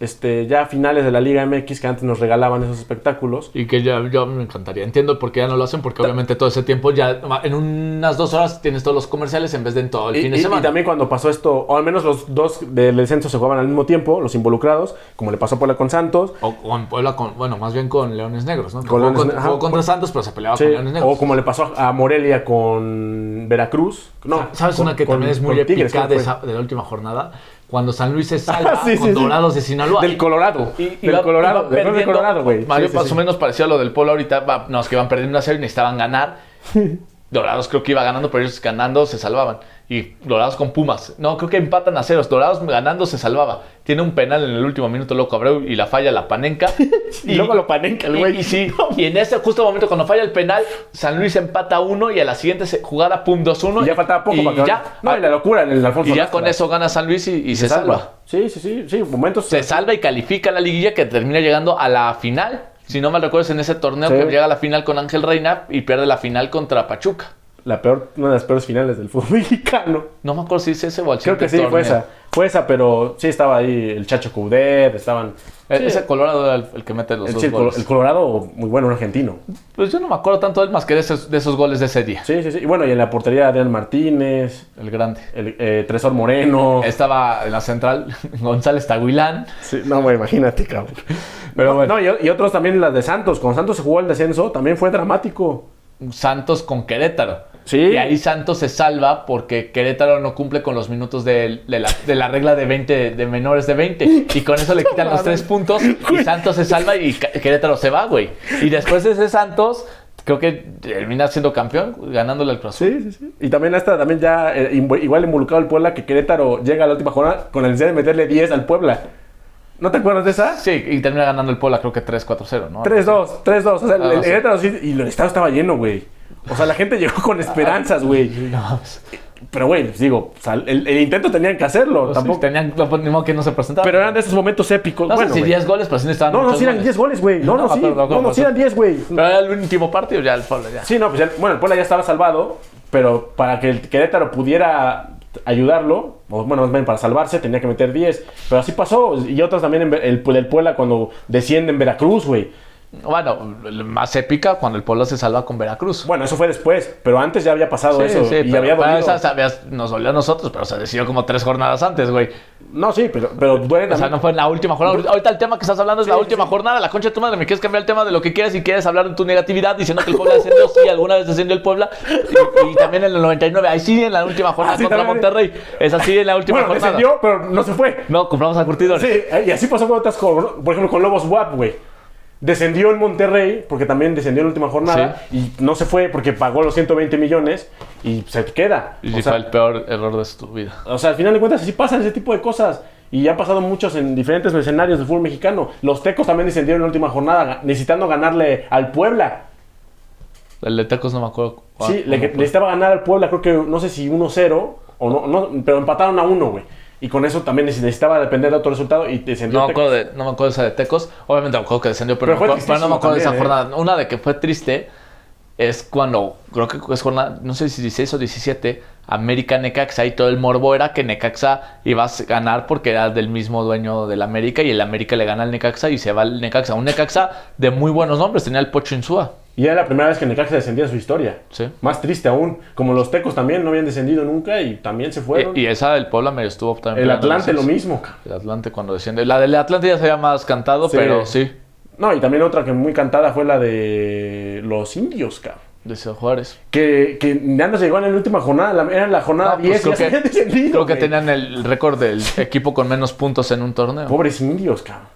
Speaker 1: este, ya finales de la Liga MX que antes nos regalaban esos espectáculos.
Speaker 2: Y que ya, yo me encantaría. Entiendo por qué ya no lo hacen, porque obviamente todo ese tiempo ya en unas dos horas tienes todos los comerciales en vez de en todo el
Speaker 1: Y,
Speaker 2: fin de
Speaker 1: y- y
Speaker 2: semana.
Speaker 1: también cuando pasó esto, o al menos los dos del descenso se jugaban al mismo tiempo, los involucrados, como le pasó a Puebla con Santos,
Speaker 2: O con Puebla, con, bueno, más bien con Leones Negros, ¿no? Que
Speaker 1: Con
Speaker 2: jugó
Speaker 1: Leones
Speaker 2: con-
Speaker 1: Ne- ajá. pues,
Speaker 2: jugó contra Santos, pero se peleaba
Speaker 1: Sí,
Speaker 2: Ah, con Leones Negros.
Speaker 1: o como le pasó a Morelia con Veracruz. No,
Speaker 2: ¿Sabes
Speaker 1: con-
Speaker 2: una que
Speaker 1: con-
Speaker 2: también es muy
Speaker 1: con Tigres,
Speaker 2: épica
Speaker 1: creo que
Speaker 2: de,
Speaker 1: fue.
Speaker 2: esa- de la última jornada? Cuando San Luis se salva
Speaker 1: <laughs> Ah, sí,
Speaker 2: con
Speaker 1: sí, sí.
Speaker 2: Dorados de Sinaloa.
Speaker 1: Del Colorado.
Speaker 2: Y-
Speaker 1: del
Speaker 2: iba-
Speaker 1: Colorado, del gol
Speaker 2: iba
Speaker 1: de
Speaker 2: perdiendo.
Speaker 1: Colorado, güey.
Speaker 2: Mario,
Speaker 1: Sí, sí,
Speaker 2: más
Speaker 1: sí.
Speaker 2: o menos parecía lo del Polo ahorita. va- No, es que iban perdiendo una serie y
Speaker 1: <laughs>
Speaker 2: necesitaban ganar. Dorados creo que iba ganando, pero ellos ganando se salvaban. Y Dorados con Pumas. No, creo que empatan a ceros. Dorados ganando se salvaba. Tiene un penal en el último minuto, loco Abreu, y la falla la panenca.
Speaker 1: <laughs> Y luego lo panenca el
Speaker 2: y-
Speaker 1: güey.
Speaker 2: Y, sí, y en ese justo momento, cuando falla el penal, San Luis empata uno y a la siguiente se- jugada, pum, 2-1.
Speaker 1: Y ya faltaba poco
Speaker 2: Pues, y
Speaker 1: para que-
Speaker 2: ya,
Speaker 1: No, y la locura en el Alfonso.
Speaker 2: y ya
Speaker 1: Lastras.
Speaker 2: con eso gana San Luis y, y se, salva.
Speaker 1: Sí, sí, sí, sí, momentos.
Speaker 2: Se salva y califica a la liguilla que termina llegando a la final. Si no mal recuerdo, es en ese torneo
Speaker 1: Sí.
Speaker 2: que llega a la final con Ángel Reina y pierde la final contra Pachuca.
Speaker 1: La peor, una de las peores finales del <laughs> fútbol mexicano.
Speaker 2: No me acuerdo si es ese o al
Speaker 1: Creo
Speaker 2: siguiente
Speaker 1: que sí,
Speaker 2: torneo.
Speaker 1: fue esa. Fue esa, pero sí estaba ahí el Chacho Coudet, estaban.
Speaker 2: E-
Speaker 1: Sí,
Speaker 2: Ese Colorado era el, el que mete los
Speaker 1: el,
Speaker 2: dos
Speaker 1: sí, el Colo-
Speaker 2: goles.
Speaker 1: el Colorado, muy bueno, un argentino.
Speaker 2: Pues yo no me acuerdo tanto de él más que de esos, de esos goles de ese día.
Speaker 1: Sí, sí, sí. Y bueno, y en la portería Adrián Martínez,
Speaker 2: El grande.
Speaker 1: el, eh, Tresor Moreno.
Speaker 2: Estaba en la central <laughs> González Taguilán.
Speaker 1: Sí, no, güey, imagínate, cabrón.
Speaker 2: Pero
Speaker 1: No,
Speaker 2: bueno.
Speaker 1: No, y, y otros también, las de Santos. Cuando Santos se jugó el descenso, también fue dramático.
Speaker 2: Santos con Querétaro.
Speaker 1: Sí.
Speaker 2: Y ahí Santos se salva porque Querétaro no cumple con los minutos del- de, la, de la regla de 20 de menores de 20. Y con eso le quitan los tres puntos y Santos se salva y Ca- Querétaro se va, güey. Y después de ese Santos, creo que termina siendo campeón, ganándole al Cruz Azul.
Speaker 1: Sí, sí, sí. Y también hasta también ya eh, invo- igual involucrado el Puebla que Querétaro llega a la última jornada con la necesidad de meterle 10 al Puebla. ¿No te acuerdas de esa?
Speaker 2: Sí, y termina ganando el Puebla, creo que 3-4-0, ¿no?
Speaker 1: 3-2, 3-2. O sea, el,
Speaker 2: Ah,
Speaker 1: el
Speaker 2: sí.
Speaker 1: Querétaro sí- y el estado estaba lleno, güey. O sea, la gente <laughs> llegó con esperanzas, güey.
Speaker 2: No,
Speaker 1: Pero, güey, pues, digo, o sea, el, el intento tenían que hacerlo.
Speaker 2: tampoco
Speaker 1: tampoco.
Speaker 2: tenían no, pues, ni modo que no se presentaban.
Speaker 1: Pero eran de esos momentos épicos.
Speaker 2: no
Speaker 1: bueno,
Speaker 2: sé si
Speaker 1: güey.
Speaker 2: 10 goles, pero sí necesitaban
Speaker 1: no, no,
Speaker 2: muchos
Speaker 1: sí eran
Speaker 2: goles.
Speaker 1: 10 goles, güey. No, no,
Speaker 2: Ah,
Speaker 1: sí.
Speaker 2: perdón,
Speaker 1: No, no,
Speaker 2: perdón.
Speaker 1: sí eran 10, güey.
Speaker 2: Pero era el último partido, ya el Puebla ya.
Speaker 1: Sí, no, pues ya, bueno, el Puebla ya estaba salvado, pero para que el Querétaro pudiera ayudarlo, o bueno, más bien para salvarse, tenía que meter 10. Pero así pasó, y otras también en Ver- el, del Puebla cuando desciende en Veracruz, güey.
Speaker 2: Bueno, el más épica cuando el Puebla se salva con Veracruz.
Speaker 1: Bueno, eso fue después, pero antes ya había pasado eso y
Speaker 2: pero,
Speaker 1: había
Speaker 2: pero
Speaker 1: dolido.
Speaker 2: esa sabías, nos dolió a nosotros, pero se decidió como tres jornadas antes, güey.
Speaker 1: No, sí, pero, pero duele
Speaker 2: O sea,
Speaker 1: también.
Speaker 2: no fue en la última jornada. Ahorita- Ahorita el tema que estás hablando es la
Speaker 1: Sí,
Speaker 2: última
Speaker 1: sí.
Speaker 2: jornada. La concha de tu madre, me quieres cambiar el tema de lo que quieras y quieres hablar de tu negatividad diciendo que el Puebla descendió. Sí, alguna vez descendió el Puebla. Y, y también en el 99. Ahí sí, en la última jornada
Speaker 1: Ah, sí,
Speaker 2: contra
Speaker 1: también.
Speaker 2: Monterrey. Es así en la última
Speaker 1: bueno,
Speaker 2: jornada.
Speaker 1: descendió, pero no se fue.
Speaker 2: No, compramos a Curtidor.
Speaker 1: Sí, eh, y así pasó con otras, con- por ejemplo, con Lobos WAP, güey. Descendió en Monterrey, porque también descendió en la última jornada, y no se fue porque pagó los 120 millones y se queda.
Speaker 2: Y
Speaker 1: O sea,
Speaker 2: fue el peor error de tu vida.
Speaker 1: O sea, al final de cuentas, así pasan ese tipo de cosas. Y han pasado muchos en diferentes escenarios del fútbol mexicano. Los tecos también descendieron en la última jornada, ga- necesitando ganarle al Puebla.
Speaker 2: El de Tecos Ah, no pues. me acuerdo. cuál-
Speaker 1: sí, le,
Speaker 2: cómo fue.
Speaker 1: necesitaba ganar al Puebla, creo que no sé si 1-0, o no, no, pero empataron a 1, güey. Y con eso también necesitaba depender de otro resultado y descendió.
Speaker 2: No me,
Speaker 1: Tecos.
Speaker 2: acuerdo de, no me acuerdo de esa de Tecos. Obviamente me acuerdo que descendió, pero,
Speaker 1: Pero fue
Speaker 2: no, me acuerdo- pero no me acuerdo de esa
Speaker 1: tristísimo ¿eh?
Speaker 2: jornada. Una de que fue triste es cuando, creo que es jornada, no sé si 16 o 17, América Necaxa y todo el morbo era que Necaxa iba a ganar porque era del mismo dueño del América y el América le gana al Necaxa y se va al Necaxa. Un Necaxa de muy buenos nombres, tenía el Pocho Insúa.
Speaker 1: Y era la primera vez que Necaxa descendía en su historia.
Speaker 2: Sí.
Speaker 1: Más triste aún, como los tecos también no habían descendido nunca y también se fueron.
Speaker 2: Y, y esa del Puebla me estuvo también.
Speaker 1: el
Speaker 2: peleando
Speaker 1: Atlante lo
Speaker 2: descenso.
Speaker 1: mismo. cabrón.
Speaker 2: El Atlante cuando desciende. La del Atlante ya se había más cantado,
Speaker 1: Sí.
Speaker 2: pero sí,
Speaker 1: No, y también otra que muy cantada fue la de los indios, cabrón.
Speaker 2: de Ciudad Juárez.
Speaker 1: que, que ya no se llegó en la última jornada, la- era la jornada
Speaker 2: Ah, pues
Speaker 1: 10 y ya se
Speaker 2: creo,
Speaker 1: habían
Speaker 2: que,
Speaker 1: descendido,
Speaker 2: creo que
Speaker 1: güey.
Speaker 2: tenían el récord del equipo con menos puntos en un torneo.
Speaker 1: Pobres indios, cabrón.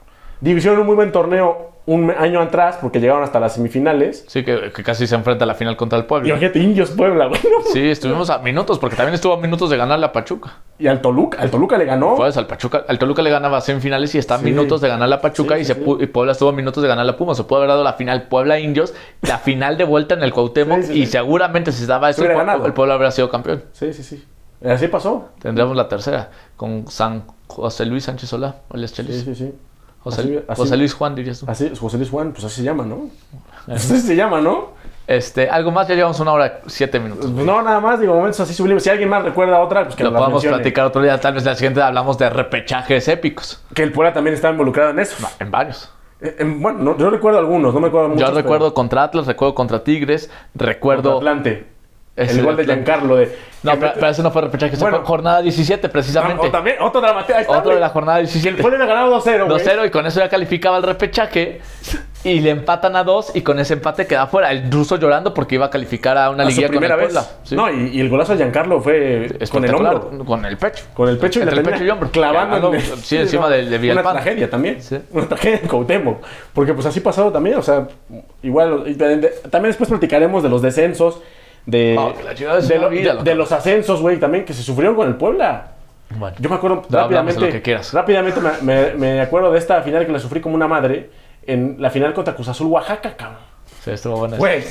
Speaker 1: División un muy buen torneo un me- año atrás porque llegaron hasta las semifinales.
Speaker 2: Sí, que, que casi se enfrenta a la final contra el
Speaker 1: Y
Speaker 2: Puebla.
Speaker 1: imagínate, indios Puebla, <laughs> güey. ¿no?
Speaker 2: Sí, estuvimos a minutos, porque también estuvo a minutos de ganar la Pachuca.
Speaker 1: Y al Toluca, al Toluca le ganó.
Speaker 2: Puedes al Pachuca, al Toluca le ganaba semifinales y está a
Speaker 1: Oh. Sí.
Speaker 2: minutos de ganar la Pachuca
Speaker 1: Sí,
Speaker 2: y,
Speaker 1: sí,
Speaker 2: se pu- y Puebla estuvo a minutos de ganar la Puma. Se puede haber dado la final Puebla Indios, la final de vuelta en el Cuauhtémoc
Speaker 1: Sí, sí,
Speaker 2: y
Speaker 1: sí.
Speaker 2: seguramente si se daba eso el,
Speaker 1: Hubiera
Speaker 2: Pue-
Speaker 1: ganado.
Speaker 2: el Puebla habría sido campeón.
Speaker 1: Sí, sí, sí. Así pasó.
Speaker 2: Tendríamos la tercera con San José Luis Sánchez Solá, alias Chelis.
Speaker 1: Sí, sí, sí.
Speaker 2: Pues, José,
Speaker 1: Así- así-
Speaker 2: José Luis Juan dirías tú.
Speaker 1: Así, José Luis Juan, pues así se llama, ¿no? <laughs> Así se llama, ¿no?
Speaker 2: Este, algo más, ya llevamos una hora siete minutos.
Speaker 1: Pues no, nada más, digo, momentos así sublimes. Si alguien más recuerda otra, pues que
Speaker 2: lo
Speaker 1: nos la
Speaker 2: podamos
Speaker 1: mencione.
Speaker 2: platicar otro día. Tal vez la siguiente hablamos de repechajes épicos.
Speaker 1: Que el Puebla también estaba involucrado en eso.
Speaker 2: En varios.
Speaker 1: Eh, eh, bueno, no- yo recuerdo algunos, no me acuerdo muchos.
Speaker 2: Yo
Speaker 1: pero-
Speaker 2: recuerdo contra Atlas, recuerdo contra Tigres, recuerdo.
Speaker 1: Atlante.
Speaker 2: Ese
Speaker 1: el gol de
Speaker 2: del Atlante.
Speaker 1: Giancarlo de.
Speaker 2: No, pero, pero ese no fue repechaje, ese
Speaker 1: Bueno. Ah,
Speaker 2: fue jornada 17, precisamente.
Speaker 1: o también, otro dramateo. ahí está,
Speaker 2: Otro
Speaker 1: güey.
Speaker 2: de la jornada
Speaker 1: El
Speaker 2: 17.
Speaker 1: Puebla ganado 2-0, güey.
Speaker 2: 2-0 y con eso ya calificaba el repechaje. Y le empatan a 2 y con ese empate queda fuera. El ruso llorando porque iba a calificar a una
Speaker 1: A su
Speaker 2: liguilla con el
Speaker 1: primera vez.
Speaker 2: Puebla. Sí.
Speaker 1: No, y, y el golazo de Giancarlo fue con el
Speaker 2: Espectacular,
Speaker 1: hombro.
Speaker 2: Con el pecho.
Speaker 1: Con el pecho y
Speaker 2: Entre
Speaker 1: la
Speaker 2: el
Speaker 1: termina
Speaker 2: pecho y el hombro. Ah,
Speaker 1: Clavando. en el- <laughs>
Speaker 2: Sí, encima de, de
Speaker 1: Una
Speaker 2: Villalpando.
Speaker 1: tragedia también.
Speaker 2: Sí.
Speaker 1: Una tragedia en Cuauhtémoc. Porque pues así pasado también. O sea, igual. y de- de- También después platicaremos de los descensos. De,
Speaker 2: No, que la chingada es
Speaker 1: de,
Speaker 2: una
Speaker 1: lo-
Speaker 2: vida,
Speaker 1: de-
Speaker 2: loco.
Speaker 1: de los ascensos, güey, también que se sufrieron con el Puebla.
Speaker 2: Bueno.
Speaker 1: Yo me acuerdo
Speaker 2: de lo
Speaker 1: rápidamente.
Speaker 2: que quieras.
Speaker 1: Rápidamente me, me- me acuerdo de esta final que la sufrí como una madre. En la final contra Cruz Azul Oaxaca, cabrón.
Speaker 2: Sí, estuvo buena. esa.
Speaker 1: Güey.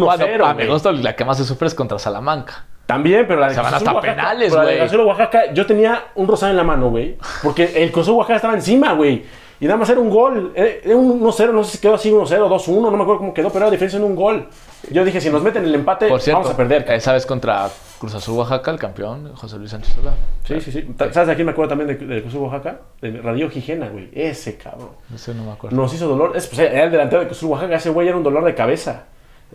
Speaker 1: 1-0.
Speaker 2: Bueno, a mi
Speaker 1: güey.
Speaker 2: gusto, la que más se sufre es contra Salamanca.
Speaker 1: También, pero la de
Speaker 2: Se van
Speaker 1: Cruz Azul
Speaker 2: hasta
Speaker 1: Oaxaca-
Speaker 2: penales,
Speaker 1: pero la de
Speaker 2: güey.
Speaker 1: Cruz Azul Oaxaca, yo tenía un rosario en la mano, güey. Porque el Cruz Azul Oaxaca estaba encima, güey. Y nada más era un gol. Era era un 1-0, no sé si quedó así 1-0, 2-1, no me acuerdo cómo quedó, pero era diferencia en un gol. Yo dije, si nos meten el empate,
Speaker 2: Por cierto, eh,
Speaker 1: vamos a perder.
Speaker 2: esa vez contra Cruz Azul Oaxaca, el campeón José Luis Sánchez Solá.
Speaker 1: Sí, sí, sí.
Speaker 2: eh,
Speaker 1: Ta- ¿Sabes de quién me acuerdo también de- del Cruz Azul Oaxaca? De Radio Gijena, güey. Ese cabrón.
Speaker 2: No sé, no me acuerdo.
Speaker 1: Nos hizo dolor. Es, pues, era el delantero de Cruz Azul Oaxaca. Ese güey era un dolor de cabeza.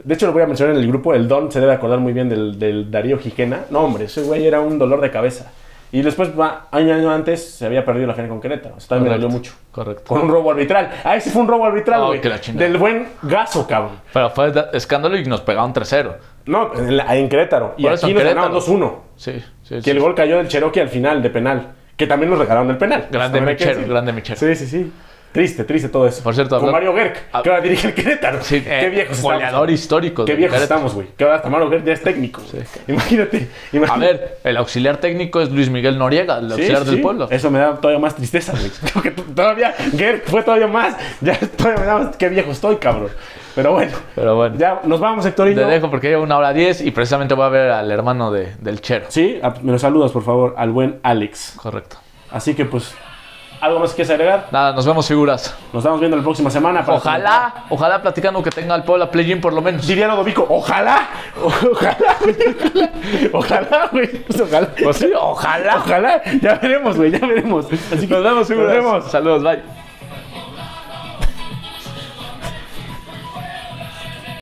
Speaker 1: De hecho, lo voy a mencionar en el grupo. El Don se debe acordar muy bien del, del Darío Gijena. No, hombre, ese güey era un dolor de cabeza. Y después, va- año, año antes, se había perdido la final con Querétaro. O sea, también me
Speaker 2: Correcto,
Speaker 1: dolió mucho.
Speaker 2: Correcto.
Speaker 1: Con un robo arbitral. Ah, ese fue un robo arbitral,
Speaker 2: Ah,
Speaker 1: güey.
Speaker 2: que la chingada.
Speaker 1: del buen Gaso, cabrón.
Speaker 2: Pero fue da- escándalo y nos pegaron 3-0.
Speaker 1: No, en, la- en Querétaro. Y
Speaker 2: Por eso,
Speaker 1: aquí
Speaker 2: en
Speaker 1: nos
Speaker 2: Querétaro.
Speaker 1: ganaron 2-1.
Speaker 2: Sí, sí.
Speaker 1: Que
Speaker 2: sí.
Speaker 1: el gol cayó del Cherokee al final, de penal. Que también nos regalaron el penal.
Speaker 2: Grande
Speaker 1: También hay que
Speaker 2: Michero,
Speaker 1: decir.
Speaker 2: grande Michero.
Speaker 1: Sí, sí, sí. Triste, triste todo eso.
Speaker 2: Por cierto,
Speaker 1: Con
Speaker 2: habla-
Speaker 1: Mario Gerg,
Speaker 2: Ah.
Speaker 1: que ahora dirige el Querétaro.
Speaker 2: Sí,
Speaker 1: qué
Speaker 2: eh,
Speaker 1: viejos estamos,
Speaker 2: goleador
Speaker 1: güey.
Speaker 2: histórico.
Speaker 1: Qué
Speaker 2: del
Speaker 1: viejos
Speaker 2: Querétaro.
Speaker 1: estamos, güey. Que ahora hasta Mario Gerg ya es técnico. Imagínate,
Speaker 2: A
Speaker 1: imagínate.
Speaker 2: ver, el auxiliar técnico es Luis Miguel Noriega, el
Speaker 1: Sí,
Speaker 2: auxiliar
Speaker 1: sí,
Speaker 2: del
Speaker 1: sí.
Speaker 2: pueblo.
Speaker 1: Eso me da todavía más tristeza, güey. <laughs> Creo que t- todavía Gerg fue todavía más. Ya todavía me da más. Qué viejo estoy, cabrón. Pero bueno.
Speaker 2: Pero bueno.
Speaker 1: Ya nos vamos, Hectorino.
Speaker 2: Te dejo porque lleva una hora diez y precisamente voy a ver al hermano de- del Chero.
Speaker 1: Sí, a- me lo saludas, por favor, al buen Alex.
Speaker 2: Correcto.
Speaker 1: Así que pues, ¿algo más que quieras agregar?
Speaker 2: Nada, nos vemos figuras.
Speaker 1: Nos estamos viendo la próxima semana. para-
Speaker 2: Ojalá, ojalá platicando que tenga el Puebla play-in por lo menos.
Speaker 1: Diría Dovico, ojalá. <laughs> Ojalá, güey. Ojalá, güey. Ojalá.
Speaker 2: Pues sí, ojalá.
Speaker 1: Ojalá. Ya veremos, güey. Ya veremos. Así que nos vemos,
Speaker 2: Saludos, bye.